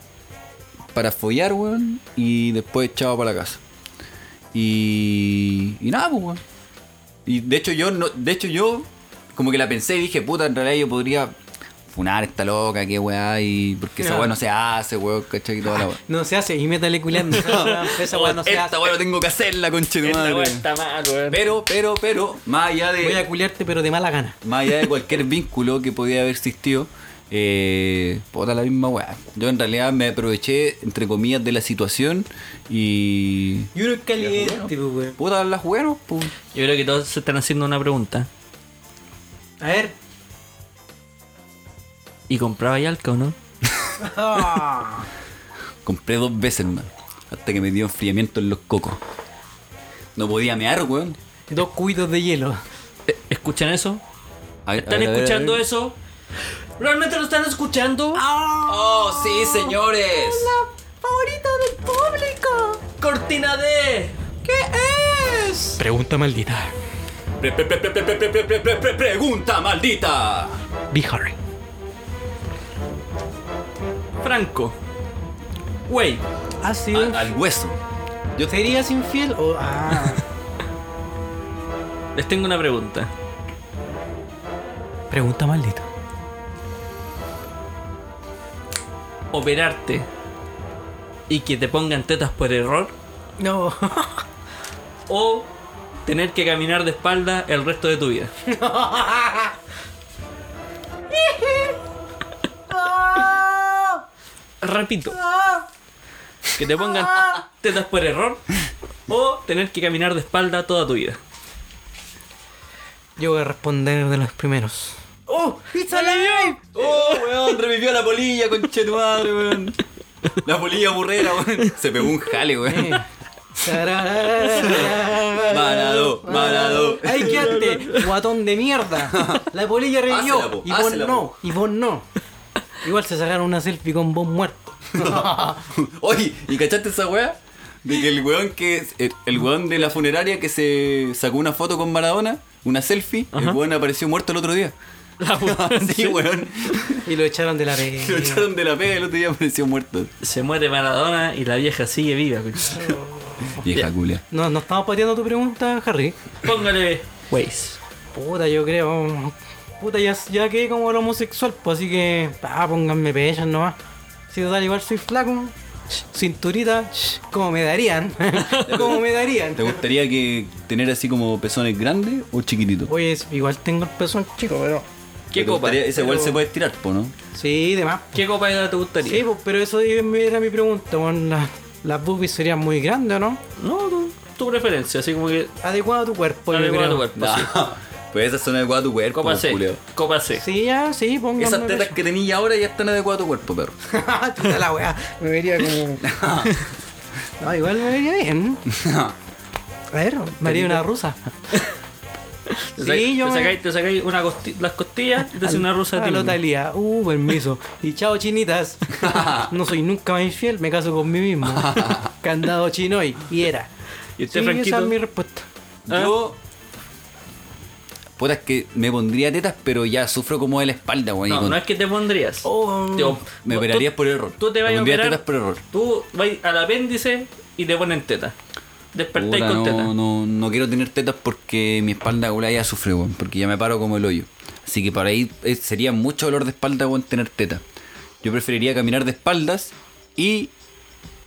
[SPEAKER 5] para follar, weón, y después echaba para la casa. Y, y nada, pues, weón. Y de hecho yo, no, de hecho yo, como que la pensé y dije, puta, en realidad yo podría funar a esta loca, qué weá, y porque esa
[SPEAKER 6] No.
[SPEAKER 5] weá no se hace, weón, cachai, y toda la weá.
[SPEAKER 6] No se hace, y métale culiando. Esa weá no se hace.
[SPEAKER 5] esta weá no tengo que hacerla, conche de
[SPEAKER 4] Esta
[SPEAKER 5] madre.
[SPEAKER 4] weá está mal, weón.
[SPEAKER 5] Pero, pero, pero, más allá de
[SPEAKER 6] Voy a culiarte, pero de mala gana.
[SPEAKER 5] más allá de cualquier vínculo que podía haber existido, eh, puta la misma weá. Yo en realidad me aproveché, entre comillas, de la situación y.
[SPEAKER 6] Y uno es caliente, pues, weón.
[SPEAKER 5] Puta las jugaron, pues.
[SPEAKER 4] Yo creo que todos se están haciendo una pregunta.
[SPEAKER 6] A ver.
[SPEAKER 4] ¿Y compraba Yalca o no?
[SPEAKER 5] Ah. Compré dos veces, hermano. Hasta que me dio enfriamiento en los cocos. No podía mear, weón.
[SPEAKER 6] Dos cubitos de hielo.
[SPEAKER 4] Eh, ¿Escuchan eso?
[SPEAKER 5] A ver, a
[SPEAKER 4] ¿Están
[SPEAKER 5] ver, a ver, a
[SPEAKER 4] escuchando
[SPEAKER 5] ver.
[SPEAKER 4] eso? ¿Realmente lo están escuchando?
[SPEAKER 5] ¡Oh, sí, señores!
[SPEAKER 4] favorito del público. Cortina D. ¿Qué es?
[SPEAKER 6] Pregunta maldita.
[SPEAKER 5] Pre- pre- pre- pre- pre- pre- pre- pre- pre- pre- ¡Pregunta maldita!
[SPEAKER 6] Be Harry.
[SPEAKER 4] Franco. Wey.
[SPEAKER 6] ¿Has sido
[SPEAKER 5] Al, al hueso. Ah, Yo te diría...
[SPEAKER 6] ¿Serías infiel o.? Ah.
[SPEAKER 4] Les tengo una pregunta.
[SPEAKER 6] Pregunta maldita.
[SPEAKER 4] Operarte y que te pongan tetas por error
[SPEAKER 6] No.
[SPEAKER 4] o tener que caminar de espalda el resto de tu vida. Repito. Que te pongan tetas por error o tener que caminar de espalda toda tu vida.
[SPEAKER 6] Yo voy a responder de los primeros. ¡Oh! ¡It's alive!
[SPEAKER 5] ¡Oh, weón! Revivió la polilla, conchetumadre, weón. La polilla burrera, weón. Se pegó un jale, weón. Manado, manado.
[SPEAKER 6] Ahí quedaste, guatón de mierda. La polilla
[SPEAKER 5] Hácela,
[SPEAKER 6] revivió.
[SPEAKER 5] po,
[SPEAKER 6] Y vos
[SPEAKER 5] hácela,
[SPEAKER 6] no, y vos no. Igual se sacaron una selfie con vos muerto.
[SPEAKER 5] Oye, ¿y cachaste esa weá? De que el weón que. El, el weón de la funeraria que se sacó una foto con Maradona, una selfie, el weón apareció muerto el otro día. sí, weón.
[SPEAKER 6] Y lo echaron de la red.
[SPEAKER 5] Se lo echaron de la pega y el otro día apareció muerto.
[SPEAKER 4] Se muere Maradona y la vieja sigue viva.
[SPEAKER 5] Vieja culia.
[SPEAKER 6] No, no estamos pateando tu pregunta, Harry.
[SPEAKER 4] Póngale Waze.
[SPEAKER 6] Puta, yo creo. Puta, ya, ya quedé como el homosexual, pues así que. Ah, pónganme pechas nomás. Si total, igual soy flaco. Cinturita, como me darían. como me darían.
[SPEAKER 5] ¿Te gustaría que tener así como pezones grandes o chiquititos?
[SPEAKER 6] Oye, es- igual tengo el pezón chico, pero.
[SPEAKER 4] ¿Qué
[SPEAKER 5] ¿Te
[SPEAKER 4] copa?
[SPEAKER 5] gustaría- Ese igual se puede estirar, po, ¿no?
[SPEAKER 6] Sí, demás.
[SPEAKER 4] ¿Qué copa era te gustaría?
[SPEAKER 6] Sí, pues, pero eso era mi pregunta, weón. Las, las boobies serían muy grandes, ¿o no?
[SPEAKER 4] No, tu, tu preferencia, así como que.
[SPEAKER 6] Adecuado a tu
[SPEAKER 5] pues,
[SPEAKER 6] cuerpo, yo
[SPEAKER 4] Adecuado a tu
[SPEAKER 6] creo.
[SPEAKER 4] cuerpo, sí.
[SPEAKER 5] No. Pues esas son adecuadas a tu cuerpo, pues,
[SPEAKER 4] Copa C.
[SPEAKER 5] culiao.
[SPEAKER 4] Copa C.
[SPEAKER 6] Sí, ya, sí, póngame.
[SPEAKER 5] Esas tetas que tenías ahora ya están adecuadas a tu cuerpo, perro.
[SPEAKER 6] Puta la weá. Me vería como. no, igual me vería bien. A ver, me haría una rusa.
[SPEAKER 4] Te sac-
[SPEAKER 6] sí, yo
[SPEAKER 4] te
[SPEAKER 6] me-
[SPEAKER 4] sacáis, te sacáis una costi- las costillas y te haces una rusa
[SPEAKER 6] a
[SPEAKER 4] de
[SPEAKER 6] lo Talía. Uh, permiso. Y chao, chinitas. No soy nunca más infiel, me caso con mí mismo. Candado chinoy. Y era.
[SPEAKER 4] ¿Y usted,
[SPEAKER 6] Sí,
[SPEAKER 4] Franquito?
[SPEAKER 6] esa es mi respuesta.
[SPEAKER 4] ¿Ah?
[SPEAKER 5] Yo. Puta, es que me pondría tetas, pero ya sufro como de la espalda, weón. y
[SPEAKER 4] No,
[SPEAKER 5] con-
[SPEAKER 4] no es que te pondrías.
[SPEAKER 6] Oh.
[SPEAKER 4] Te-
[SPEAKER 5] Me
[SPEAKER 4] tú-
[SPEAKER 5] operarías por error.
[SPEAKER 4] Tú te vas
[SPEAKER 5] Me
[SPEAKER 4] a
[SPEAKER 5] pondría
[SPEAKER 4] operar.
[SPEAKER 5] tetas por error.
[SPEAKER 4] Tú vas al apéndice y te ponen teta. Despertáis
[SPEAKER 5] Puta,
[SPEAKER 4] con teta.
[SPEAKER 5] no, no, no quiero tener tetas porque mi espalda weón, ya sufre, weón, porque ya me paro como el hoyo. Así que para ahí eh, sería mucho dolor de espalda weón, tener tetas. Yo preferiría caminar de espaldas y,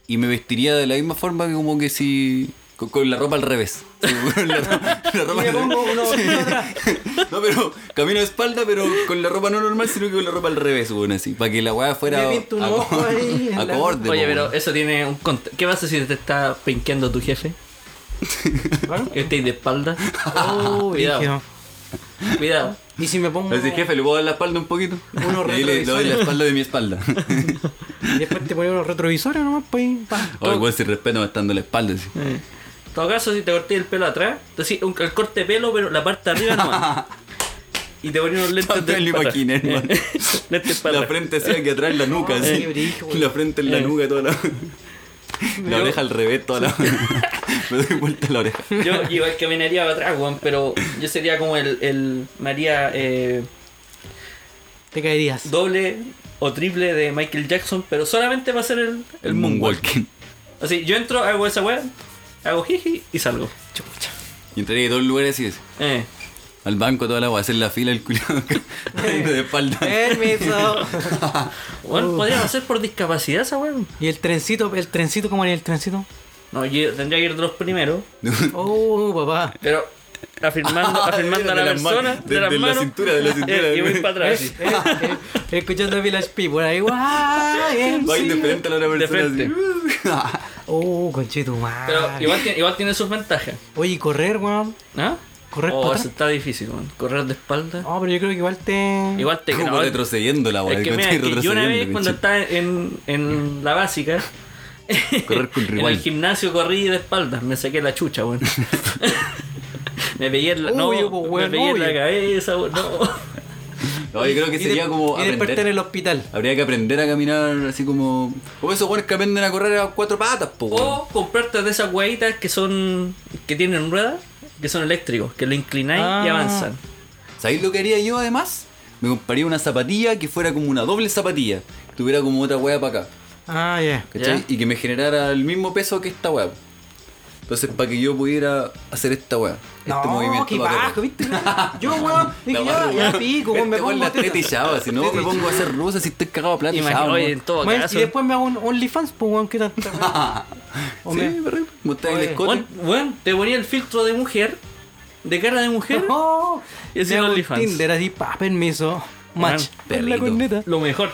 [SPEAKER 5] y me vestiría de la misma forma que como que si. con, con la ropa al revés. Sí, weón, la, ro- la ropa
[SPEAKER 6] Y me
[SPEAKER 5] al
[SPEAKER 6] pongo
[SPEAKER 5] revés.
[SPEAKER 6] uno-
[SPEAKER 5] Sí.
[SPEAKER 6] uno atrás.
[SPEAKER 5] No, pero camino de espalda, pero con la ropa no normal, sino que con la ropa al revés, weón, así. Para que la weá fuera.
[SPEAKER 6] Me pinto un
[SPEAKER 5] aco-
[SPEAKER 6] ojo ahí en la-
[SPEAKER 5] Acorde,
[SPEAKER 4] Oye,
[SPEAKER 5] po,
[SPEAKER 4] pero
[SPEAKER 5] weón.
[SPEAKER 4] eso tiene un cont- ¿Qué pasa si te está penqueando tu jefe? Y estáis de espalda.
[SPEAKER 6] Oh,
[SPEAKER 4] cuidado,
[SPEAKER 6] brígido.
[SPEAKER 4] cuidado.
[SPEAKER 6] Y si me pongo.
[SPEAKER 5] Así, jefe, ¿le puedo dar la espalda un poquito?
[SPEAKER 6] Unos
[SPEAKER 5] Y ahí le le doy la
[SPEAKER 6] retrovisores.
[SPEAKER 5] espalda de mi espalda.
[SPEAKER 6] Y después te ponen unos retrovisores nomás, pues. ahí, pa.
[SPEAKER 5] Oye, weón, si respeto me está dando la espalda. así.
[SPEAKER 4] En todo caso, si te corté el pelo atrás, te hacís un, el corte de pelo, pero la parte de arriba nomás. y te ponían unos lentes
[SPEAKER 5] Tanto
[SPEAKER 4] de
[SPEAKER 5] me lo
[SPEAKER 4] espalda.
[SPEAKER 5] imaginé, hermano.
[SPEAKER 4] lentes para
[SPEAKER 5] La
[SPEAKER 4] atrás.
[SPEAKER 5] frente así aquí atrás en la nuca,
[SPEAKER 6] Ay,
[SPEAKER 5] así.
[SPEAKER 6] qué brillo, weón.
[SPEAKER 5] La frente
[SPEAKER 4] Eh.
[SPEAKER 5] en la nuca, toda la. La oreja al revés, toda la. Me doy vuelta la oreja.
[SPEAKER 4] Yo igual caminaría para atrás, weón, pero yo sería como el, el me haría eh,
[SPEAKER 6] Te caerías.
[SPEAKER 4] doble o triple de Michael Jackson, pero solamente va a ser el,
[SPEAKER 5] El moonwalking.
[SPEAKER 4] Así, yo entro, hago esa weá, hago jiji y salgo.
[SPEAKER 6] Chucha.
[SPEAKER 5] Y entraría de dos lugares así. es.
[SPEAKER 4] Eh.
[SPEAKER 5] Al banco, toda la agua, hacer la fila, el culiado. de espalda.
[SPEAKER 4] Eh,
[SPEAKER 6] Permiso.
[SPEAKER 5] Oh.
[SPEAKER 4] Bueno, podríamos hacer por discapacidad esa weá.
[SPEAKER 6] y el trencito, el trencito, ¿cómo haría el trencito?
[SPEAKER 4] No, yo tendría que ir de los primeros,
[SPEAKER 6] Oh, papá.
[SPEAKER 4] pero afirmando, afirmando a la
[SPEAKER 5] Ah, De las man-
[SPEAKER 4] persona
[SPEAKER 5] de-
[SPEAKER 4] las
[SPEAKER 5] de la
[SPEAKER 4] manos,
[SPEAKER 5] cintura, de la
[SPEAKER 4] eh,
[SPEAKER 5] cintura.
[SPEAKER 4] y voy para atrás. así.
[SPEAKER 6] Eh, eh, Escuchando Village P por ahí. guay,
[SPEAKER 5] Va
[SPEAKER 6] sí.
[SPEAKER 5] indiferente a la otra
[SPEAKER 4] De
[SPEAKER 5] persona. así.
[SPEAKER 6] Oh, conchito,
[SPEAKER 4] Pero igual tiene, igual tiene sus ventajas.
[SPEAKER 6] Oye, correr, weón.
[SPEAKER 4] ¿Ah?
[SPEAKER 6] Correr
[SPEAKER 4] Oh,
[SPEAKER 6] para
[SPEAKER 4] eso
[SPEAKER 6] atrás.
[SPEAKER 4] está difícil, weón. Correr de espalda.
[SPEAKER 6] No, pero yo creo que igual te.
[SPEAKER 4] Igual te
[SPEAKER 5] Como
[SPEAKER 4] no,
[SPEAKER 5] retrocediendo la weá,
[SPEAKER 4] Es que,
[SPEAKER 5] el
[SPEAKER 4] mira,
[SPEAKER 5] coche
[SPEAKER 4] que yo una
[SPEAKER 5] retrocediendo,
[SPEAKER 4] vez cuando
[SPEAKER 5] conchito.
[SPEAKER 4] estaba en, en la básica,
[SPEAKER 5] Correr con
[SPEAKER 4] En el
[SPEAKER 5] rival.
[SPEAKER 4] gimnasio corrí de espaldas, me saqué la chucha, weón. me pegué en la, no,
[SPEAKER 6] Obvio, pues, weón,
[SPEAKER 4] me pegué en la
[SPEAKER 6] obvio.
[SPEAKER 4] cabeza, weón. No.
[SPEAKER 5] No, yo creo que
[SPEAKER 9] Y
[SPEAKER 5] sería
[SPEAKER 9] de-
[SPEAKER 5] como
[SPEAKER 9] Y despertar en el
[SPEAKER 5] aprender.
[SPEAKER 9] hospital.
[SPEAKER 5] Habría que aprender a caminar así como. O esos buenos que aprenden a correr a cuatro patas, po.
[SPEAKER 6] Oh.
[SPEAKER 5] weón.
[SPEAKER 4] O comprarte de esas guaitas que son. que tienen ruedas, que son eléctricos, que lo inclináis y
[SPEAKER 6] Ah.
[SPEAKER 4] avanzan.
[SPEAKER 5] ¿Sabéis lo que haría yo además? Me compraría una zapatilla que fuera como una doble zapatilla. Que tuviera como otra hueá para acá.
[SPEAKER 6] Ah, ya.
[SPEAKER 5] ¿Cachai?
[SPEAKER 4] Ya.
[SPEAKER 5] Y que me generara el mismo peso que esta weá. Entonces, para que yo pudiera hacer esta weá. este movimiento.
[SPEAKER 6] qué
[SPEAKER 5] pa' correr.
[SPEAKER 6] bajo, ¿viste? Yo, weón, dije,
[SPEAKER 5] La
[SPEAKER 6] ya,
[SPEAKER 5] barba.
[SPEAKER 6] ya pico, weón, me
[SPEAKER 5] Este weón
[SPEAKER 6] pongo
[SPEAKER 5] la teta y chava, si no me pongo a hacer rusa si estoy cagado a plata y
[SPEAKER 4] Imagino,
[SPEAKER 5] chava,
[SPEAKER 4] oye,
[SPEAKER 5] weón.
[SPEAKER 4] en todo
[SPEAKER 6] Bueno,
[SPEAKER 4] caso.
[SPEAKER 6] Y después me hago un OnlyFans, pues, weón, ¿qué tal? O
[SPEAKER 5] Sí,
[SPEAKER 6] me-
[SPEAKER 5] perro, mostrar el
[SPEAKER 6] Oye,
[SPEAKER 5] escote.
[SPEAKER 4] Weón, weón, te ponía el filtro de mujer, de cara de mujer.
[SPEAKER 6] No,
[SPEAKER 4] Y así
[SPEAKER 6] me hago
[SPEAKER 4] OnlyFans.
[SPEAKER 6] Tinder, así, pa, permiso. Match.
[SPEAKER 5] Perrito.
[SPEAKER 6] La corneta.
[SPEAKER 4] Lo mejor.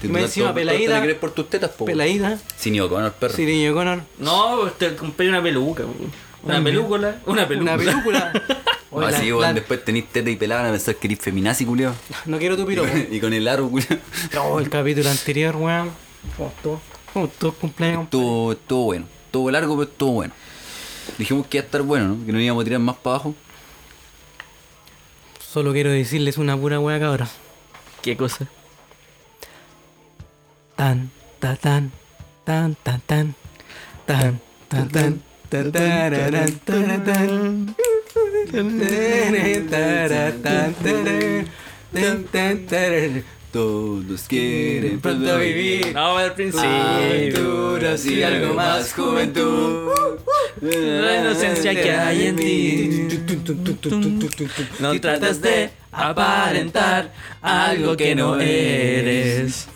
[SPEAKER 5] Te
[SPEAKER 6] me
[SPEAKER 5] trato-
[SPEAKER 6] encima
[SPEAKER 5] trato de
[SPEAKER 6] peladita.
[SPEAKER 5] creer por tus tetas, po.
[SPEAKER 6] Peladita.
[SPEAKER 5] Sin con el perro. Ah,
[SPEAKER 6] Siriño Connor.
[SPEAKER 4] No, pues, te compré una peluca, weón. Una película. Una película.
[SPEAKER 6] Una película.
[SPEAKER 5] No,
[SPEAKER 6] Oye, la-
[SPEAKER 5] así, weón,
[SPEAKER 6] la-
[SPEAKER 5] después tenés teta y pelada, van a pensar que eres feminazi, culiao.
[SPEAKER 6] No quiero tu piropo.
[SPEAKER 5] y con el aro, culiao.
[SPEAKER 6] No, el capítulo anterior, weón. ¿Cómo estuvo? ¿Cómo estuvo el cumpleaños?
[SPEAKER 5] Estuvo, estuvo bueno. Estuvo largo, pero estuvo bueno. Dijimos que iba a estar bueno, ¿no? Que no íbamos a tirar más para abajo.
[SPEAKER 6] Solo quiero decirles una pura weá cabra.
[SPEAKER 4] ¿Qué cosa?
[SPEAKER 6] Tan, ta, tan, tan, tan, tan, tan, tan, tan. tan, tararán, tararán. Tararán, tararán, tararán, tan, tararán.
[SPEAKER 5] Todos quieren pronto vivir.
[SPEAKER 4] No, al principio.
[SPEAKER 5] Aventuras y algo más, juventud.
[SPEAKER 4] La inocencia que hay en ti. No tratas de aparentar algo que no eres.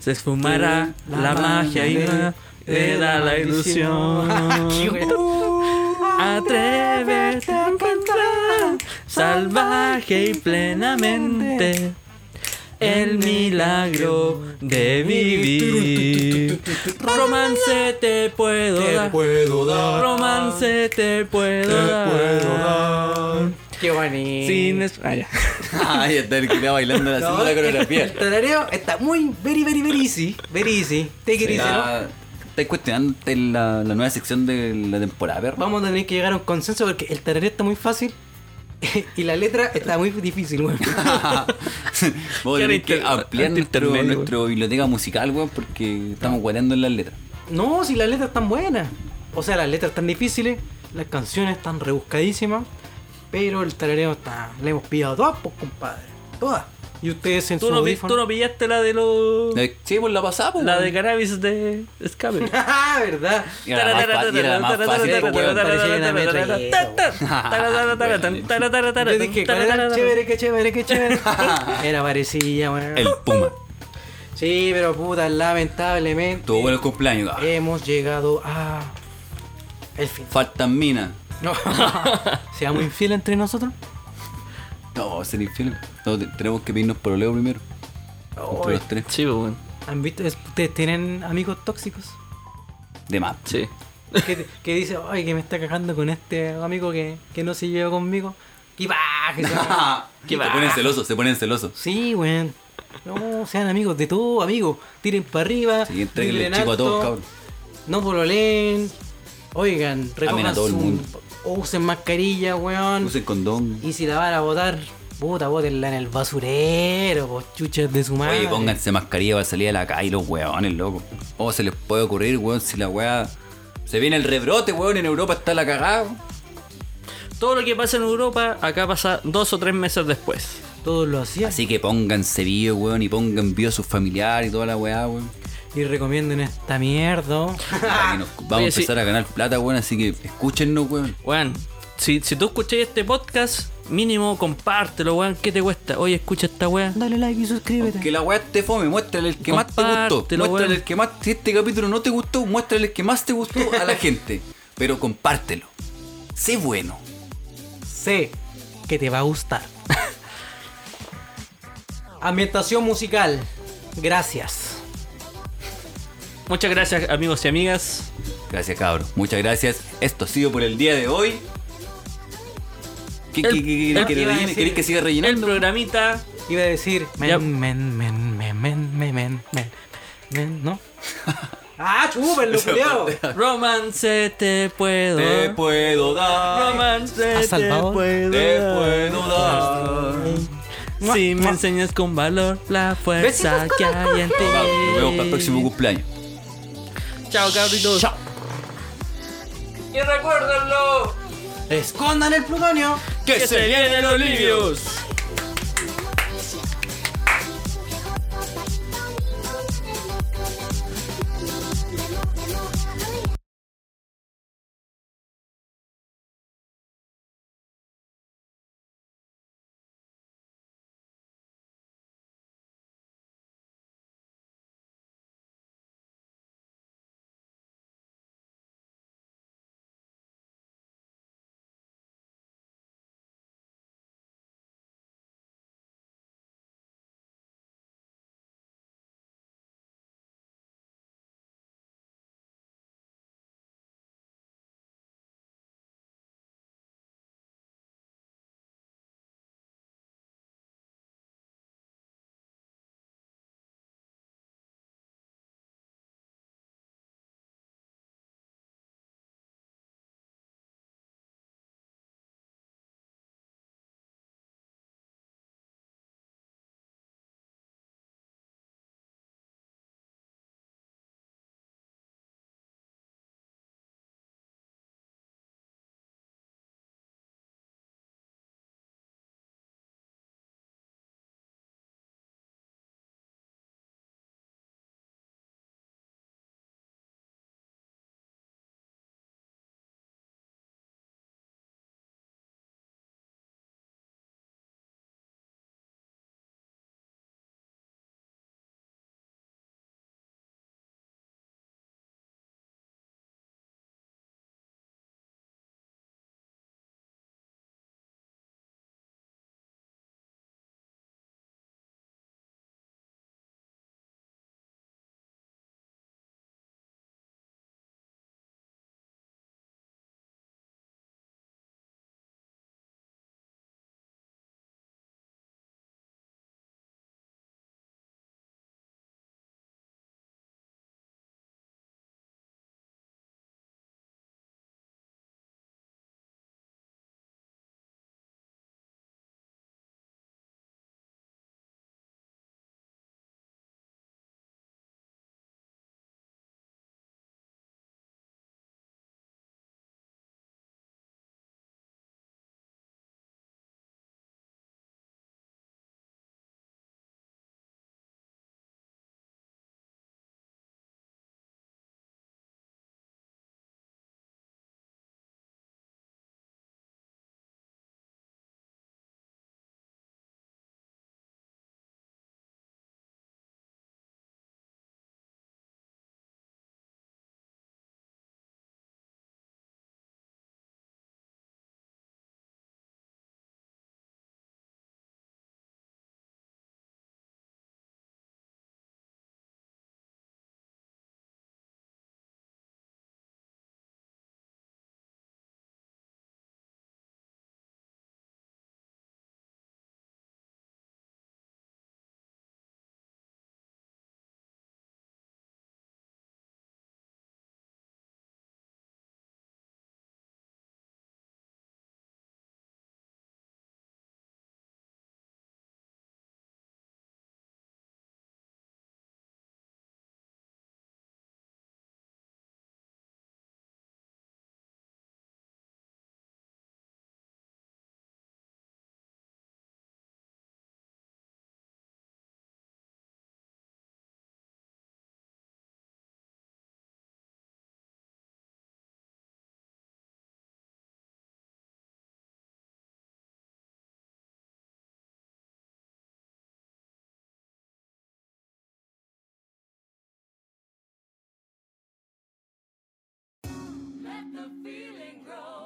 [SPEAKER 4] Se esfumará la magia y no te da la ilusión. Atrévete a encontrar salvaje y plenamente el milagro de vivir. Romance te puedo dar.
[SPEAKER 9] puedo
[SPEAKER 4] Romance te puedo dar.
[SPEAKER 6] Qué bonito.
[SPEAKER 4] Sin es- Ah, ya.
[SPEAKER 5] Ay, está el que está bailando la
[SPEAKER 6] No,
[SPEAKER 5] segunda coreografía.
[SPEAKER 6] El tarareo está muy, very, very, very easy. Very easy. Take it easy,
[SPEAKER 4] Ah.
[SPEAKER 6] ¿no?
[SPEAKER 5] Está- Estáis cuestionando la, la nueva sección de la temporada, perro.
[SPEAKER 6] Vamos a tener que llegar a un consenso porque el tarareo está muy fácil y la letra está muy difícil, weón.
[SPEAKER 5] Vamos a tener que
[SPEAKER 4] inter-
[SPEAKER 5] ampliar nuestro,
[SPEAKER 4] intermedio, weón.
[SPEAKER 5] nuestra biblioteca musical, weón, porque estamos guardando en las letras.
[SPEAKER 6] No, si las letras están buenas. O sea, las letras están difíciles, las canciones están rebuscadísimas, pero el tarareo está. Le hemos pillado todas, pues, compadre. Todas. Y ustedes en
[SPEAKER 4] ¿Tú,
[SPEAKER 6] su
[SPEAKER 4] no, pi-
[SPEAKER 6] audífono-
[SPEAKER 4] tú no pillaste la de los.
[SPEAKER 5] Eh, Sí, pues la pasada, pues,
[SPEAKER 4] Uh. La
[SPEAKER 5] weón.
[SPEAKER 4] de cannabis de Escape.
[SPEAKER 6] Ah, ¿verdad?
[SPEAKER 5] Y era la más fa- y era la más fácil, pues, weón.
[SPEAKER 6] parecía una metralleta. Yo dije, ¿cuál era? Chévere, qué chévere, qué chévere. Era parecida, weón.
[SPEAKER 5] El Puma.
[SPEAKER 6] Sí, pero puta, lamentablemente
[SPEAKER 5] Tuvo buenos cumpleaños.
[SPEAKER 4] Eh.
[SPEAKER 5] ah.
[SPEAKER 6] hemos llegado a el fin.
[SPEAKER 5] Faltan minas.
[SPEAKER 6] No. Seamos infieles entre nosotros.
[SPEAKER 5] No, ser infiel. No, te- tenemos que pedirnos leo primero. Entre los tres.
[SPEAKER 4] Sí, pues, weón.
[SPEAKER 6] ¿Han visto? Es- ¿Ustedes tienen amigos tóxicos?
[SPEAKER 5] De más.
[SPEAKER 4] Sí.
[SPEAKER 6] Que, que dice, ay, que me está cagando con este amigo que, que no se lleva conmigo. Y baje.
[SPEAKER 5] se ponen celosos, se ponen celosos.
[SPEAKER 6] Sí, weón. No, sean amigos de todo, amigos. Tiren para arriba.
[SPEAKER 5] Sí, entreguen el
[SPEAKER 6] vibren
[SPEAKER 5] chico a todos,
[SPEAKER 6] alto.
[SPEAKER 5] cabrón.
[SPEAKER 6] No pololeen. Oigan, recojan
[SPEAKER 5] a todo el
[SPEAKER 6] su-
[SPEAKER 5] mundo.
[SPEAKER 6] Usen mascarilla, weón.
[SPEAKER 5] Usen condón.
[SPEAKER 6] Y si la van a botar, puta, bótenla en el basurero, po, chuchas de su madre.
[SPEAKER 4] Ah.
[SPEAKER 5] Oye, pónganse mascarilla para salir a la calle los weones, loco. ¿Cómo se les puede ocurrir, weón, si la weá... Se viene el rebrote, weón, en Europa está la cagada.
[SPEAKER 4] Todo lo que pasa en Europa, acá pasa dos o tres meses después.
[SPEAKER 6] Todos lo hacían.
[SPEAKER 5] Así que pónganse bio, weón, y pongan bio a sus familiares y toda la weá, weón.
[SPEAKER 6] Y recomienden esta mierda.
[SPEAKER 5] Para que nos- vamos
[SPEAKER 4] Oye,
[SPEAKER 5] a
[SPEAKER 4] sí.
[SPEAKER 5] empezar a ganar plata, weón, así que escúchennos, weón.
[SPEAKER 4] Weón, si, si tú escuchás este podcast, mínimo compártelo, weón. ¿Qué te cuesta? Oye, escucha esta weá.
[SPEAKER 6] Dale like y suscríbete.
[SPEAKER 5] Que la weá te fome, muéstrale el que más te gustó.
[SPEAKER 4] Compártelo,
[SPEAKER 5] Muéstrale
[SPEAKER 4] weón.
[SPEAKER 5] el que más. Si este capítulo no te gustó, muéstrale el que más te gustó a la gente. Pero compártelo. Sé bueno.
[SPEAKER 6] Sé que te va a gustar. Ambientación musical. Gracias.
[SPEAKER 4] Muchas gracias, amigos y amigas.
[SPEAKER 5] Gracias, cabros. Muchas gracias. Esto ha sido por el día de hoy. ¿Qué,
[SPEAKER 4] El-
[SPEAKER 5] qué- qué-
[SPEAKER 4] el-
[SPEAKER 5] qué- que
[SPEAKER 6] iba a
[SPEAKER 5] rellene?
[SPEAKER 6] decir-
[SPEAKER 5] ¿Queréis que siga
[SPEAKER 4] El
[SPEAKER 5] rellenando?
[SPEAKER 4] programita.
[SPEAKER 6] Iba a decir. Men,
[SPEAKER 4] Ya.
[SPEAKER 6] men, men, men, men, men, men, men, men, ¿no? ¡Ah, chúpenlo, culiao!
[SPEAKER 4] Romance te puedo.
[SPEAKER 5] Te puedo dar.
[SPEAKER 4] Romance
[SPEAKER 10] ¿Has
[SPEAKER 4] te
[SPEAKER 10] salvado?
[SPEAKER 4] puedo.
[SPEAKER 5] Te
[SPEAKER 4] dar.
[SPEAKER 5] puedo dar.
[SPEAKER 4] Si me enseñas con valor la fuerza que hay en
[SPEAKER 5] Nos vemos para el
[SPEAKER 4] ti.
[SPEAKER 5] próximo cumpleaños.
[SPEAKER 4] Chao, cabritos. Y recuérdenlo.
[SPEAKER 6] ¡Escondan el plutonio!
[SPEAKER 4] Que se vienen los libios.
[SPEAKER 11] feeling grow.